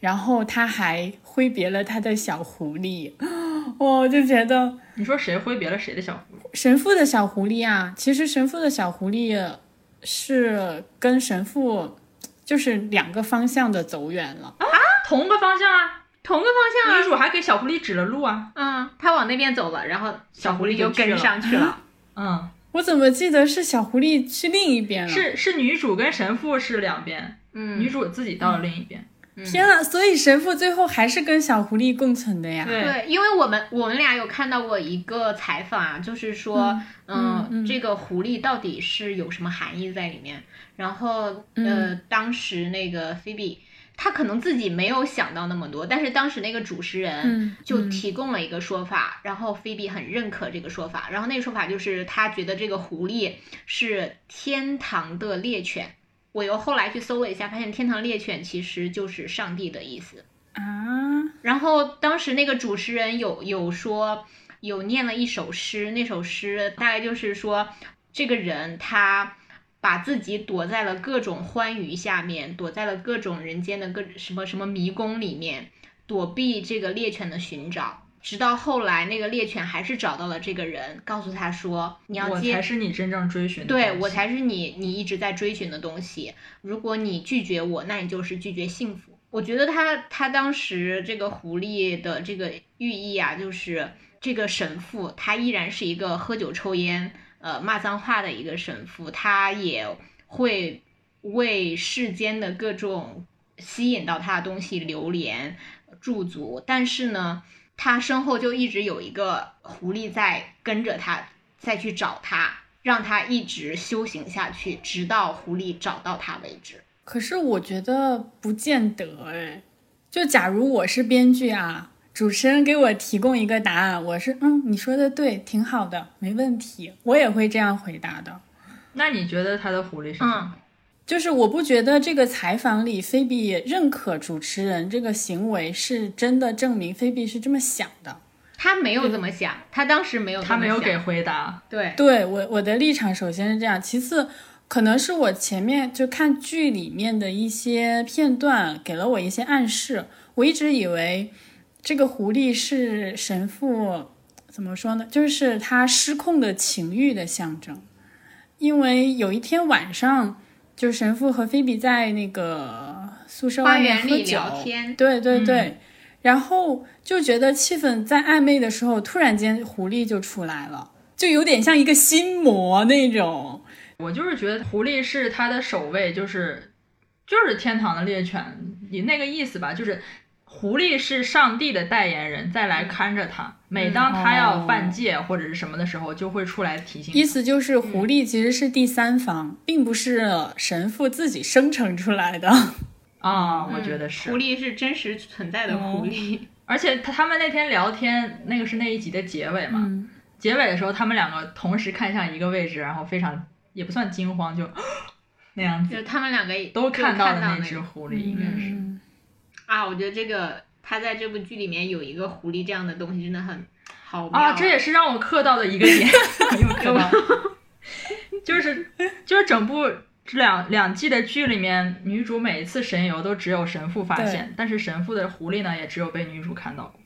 然后他还挥别了他的小狐狸， <gasps> 我就觉得。
你说谁挥别了谁的小狐狸？
神父的小狐狸啊，其实神父的小狐狸是跟神父就是两个方向的走远了。
同个方向啊，
同个方向
女
啊。
主还给小狐狸指了路啊。
嗯，她往那边走了，然后小狐狸就
小狐狸就去
跟
了
上去了。
嗯，
我怎么记得是小狐狸去另一边了？
是是女主跟神父是两边，
嗯，
女主自己到了另一边。
天啊！所以神父最后还是跟小狐狸共存的呀。
嗯对，因为我们我们俩有看到过一个采访啊，就是说，嗯，
嗯嗯
这个狐狸到底是有什么含义在里面？然后，呃，
嗯
当时那个菲比，她可能自己没有想到那么多，但是当时那个主持人
嗯
就提供了一个说法，然后菲比很认可这个说法，然后那个说法就是她觉得这个狐狸是天堂的猎犬。我又后来去搜了一下，发现天堂猎犬其实就是上帝的意思。
啊，
然后当时那个主持人有有说有念了一首诗，那首诗大概就是说这个人他把自己躲在了各种欢愉下面，躲在了各种人间的各什么什么迷宫里面，躲避这个猎犬的寻找。直到后来，那个猎犬还是找到了这个人，告诉他说：“你要
我
接
才是你真正追寻的。
对我。才是你你一直在追寻的东西。如果你拒绝我，那你就是拒绝幸福。我觉得他他当时这个狐狸的这个寓意啊，就是这个神父他依然是一个喝酒抽烟、呃骂脏话的一个神父，他也会为世间的各种吸引到他的东西流连驻足，但是呢，他身后就一直有一个狐狸在跟着他，再去找他，让他一直修行下去，直到狐狸找到他为止。
可是我觉得不见得哎。就假如我是编剧啊，主持人给我提供一个答案，我是嗯，你说的对，挺好的，没问题，我也会这样回答的。
那你觉得他的狐狸是什
嗯
么？
就是我不觉得这个采访里，菲比认可主持人这个行为是真的证明菲比是这么想的。
他没有这么想，他当时没有这么
他没有
想
给回答。
对，
对我我的立场首先是这样，其次可能是我前面就看剧里面的一些片段给了我一些暗示，我一直以为这个狐狸是神父怎么说呢，就是他失控的情欲的象征，因为有一天晚上，就是神父和菲比在那个宿舍
花
外面
园
喝
里
酒
聊天嗯
对对对。然后就觉得气氛在暧昧的时候，突然间狐狸就出来了，就有点像一个心魔那种。
我就是觉得狐狸是他的守卫，就是就是天堂的猎犬，你那个意思吧，就是狐狸是上帝的代言人，再来看着他。每当他要犯戒或者是什么的时候，就会出来提醒他。
意思就是，
嗯
狐狸其实是第三方，并不是神父自己生成出来的。
啊、我
嗯
觉得是。
狐狸是真实存在的
哦
狐
<laughs>
狸，
而且他他们那天聊天，那个是那一集的结尾嘛。结尾的时候，他们两个同时看向一个位置，然后非常也不算惊慌，就 <gasps> 那样
就
子
是他们两个
都
看
看到了
那
那只狐狸，应该是。
嗯，
啊，我觉得这个他在这部剧里面有一个狐狸这样的东西，真的很好妙
啊，这也是让我磕到的一个点，有磕到，就是就是整部这两两季的剧里面，女主每一次神游都只有神父发现，但是神父的狐狸呢，也只有被女主看到过，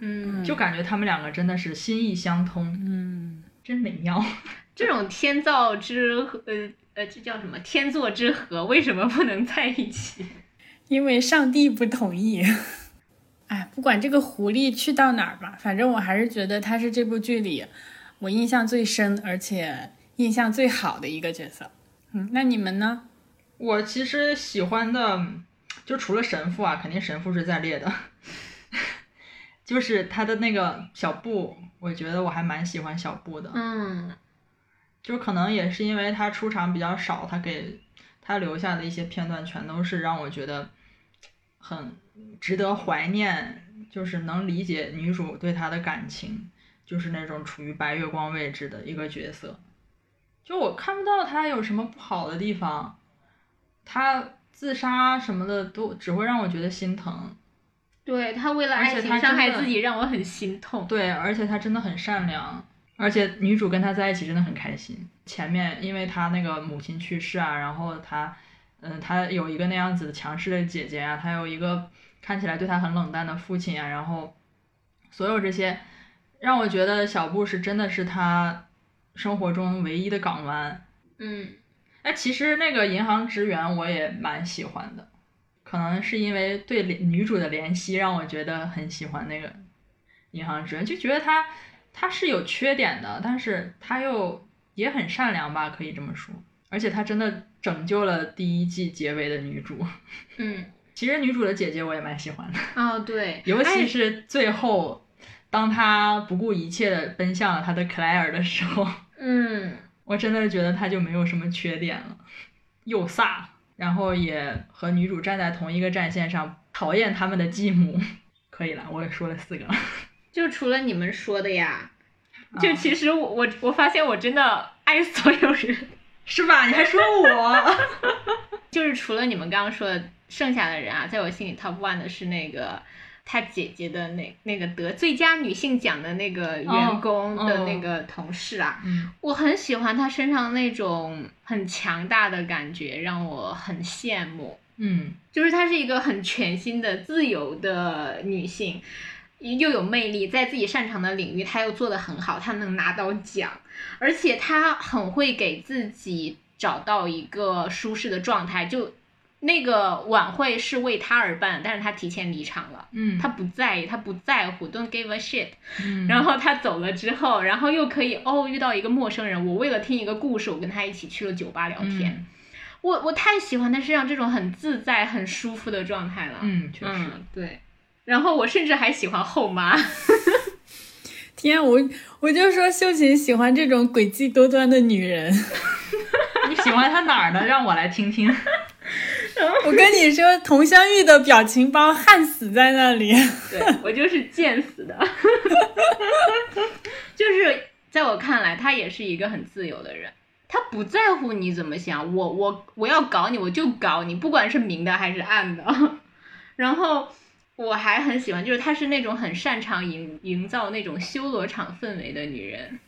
嗯，
就感觉他们两个真的是心意相通，嗯，真美妙。
这种天造之合呃呃，这叫什么天作之合？为什么不能在一起？
因为上帝不同意。 <laughs> 哎，不管这个狐狸去到哪儿吧，反正我还是觉得他是这部剧里我印象最深，而且印象最好的一个角色。嗯，那你们呢？
我其实喜欢的，就除了神父啊，肯定神父是在列的， <laughs> 就是他的那个小布，我觉得我还蛮喜欢小布的，
嗯，
就可能也是因为他出场比较少，他给他留下的一些片段，全都是让我觉得很值得怀念，就是能理解女主对他的感情，就是那种处于白月光位置的一个角色。就我看不到他有什么不好的地方，他自杀什么的都只会让我觉得心疼。
对他为了
而
爱
且
情
他
伤害
真的
自己，让我很心痛。
对，而且他真的很善良，而且女主跟他在一起真的很开心。前面因为他那个母亲去世啊，然后他，嗯，他有一个那样子强势的姐姐啊，他有一个看起来对他很冷淡的父亲啊，然后所有这些，让我觉得小布是真的是他生活中唯一的港湾。
嗯，
哎，其实那个银行职员我也蛮喜欢的，可能是因为对联女主的怜惜，让我觉得很喜欢那个银行职员，就觉得她她是有缺点的，但是她又也很善良吧，可以这么说。而且她真的拯救了第一季结尾的女主。
嗯，
其实女主的姐姐我也蛮喜欢的，
哦，对，
尤其
哎
是最后，当她不顾一切的奔向了她的克莱尔的时候。
嗯，
我真的觉得他就没有什么缺点了，又飒，然后也和女主站在同一个战线上，讨厌他们的继母。可以了，我也说了四个了。
就除了你们说的呀，
啊
就其实我我我发现我真的爱所有人，
是吧？你还说我？ <laughs>
就是除了你们刚刚说的，剩下的人啊，在我心里 top one 的是那个他姐姐的那那个得最佳女性奖的那个员工
哦
的
哦
那个同事啊，
嗯
我很喜欢她身上那种很强大的感觉，让我很羡慕。
嗯，
就是她是一个很全新的、自由的女性，又有魅力，在自己擅长的领域她又做得很好，她能拿到奖，而且她很会给自己找到一个舒适的状态。就那个晚会是为她而办，但是她提前离场了，
嗯
她不在意，她不在乎，don't give a shit。
嗯
然后他走了之后，然后又可以哦遇到一个陌生人，我为了听一个故事，我跟他一起去了酒吧聊
嗯
天。我我太喜欢他身上这种很自在、很舒服的状态了。
嗯，确实，
嗯，对。然后我甚至还喜欢后妈，
天，啊我我就说秀琴喜欢这种诡计多端的女人。 <laughs>
你喜欢他哪儿呢？让我来听听。
我跟你说，佟湘玉的表情包焊死在那里。
对我就是贱死的。 <laughs> 就是在我看来，他也是一个很自由的人，他不在乎你怎么想，我我我要搞你我就搞你，不管是明的还是暗的。 <laughs> 然后我还很喜欢，就是她是那种很擅长营营造那种修罗场氛围的女人，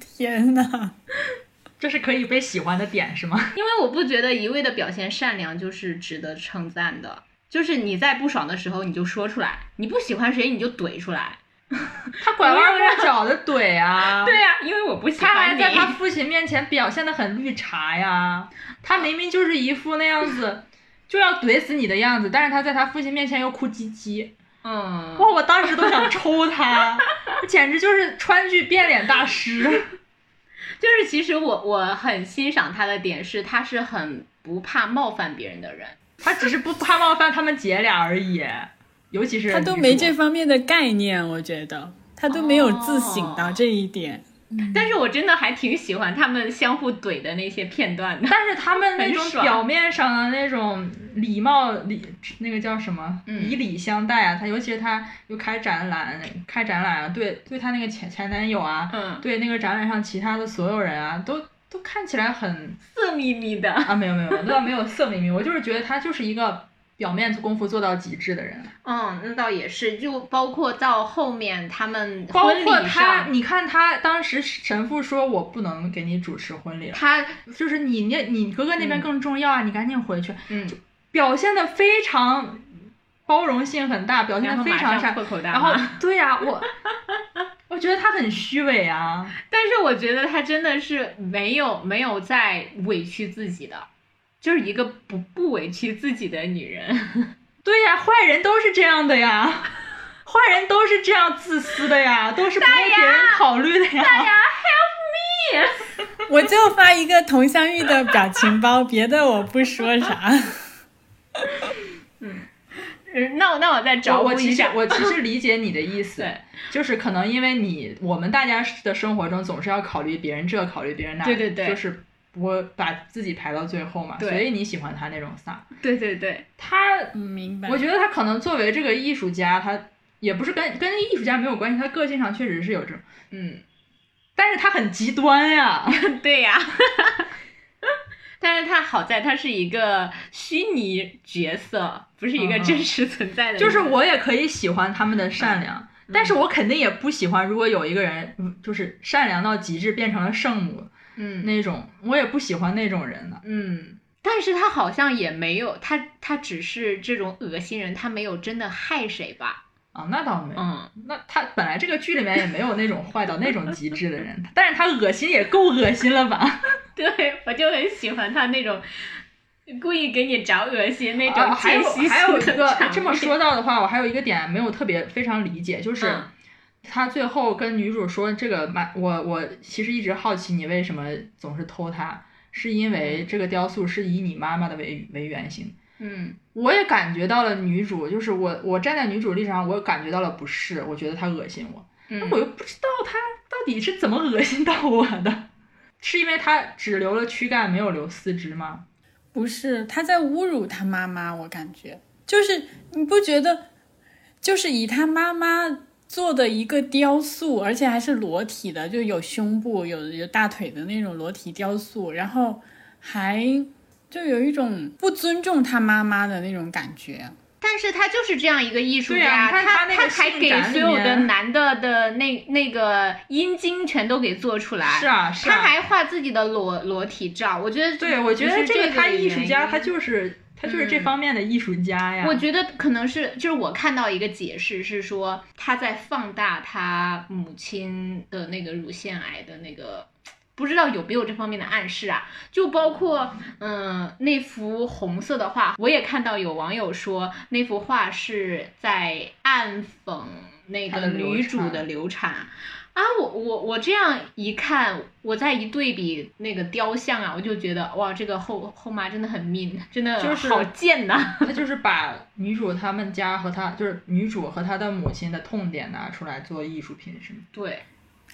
天哪！
这是可以被喜欢的点是吗？
因为我不觉得一味的表现善良就是值得称赞的。就是你在不爽的时候你就说出来，你不喜欢谁你就怼出来。
他拐弯抹角的怼 <laughs> 啊，
对呀、因为我不喜
他
欢
还
你。
在他
<laughs>
父亲面前表现的很绿茶呀，他明明就是一副那样子，就要怼死你的样子，但是他在他父亲面前又哭唧唧，
嗯，
哇！我当时都想抽他， <laughs> 简直就是川剧变脸大师。
就是其实我我很欣赏他的点是，他是很不怕冒犯别人的人。
他只是不怕冒犯他们姐俩而已，尤其是
他都
女
没
主
这方面的概念，我觉得他都没有自省到这一点。
但是我真的还挺喜欢他们相互怼的那些片段 <laughs> 的。
但是他们那种
很爽
表面上的那种礼貌礼，那个叫什么？
嗯
以礼相待啊！他尤其是他又开展览，开展览啊，对对他那个前前男友啊，
嗯，
对那个展览上其他的所有人啊，都都看起来很
色眯眯的。
啊，没有没有，那倒没有色眯眯，我就是觉得他就是一个表面功夫做到极致的人。
<laughs> 嗯，那倒也是，就包括到后面他们
包
婚
括
礼
他，
上，
你看他当时神父说我不能给你主持婚礼了，
他
就是你那你哥哥那边更重要啊，你赶紧回去。
嗯，
表现的非常包容性很大，表现
然
的
后
非
马
常
上
善。
破口大
然后
骂。
对呀、我 <laughs> 我觉得他很虚伪啊，
但是我觉得他真的是没有没有在委屈自己的，就是一个不不委屈自己的女人。
对呀、坏人都是这样的呀，坏人都是这样自私的呀，都是不为别人考虑的呀。
<laughs> 我就发一个佟湘玉的表情包，别的我不说啥。
<laughs> 嗯那我那我再找
我我
补
其
一
实
下。
我其 <laughs> 实理解你的意思
对，
就是可能因为你我们大家的生活中总是要考虑别人这，考虑别人那，
对对对
就是我把自己排到最后嘛，
对
所以你喜欢他那种飒。
对对对，
他
嗯，明白。
我觉得他可能作为这个艺术家，他也不是跟跟艺术家没有关系，他个性上确实是有这种，
嗯，
但是他很极端 <laughs> 呀。
<laughs> 对呀、但是他好在他是一个虚拟角色，不是一个
嗯
真实存在的人。
就是我也可以喜欢他们的善良，但是我肯定也不喜欢，如果有一个人嗯就是善良到极致变成了圣母
嗯
那种，我也不喜欢那种人的。
嗯，但是他好像也没有，他他只是这种恶心人，他没有真的害谁吧？
啊，那倒没有。
嗯，
那他本来这个剧里面也没有那种坏到那种极致的人，但是他恶心也够恶心了吧？
对，我就很喜欢他那种故意给你找恶心那
啊
种
还有
间隙性的
还有一个
场面
这么，说到的话，我还有一个点没有特别非常理解，就是。
嗯
他最后跟女主说：“这个妈，我我其实一直好奇你为什么总是偷它，是因为这个雕塑是以你妈妈的为为原型。”
嗯
我也感觉到了女主，就是我，我站在女主立场上，我感觉到了不适，我觉得她恶心我，但
嗯
我又不知道她到底是怎么恶心到我的，是因为她只留了躯干，没有留四肢吗？
不是，他在侮辱他妈妈，我感觉就是你不觉得，就是以他妈妈做的一个雕塑，而且还是裸体的，就有胸部、有有大腿的那种裸体雕塑，然后还就有一种不尊重他妈妈的那种感觉。
但是他就是这样一个艺术
对啊
家，
你看
他
他那个
还
性
给
感里
所有的
面
男的的那那个阴茎全都给做出来，
是啊，是啊。
他还画自己的裸裸体照，我觉得
对，我觉得
嗯是这
个他
的
艺术
原
家，
因
他就是他就是这
嗯
方面的艺术家呀。
我觉得可能是，就是我看到一个解释是说，他在放大他母亲的那个乳腺癌的那个，不知道有没有这方面的暗示啊？就包括，嗯、那幅红色的画，我也看到有网友说那幅画是在暗讽那
她
个
的流
女主
产
的流产。啊，我我我这样一看，我再一对比那个雕像啊，我就觉得哇，这个后后妈真的很 mean，真的
就是
好贱呐、 <laughs>
他就是把女主他们家和他就是女主和她的母亲的痛点拿出来做艺术品，是吗？
对，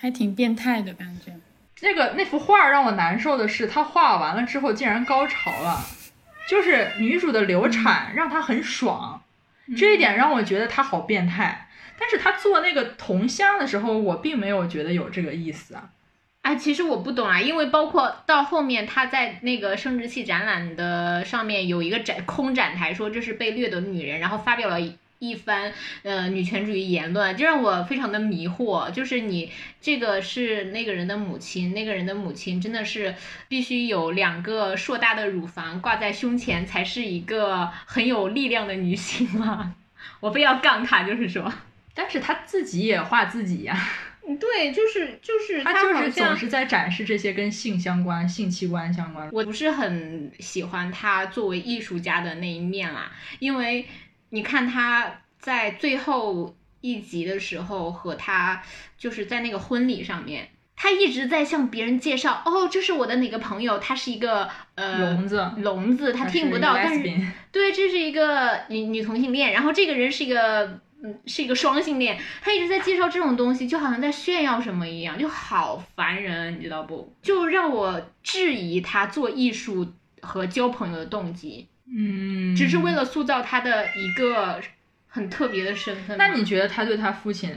还挺变态的感觉，
那个那幅画让我难受的是，他画完了之后竟然高潮了，就是女主的流
嗯
产让他很爽，这一点让我觉得他好变态。但是他做那个铜像的时候，我并没有觉得有这个意思啊。
哎，其实我不懂啊，因为包括到后面他在那个生殖器展览的上面有一个展空展台，说这是被掠夺的女人，然后发表了一。一番呃女权主义言论，这让我非常的迷惑。就是你这个是那个人的母亲，那个人的母亲真的是必须有两个硕大的乳房挂在胸前，才是一个很有力量的女 <laughs> 性吗？我非要杠他，就是说，
但是他自己也画自己呀、
对，就是就是
他
他
就
好
是总
像
是在展示这些跟性相关、性器官相关。
我不是很喜欢他作为艺术家的那一面啦，因为你看他在最后一集的时候和他就是在那个婚礼上面。他一直在向别人介绍，哦，这是我的哪个朋友，他是一个呃
聋子
聋子，他听不到，但是 <laughs>
lesbian
对，这是一个女女同性恋，然后这个人是一个嗯是一个双性恋，他一直在介绍这种东西，就好像在炫耀什么一样，就好烦人，你知道不？就让我质疑他做艺术和交朋友的动机，
嗯，
只是为了塑造他的一个很特别的身份吗。
那你觉得他对他父亲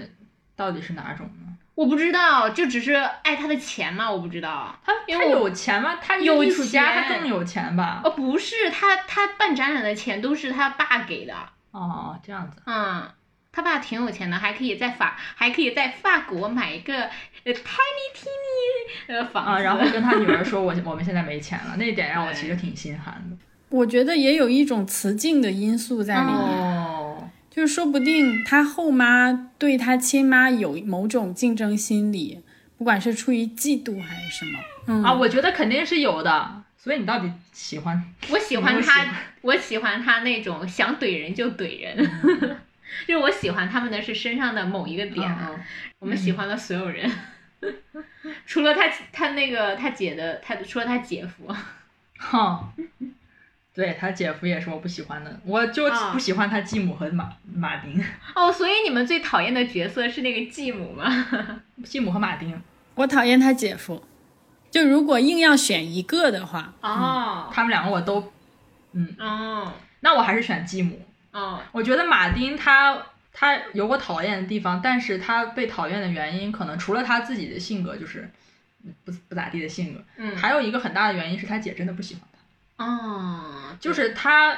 到底是哪种呢？
我不知道，就只是爱他的钱吗？我不知道。
他
因
他
为我
有钱吗？他一个
有
艺术家，
钱
他更有钱吧？
哦，不是，他他办展览的钱都是他爸给的。
哦，这样子。
嗯，他爸挺有钱的，还可以在法，还可以在法国买一个呃 tiny tiny 呃房子。
啊，然后跟他女儿说我 <laughs> 我们现在没钱了，那一点让我
对
其实挺心寒的。
我觉得也有一种雌竞的因素在里面，
哦，
就是说不定他后妈对他亲妈有某种竞争心理，不管是出于嫉妒还是什么。嗯
啊，我觉得肯定是有的。所以你到底喜欢？
我喜欢
我喜
他，
欢
我喜欢他那种想怼人就怼人， <laughs> 就是我喜欢他们的是身上的某一个
嗯
点啊。我们喜欢了所有人， <laughs> 除了他他那个他姐的他除了他姐夫，
哈、哦对他姐夫也是我不喜欢的，我就
啊
不喜欢他继母和马、马丁，
哦，所以你们最讨厌的角色是那个继母吗？
继母和马丁，
我讨厌他姐夫，就如果硬要选一个的话，
嗯
哦，
他们两个我都，
哦，
那我还是选继母。
哦，
我觉得马丁他他有我讨厌的地方，但是他被讨厌的原因，可能除了他自己的性格，就是不不咋地的性格，
嗯，
还有一个很大的原因是他姐真的不喜欢他，
哦，
就
对
是他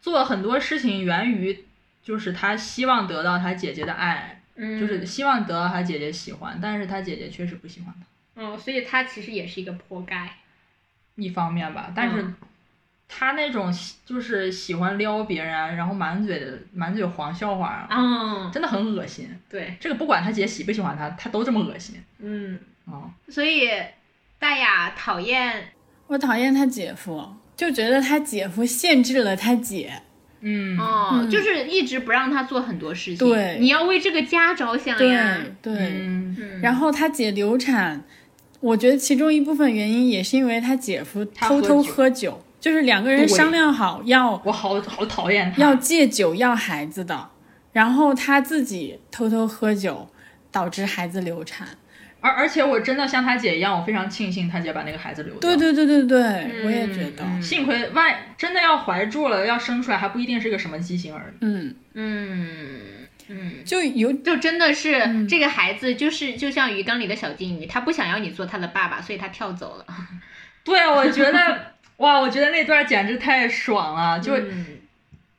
做很多事情源于就是他希望得到他姐姐的爱，
嗯
就是希望得到他姐姐喜欢，但是他姐姐确实不喜欢他，
嗯，所以他其实也是一个泼盖。
一方面吧，但是
嗯
他那种喜就是喜欢撩别人，然后满嘴的满嘴黄笑话啊，
嗯，
真的很恶心。
对，
这个不管他姐喜不喜欢他，他都这么恶心
嗯，
啊、
所以大雅讨厌，
我讨厌他姐夫，就觉得他姐夫限制了他姐。
嗯，
哦，就是一直不让他做很多事情。
对
你要为这个家着想
对
呀。
对、
嗯，
然后他姐流产，我觉得其中一部分原因也是因为他姐夫
他
偷
喝
偷
酒
喝酒，就是两个人
对
商量好要
我好好讨厌他。
要戒酒要孩子的，然后他自己偷偷喝酒，导致孩子流产。
而而且我真的像他姐一样，我非常庆幸他姐把那个孩子留掉。
对对对对对，我也觉得，
幸亏万真的要怀住了，要生出来还不一定是个什么畸形儿。
嗯，
嗯嗯，
就有
就真的是、
嗯
这个孩子，就是就像鱼缸里的小金鱼，他不想要你做他的爸爸，所以他跳走了。
嗯对，我觉得 <laughs> 哇，我觉得那段简直太爽了，就、
嗯、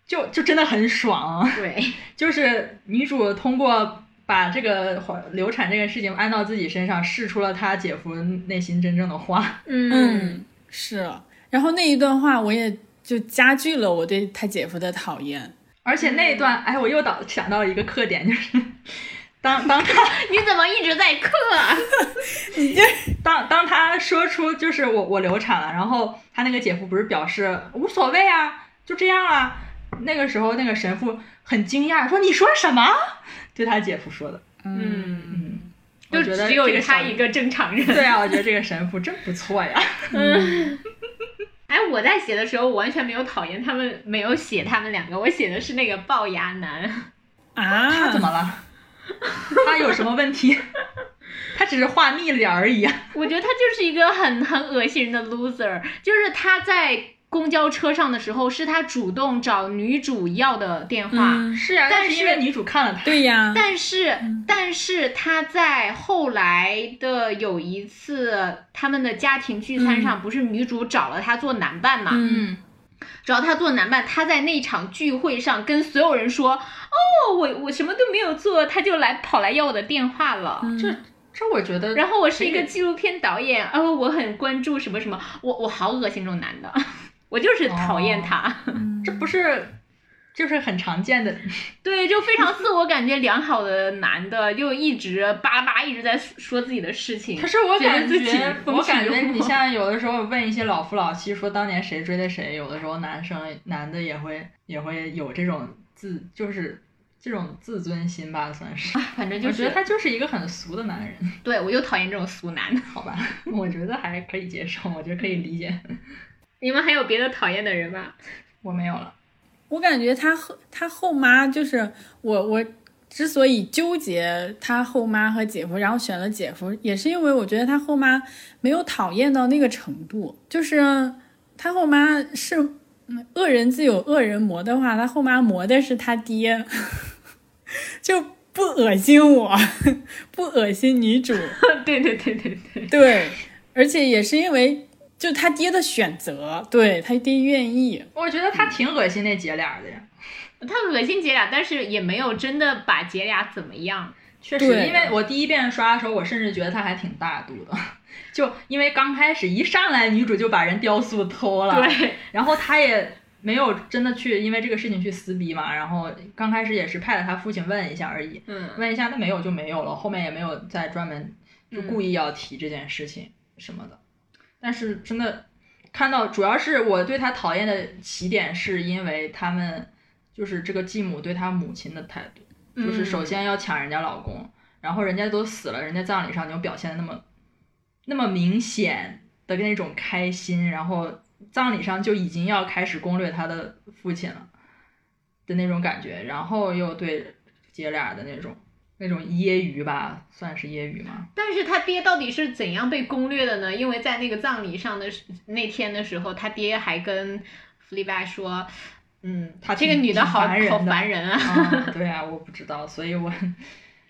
就就真的很爽啊。
对，
就是女主通过把这个怀流产这个事情安到自己身上，试出了她姐夫内心真正的话。
嗯
嗯，是。然后那一段话，我也就加剧了我对他姐夫的讨厌。
<laughs> 而且那一段，哎，我又到想到一个特点，就是当 <laughs> 当他。
你怎么一直在啊克？
嗯当当他说出就是我我流产了，然后他那个姐夫不是表示无所谓啊，就这样啊。那个时候那个神父很惊讶，说你说什么？对他姐夫说的。
嗯，
嗯，
就
我觉得
只有
这个
他
神
一。个正常人。
<laughs> 对啊，我觉得这个神父真不错呀。
哎，我在写的时候，我完全没有讨厌他们，没有写他们两个，我写的是那个龅牙男。 <laughs>
啊，
他 <laughs> 怎么了？他有什么问题？他只是画腻脸而已啊。
我觉得他就是一个很很恶心人的 loser，就是他在公交车上的时候，是他主动找女主要的电话。
嗯
<laughs> 是啊，
但
那是
是
因为女主看了他。
对呀，
但是，但是他在后来的有一次他们的家庭聚餐上，不是女主找了他做男伴嘛？
嗯，
找他做男伴，他在那场聚会上跟所有人说：“哦，我我什么都没有做，他就来跑来要我的电话了。
这这我觉得，
然后我是一嗯个纪录片导演，哦，我很关注什么什么，哦我我好恶心这种男的，我就是讨厌他。
这不是就是很常见的，
对，就非常自我感觉良好的男的，就一直叭叭叭一直在说自己的事情。
可是我
觉得
感
自己
觉，
风
我
趣
感觉
幽默
你现在有的时候问一些老夫老妻说当年谁追的谁，有的时候男生男的也会也会有这种自就是这种自尊心吧，算是。
反正
啊我
就
觉得
是，
他就是一个很俗的男人，
对我就讨厌这种俗男。
好吧？ <laughs> 我觉得还可以接受，我觉得可以理解。
<laughs> 你们还有别的讨厌的人吗？
我没有了，
我感觉他后他后妈就是我我之所以纠结他后妈和姐夫，然后选了姐夫，也是因为我觉得他后妈没有讨厌到那个程度，就是他后妈是嗯恶人自有恶人磨的话，他后妈磨的是他爹， <laughs> 就不恶心我， <laughs> 不恶心女主。
<laughs> 对对对对对，
对，而且也是因为就他爹的选择，对他爹愿意，
我觉得他挺恶心那姐俩的呀。
他恶心姐俩，但是也没有真的把姐俩怎么样。
确实，
对
因为我第一遍刷的时候，我甚至觉得他还挺大度的，就因为刚开始一上来女主就把人雕塑偷了，
对，
然后他也没有真的去因为这个事情去撕逼嘛，然后刚开始也是派了他父亲问一下而已，
嗯，
问一下那没有就没有了，后面也没有再专门就故意要提这件事情什么的。但是真的看到，主要是我对他讨厌的起点是因为他们就是这个继母对他母亲的态度，就是首先要抢人家老公，然后人家都死了，人家葬礼上你又表现的那么那么明显的那种开心，然后葬礼上就已经要开始攻略他的父亲了的那种感觉，然后又对姐俩的那种那种揶揄吧，算是揶揄吗？
但是他爹到底是怎样被攻略的呢？因为在那个葬礼上的时那天的时候，他爹还跟弗利拜说：“嗯，
他
这个
挺
女
挺
好
烦人
好
的
烦人 <laughs> 啊。
啊，对啊，我不知道，所以我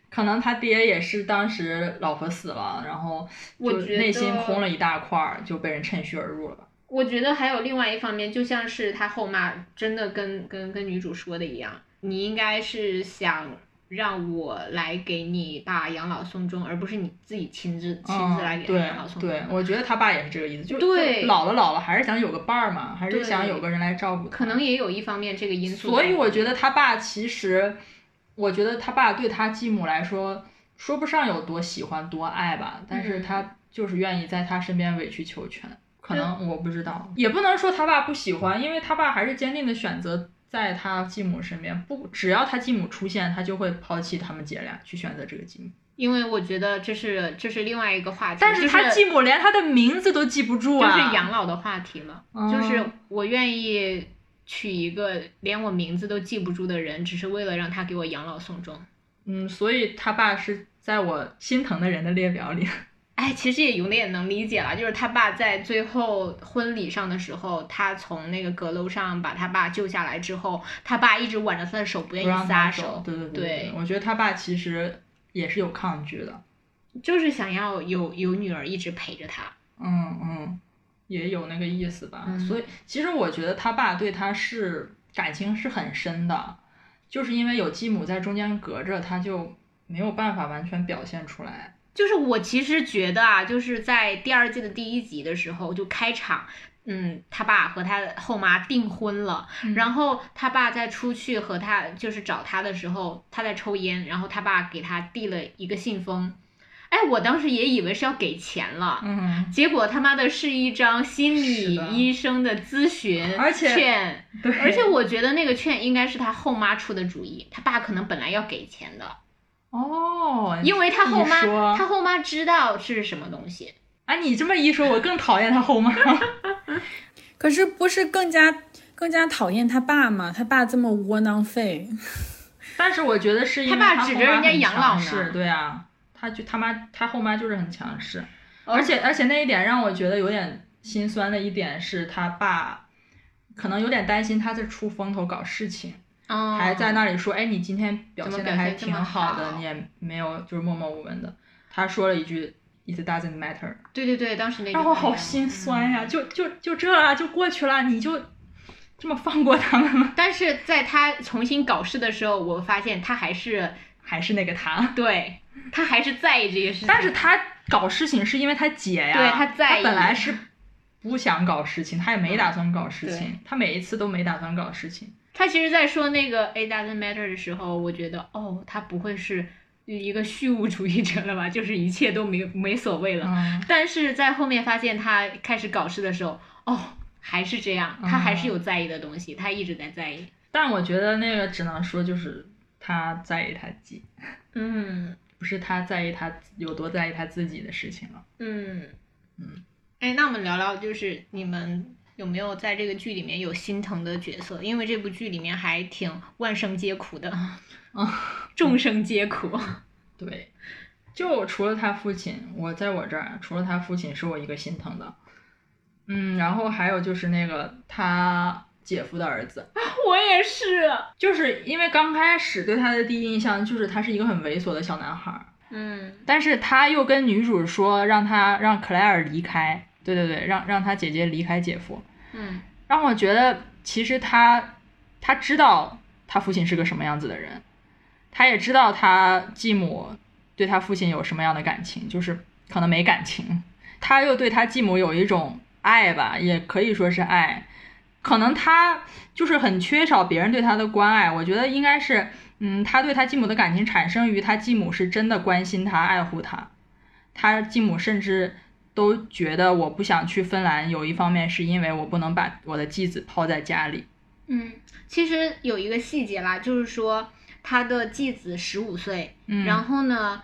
可能他爹也是当时老婆死了，然后
我
就
觉
内心
得
空了一大块儿，就被人趁虚而入了吧。
我觉得还有另外一方面，就像是他后妈真的跟跟跟女主说的一样，你应该是想让我来给你爸养老送终，而不是你自己亲自亲自来给他
嗯对
养老送终
对
的。，
我觉得他爸也是这个意思，就是
对
老了老了还是想有个伴儿嘛，还
对
是想有个人来照顾他。
可能也有一方面这个因素在。
所以我觉得他爸其实，我觉得他爸对他继母来说，说不上有多喜欢多爱吧，但是
嗯
他就是愿意在他身边委曲求全。可能我不知道，也不能说他爸不喜欢，因为他爸还是坚定的选择在他继母身边，不只要他继母出现，他就会抛弃他们姐俩去选择这个继母。
因为我觉得这是这是另外一个话题，
但是他
就
继母连他的名字都记不住
就
啊！
是养老的话题了，
嗯
就是我愿意娶一个连我名字都记不住的人，只是为了让他给我养老送终。
嗯，所以他爸是在我心疼的人的列表里。
哎，其实也有点能理解了，就是他爸在最后婚礼上的时候，他从那个阁楼上把他爸救下来之后，他爸一直挽着他的手，不愿
不让
意
他
撒
走
手，
对对
对
对，我觉得他爸其实也是有抗拒的。
就是想要有有女儿一直陪着他。
嗯嗯，也有那个意思吧。
嗯
所以其实我觉得他爸对他是感情是很深的，就是因为有继母在中间隔着，他就没有办法完全表现出来。
就是我其实觉得啊，就是在第二季的第一集的时候，就开场，嗯，他爸和他后妈订婚了，
嗯
然后他爸在出去和他就是找他的时候，他在抽烟，然后他爸给他递了一个信封，哎，我当时也以为是要给钱了，
嗯，
结果他妈的是一张心
是
理
的
医生的咨询
<laughs> 而且
券，
对，
而且我觉得那个券应该是他后妈出的主意，他爸可能本来要给钱的，
哦，
因为他后
你说
妈他后妈知道是什么东西，
啊，你这么一说，我更讨厌他后妈。
可是不是更加更加讨厌他爸吗？他爸这么窝囊废，
但是我觉得是因为
他爸
后
指
妈
着人家
很
养老
强势
呢
对啊，他就他妈他后妈就是很强势，
哦
而且而且那一点让我觉得有点心酸的一点是他爸可能有点担心他在出风头搞事情，
嗯，
还在那里说，哎，你今天表
怎么
现的
表
还
现这
挺
么
好的，
好
你也没有就是默默无闻的，他说了一句 it doesn't matter，
对对对，当时那句嗯
让我
话
好心酸呀，就就就这啊，就过去了，你就这么放过他们吗？
但是在他重新搞事的时候，我发现他还是
还是那个他。
对他还是在意这些事情，
但是他搞事情是因为他姐呀，
对他在意嗯
本来是不想搞事情，他也没打算搞事情，他每一次都没打算搞事情，
他其实，在说那个 it doesn't matter 的时候，我觉得哦，他不会是一个虚无主义者了吧？就是一切都没没所谓了。
嗯
但是在后面发现他开始搞事的时候，哦，还是这样，他还是有在意的东西，他一直在在意。
但我觉得那个只能说就是他在意他自己，
嗯
不是他在意他有多在意他自己的事情了。
嗯
嗯。
哎，那我们聊聊，就是你们有没有在这个剧里面有心疼的角色？因为这部剧里面还挺万生皆苦的，哦 <laughs> 众生皆苦。
对，就除了他父亲，我在我这儿除了他父亲是我一个心疼的，嗯，然后还有就是那个他姐夫的儿子，
我也是。
就是因为刚开始对他的第一印象就是他是一个很猥琐的小男孩儿，
嗯
但是他又跟女主说让他让克莱尔离开，对对对，让让他姐姐离开姐夫，
嗯
让我觉得其实他他知道他父亲是个什么样子的人，他也知道他继母对他父亲有什么样的感情，就是可能没感情，他又对他继母有一种爱吧，也可以说是爱，可能他就是很缺少别人对他的关爱，我觉得应该是。嗯，他对他继母的感情产生于他继母是真的关心他、爱护他，他继母甚至都觉得我不想去芬兰，有一方面是因为我不能把我的继子抛在家里。
嗯，其实有一个细节啦，就是说他的继子十五岁，
嗯
然后呢，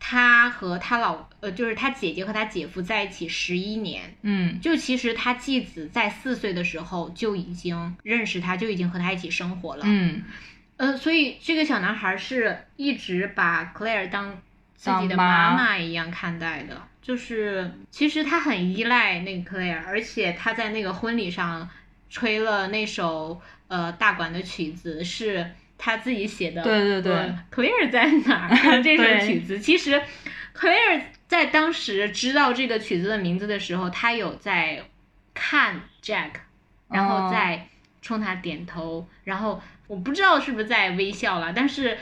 她和她老呃，就是她姐姐和她姐夫在一起十一年。
嗯
就其实她继子在四岁的时候就已经认识他，就已经和他一起生活了。
嗯，
呃，所以这个小男孩是一直把 Claire 当自己的
当妈
妈妈一样看待的，就是其实他很依赖那个 Claire，而且他在那个婚礼上吹了那首呃大管的曲子是。他自己写的，
对对对
呃，Claire 在哪儿？
<laughs>
啊这首
对
曲子其实 Claire 在当时知道这个曲子的名字的时候，他有在看 Jack，然后
哦
再冲他点头，然后我不知道是不是在微笑了，但是，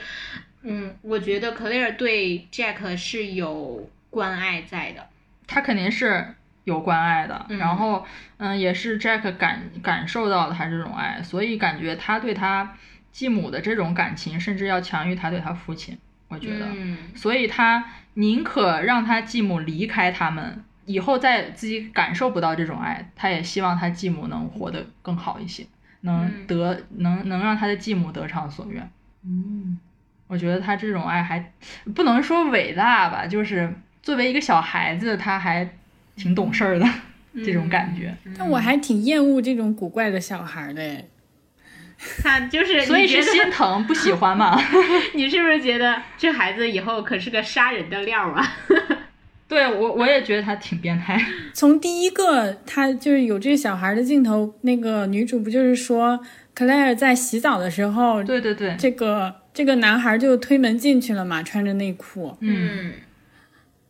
嗯，我觉得 Claire 对 Jack 是有关爱在的，
他肯定是有关爱的，
嗯
然后嗯，也是 Jack 感感受到了他这种爱，所以感觉他对他继母的这种感情，甚至要强于他对他父亲。我觉得，
嗯
所以他宁可让他继母离开他们，以后再自己感受不到这种爱，他也希望他继母能活得更好一些，能
嗯
得、能能让他的继母得偿所愿。
嗯
我觉得他这种爱还不能说伟大吧，就是作为一个小孩子，他还挺懂事儿的、
嗯
这种感觉。
但我还挺厌恶这种古怪的小孩儿的哎。
他就是，
所以
你觉
是
得
心疼，不喜欢嘛？
你是不是觉得这孩子以后可是个杀人的料啊？
<laughs> 对我，我也觉得他挺变态。
从第一个他就是有这个小孩的镜头，那个女主不就是说克莱尔在洗澡的时候，
对对对，
这个这个男孩就推门进去了嘛，穿着内裤。
嗯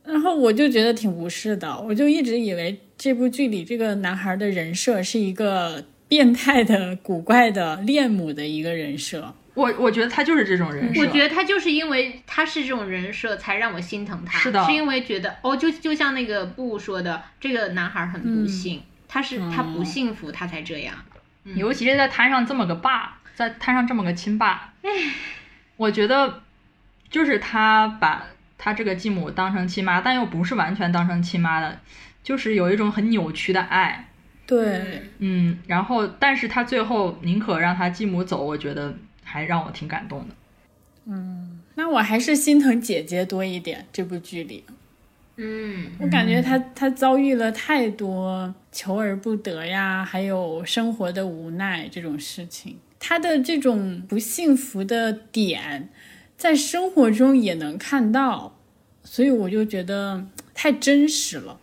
然后我就觉得挺无视的，我就一直以为这部剧里这个男孩的人设是一个变态的、古怪的、恋母的一个人设。
我我觉得他 <laughs> 就是这种人设。
我觉得他就是因为他是这种人设，才让我心疼他。
是的
是因为觉得哦，就就像那个布说的，这个男孩很
嗯
不幸，他是他
哦
不幸福，他才这样。
尤其是在摊上这么个爸，在摊上这么个亲爸，我觉得就是他把他这个继母当成亲妈，但又不是完全当成亲妈的，就是有一种很扭曲的爱，
对，
嗯，然后但是他最后宁可让他继母走，我觉得还让我挺感动的。
那我还是心疼姐姐多一点。这部剧里，
嗯，
我感觉她她遭遇了太多求而不得呀，还有生活的无奈这种事情。她的这种不幸福的点，在生活中也能看到，所以我就觉得太真实了。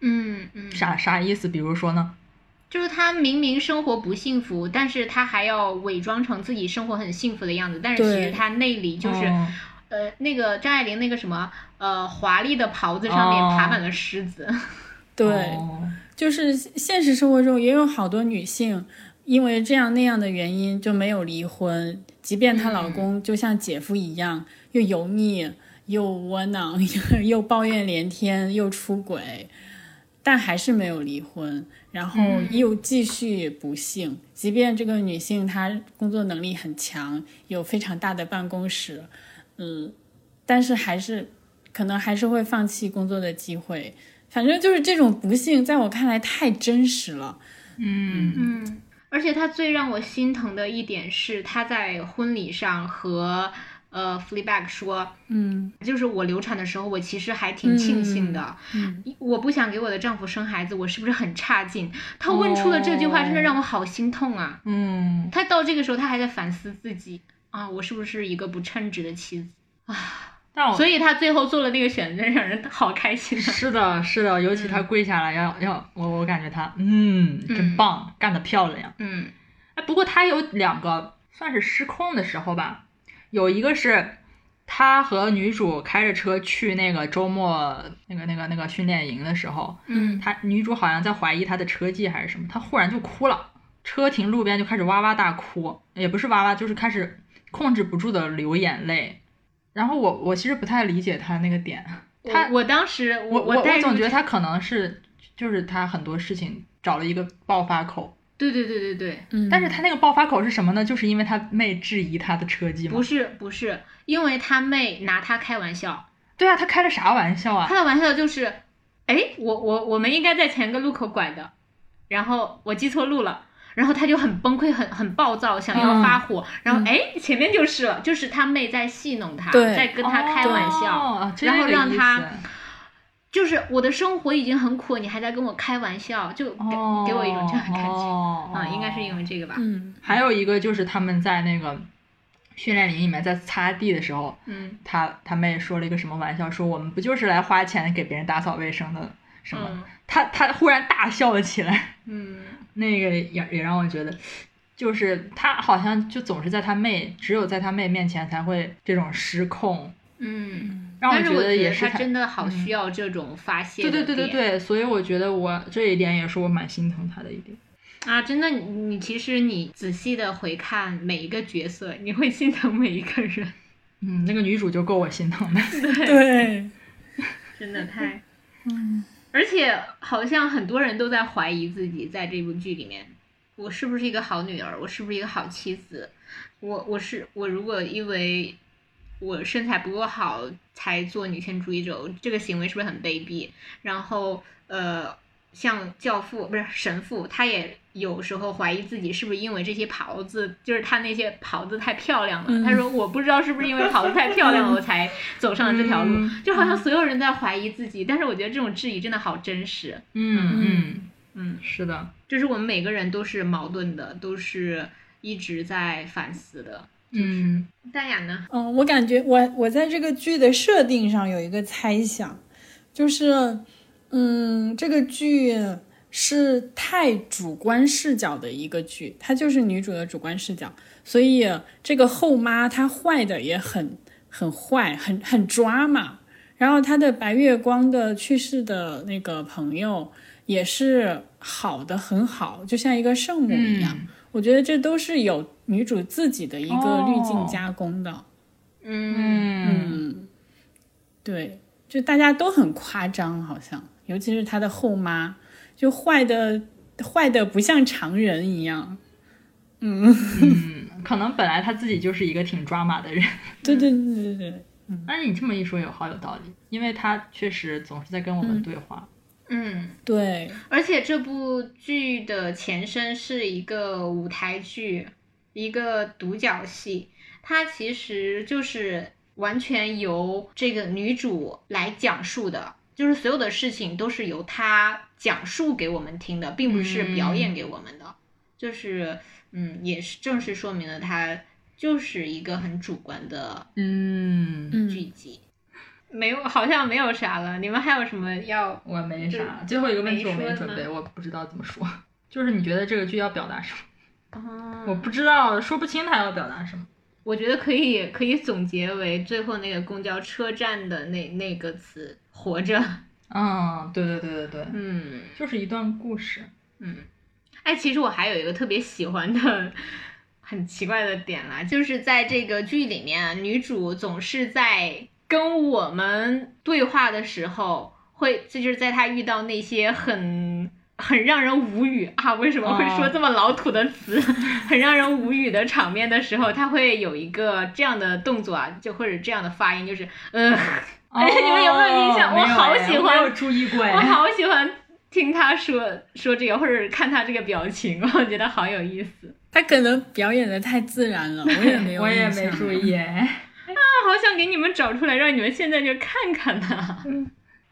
嗯，嗯，
啥啥意思？比如说呢？
就是他明明生活不幸福，但是他还要伪装成自己生活很幸福的样子，但是其
对
实他内里就是、
哦
呃，那个张爱玲那个什么呃华丽的袍子上面
哦
爬满了虱子。 <laughs>
对，
哦
就是现实生活中也有好多女性，因为这样那样的原因就没有离婚，即便她老公就像姐夫一样，又油 <laughs> 腻又窝囊，又又抱怨连天，又出轨，但还是没有离婚，然后又继续不幸。即便这个女性她工作能力很强，有非常大的办公室，嗯，但是还是可能还是会放弃工作的机会。反正就是这种不幸，在我看来太真实了。
嗯，而且他最让我心疼的一点是，他在婚礼上和呃 Fleabag 说，
嗯
就是我流产的时候，我其实还挺庆幸的、
嗯
我不想给我的丈夫生孩子，我是不是很差劲？他
哦
问出了这句话，真的让我好心痛啊！
嗯，
他到这个时候，他还在反思自己啊，我是不是一个不称职的妻子？
但我
所以他最后做了那个选择，让人好开心啊！
<laughs> 是的，是的，尤其他跪下来要、要我，我感觉他嗯，真棒，干得漂亮。
嗯
哎，不过他有两个算是失控的时候吧，有一个是他和女主开着车去那个周末那个那个那个训练营的时候，
嗯
他女主好像在怀疑他的车技还是什么，他忽然就哭了，车停路边就开始哇哇大哭，也不是哇哇，就是开始控制不住的流眼泪。然后我我其实不太理解他那个点，他
我我当时
嗯我
我
我
带入
总觉得
这
他可能是就是他很多事情找了一个爆发口，
对对对对对，
嗯，
但是他那个爆发口是什么呢？就是因为他妹质疑他的车技吗？
不是不是，因为他妹拿他开玩笑，
对啊，他开了啥玩笑啊？
开的玩笑就是，哎，我我我们应该在前个路口拐的，然后我记错路了，然后他就很崩溃，很很暴躁，想
嗯
要发火，然后哎，前面就是了，就是他妹在戏弄他，
对
在跟他开玩笑，
哦、这
然后
个意思
让他就是我的生活已经很苦，你还在跟我开玩笑，就给、
哦
给我一种这样的感觉，
哦、
啊，应该是因为这个吧，
嗯
还有一个就是他们在那个训练营里面在擦地的时候，
嗯
他他妹说了一个什么玩笑，说我们不就是来花钱给别人打扫卫生的什么？
嗯
他他忽然大笑了起来。 <laughs>
嗯，
那个也也让我觉得，就是他好像就总是在他妹，只有在他妹面前才会这种失控，
嗯，
让
但是
觉
我
得也
他
他嗯
真的好需要这种发泄
对
的
对
点，
对对对，所以我觉得我这一点也是我蛮心疼他的一点。
啊，真的，你你其实你仔细的回看每一个角色，你会心疼每一个人，
嗯，那个女主就够我心疼的。 <laughs>
对，
真的太，嗯，而且好像很多人都在怀疑自己在这部剧里面，我是不是一个好女儿，我是不是一个好妻子，我我是我如果因为我身材不够好才做女性主义者，这个行为是不是很卑鄙？然后呃，像教父不是神父，他也有时候怀疑自己是不是因为这些袍子，就是他那些袍子太漂亮了。
嗯
他说我不知道是不是因为袍子太漂亮了，我才走上了这条路。就好像所有人在怀疑自己，但是我觉得这种质疑真的好真实。
嗯嗯
嗯，
是的，
就是我们每个人都是矛盾的，都是一直在反思的。 <laughs>
嗯
大雅呢？
嗯，我感觉我我在这个剧的设定上有一个猜想，就是，嗯，这个剧是太主观视角的一个剧，它就是女主的主观视角，所以这个后妈她坏的也很很坏，很很抓嘛。然后她的白月光的去世的那个朋友也是好的很好，就像一个圣母一样。我觉得这都是有女主自己的一个滤镜加工的。
嗯
嗯，
嗯，对，就大家都很夸张，好像，尤其是他的后妈，就坏的坏的不像常人一样。
嗯可能本来他自己就是一个挺抓马的人， <laughs>
对对对对
嗯
对，
但是你这么一说有好有道理，因为他确实总是在跟我们对话。
嗯，
对，
而且这部剧的前身是一个舞台剧，一个独角戏，它其实就是完全由这个女主来讲述的，就是所有的事情都是由她讲述给我们听的，并不是表演给我们的。就是，嗯，也是正式说明了它就是一个很主观的
嗯，
剧
嗯，
集。没有，好像没有啥了。你们还有什么要？
我没啥，最后一个问题我没准
没
备，
说
我不知道怎么说。 <laughs> 就是你觉得这个剧要表达什么？
嗯
我不知道，说不清他要表达什么。
我觉得可以可以总结为最后那个公交车站的那那个词“活着
嗯，对对对对对”，，
嗯
就是一段故事。
嗯。哎，其实我还有一个特别喜欢的、很奇怪的点啦，就是在这个剧啊里面，女主总是在跟我们对话的时候会，这就是在他遇到那些很很让人无语啊，为什么会说这么老土的词，很让人无语的场面的时候，他会有一个这样的动作啊，就或者这样的发音，就是嗯、呃，哎 <laughs> 你们有没有印象
哦
我好
没有哎
喜
我没
欢
有注意过哎
我好喜欢听他说说这个，或者看他这个表情，我觉得好有意思。
他可能表演的太自然了，我
<laughs>
也没有，
我也没注。意哎。
<laughs> 那好想给你们找出来，让你们现在就看看呐、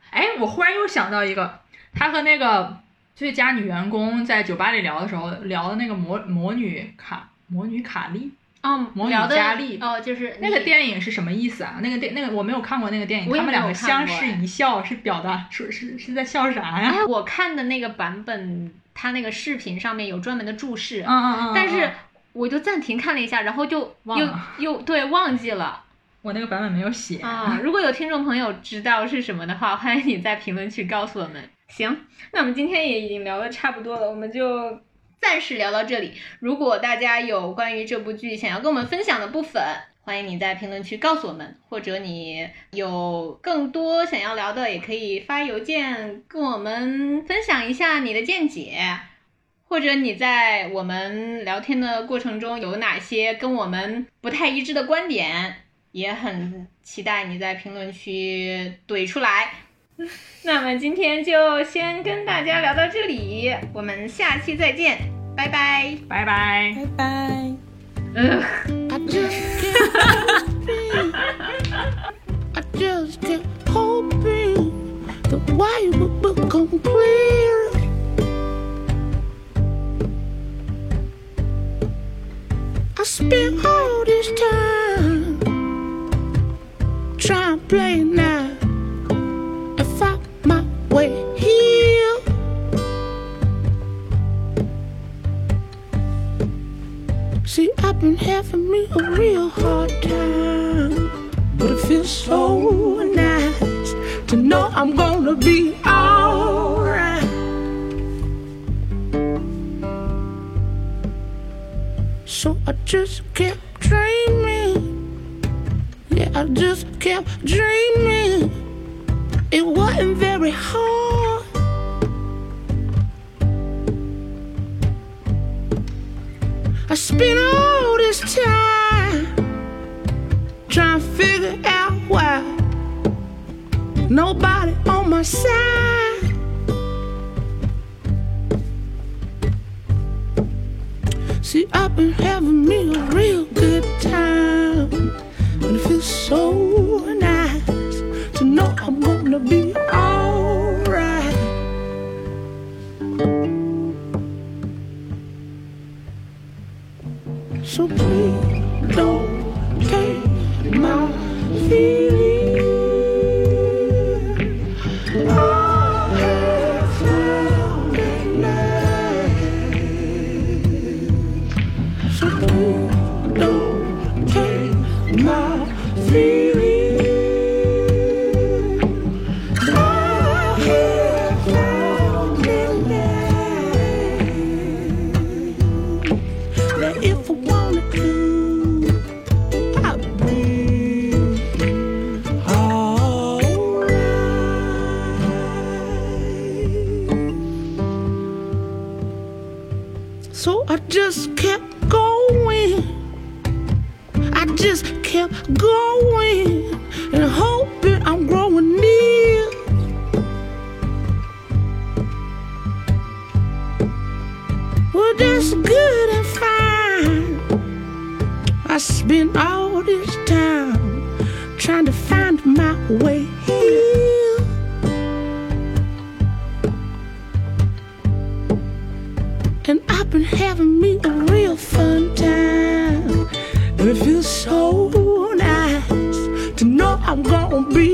哎，我忽然又想到一个，他和那个最佳女员工在酒吧里聊的时候聊的那个魔魔女卡魔女卡莉
哦，
魔女
聊的
佳丽
哦，就是
那个
你
电影是什么意思啊？那个电那个我没有看过那个电影，
我也
他们
没有
两个
看
相
过
视
哎啊
一笑是表达是是是在笑啥呀？
我看的那个版本，它那个视频上面有专门的注释，
嗯嗯嗯，
但
嗯
是
嗯
我就暂停看了一下，然后就
忘
又
了
又对忘记了
我那个版本没有写。
啊。如果有听众朋友知道是什么的话，欢迎你在评论区告诉我们。行，那我们今天也已经聊的差不多了，我们就暂时聊到这里。如果大家有关于这部剧想要跟我们分享的部分，欢迎你在评论区告诉我们，或者你有更多想要聊的，也可以发邮件跟我们分享一下你的见解，或者你在我们聊天的过程中有哪些跟我们不太一致的观点，也很期待你在评论区怼出来。 <laughs> 那么今天就先跟大家聊到这里，我们下期再见，拜拜。
拜拜。
拜拜。
I just can't I just keep hoping the way would become clear. I spent all this time trying to play now and find my way here. See, I've been having me a real hard time. But it feels so nice to know I'm gonna be alright. So I just kept dreaming. Yeah, I just kept dreaming. It wasn't very hard. I spent all this time trying to figure out why nobody on my side. See, I've been having me a real good time, and it feels so nice to know I'm gonna be alright. So please don't take my feelings. I have found a life. So please don't take my feelings. I have found a life. Now if I wanted to, I'd be alright. So I just kept going. I just kept going and hoping I'm growing near. Well, that's good and fine. I spent all this time trying to find my way here. And I've been having me a real fun time. And it feels so nice to know I'm gonna be Oh. Oh.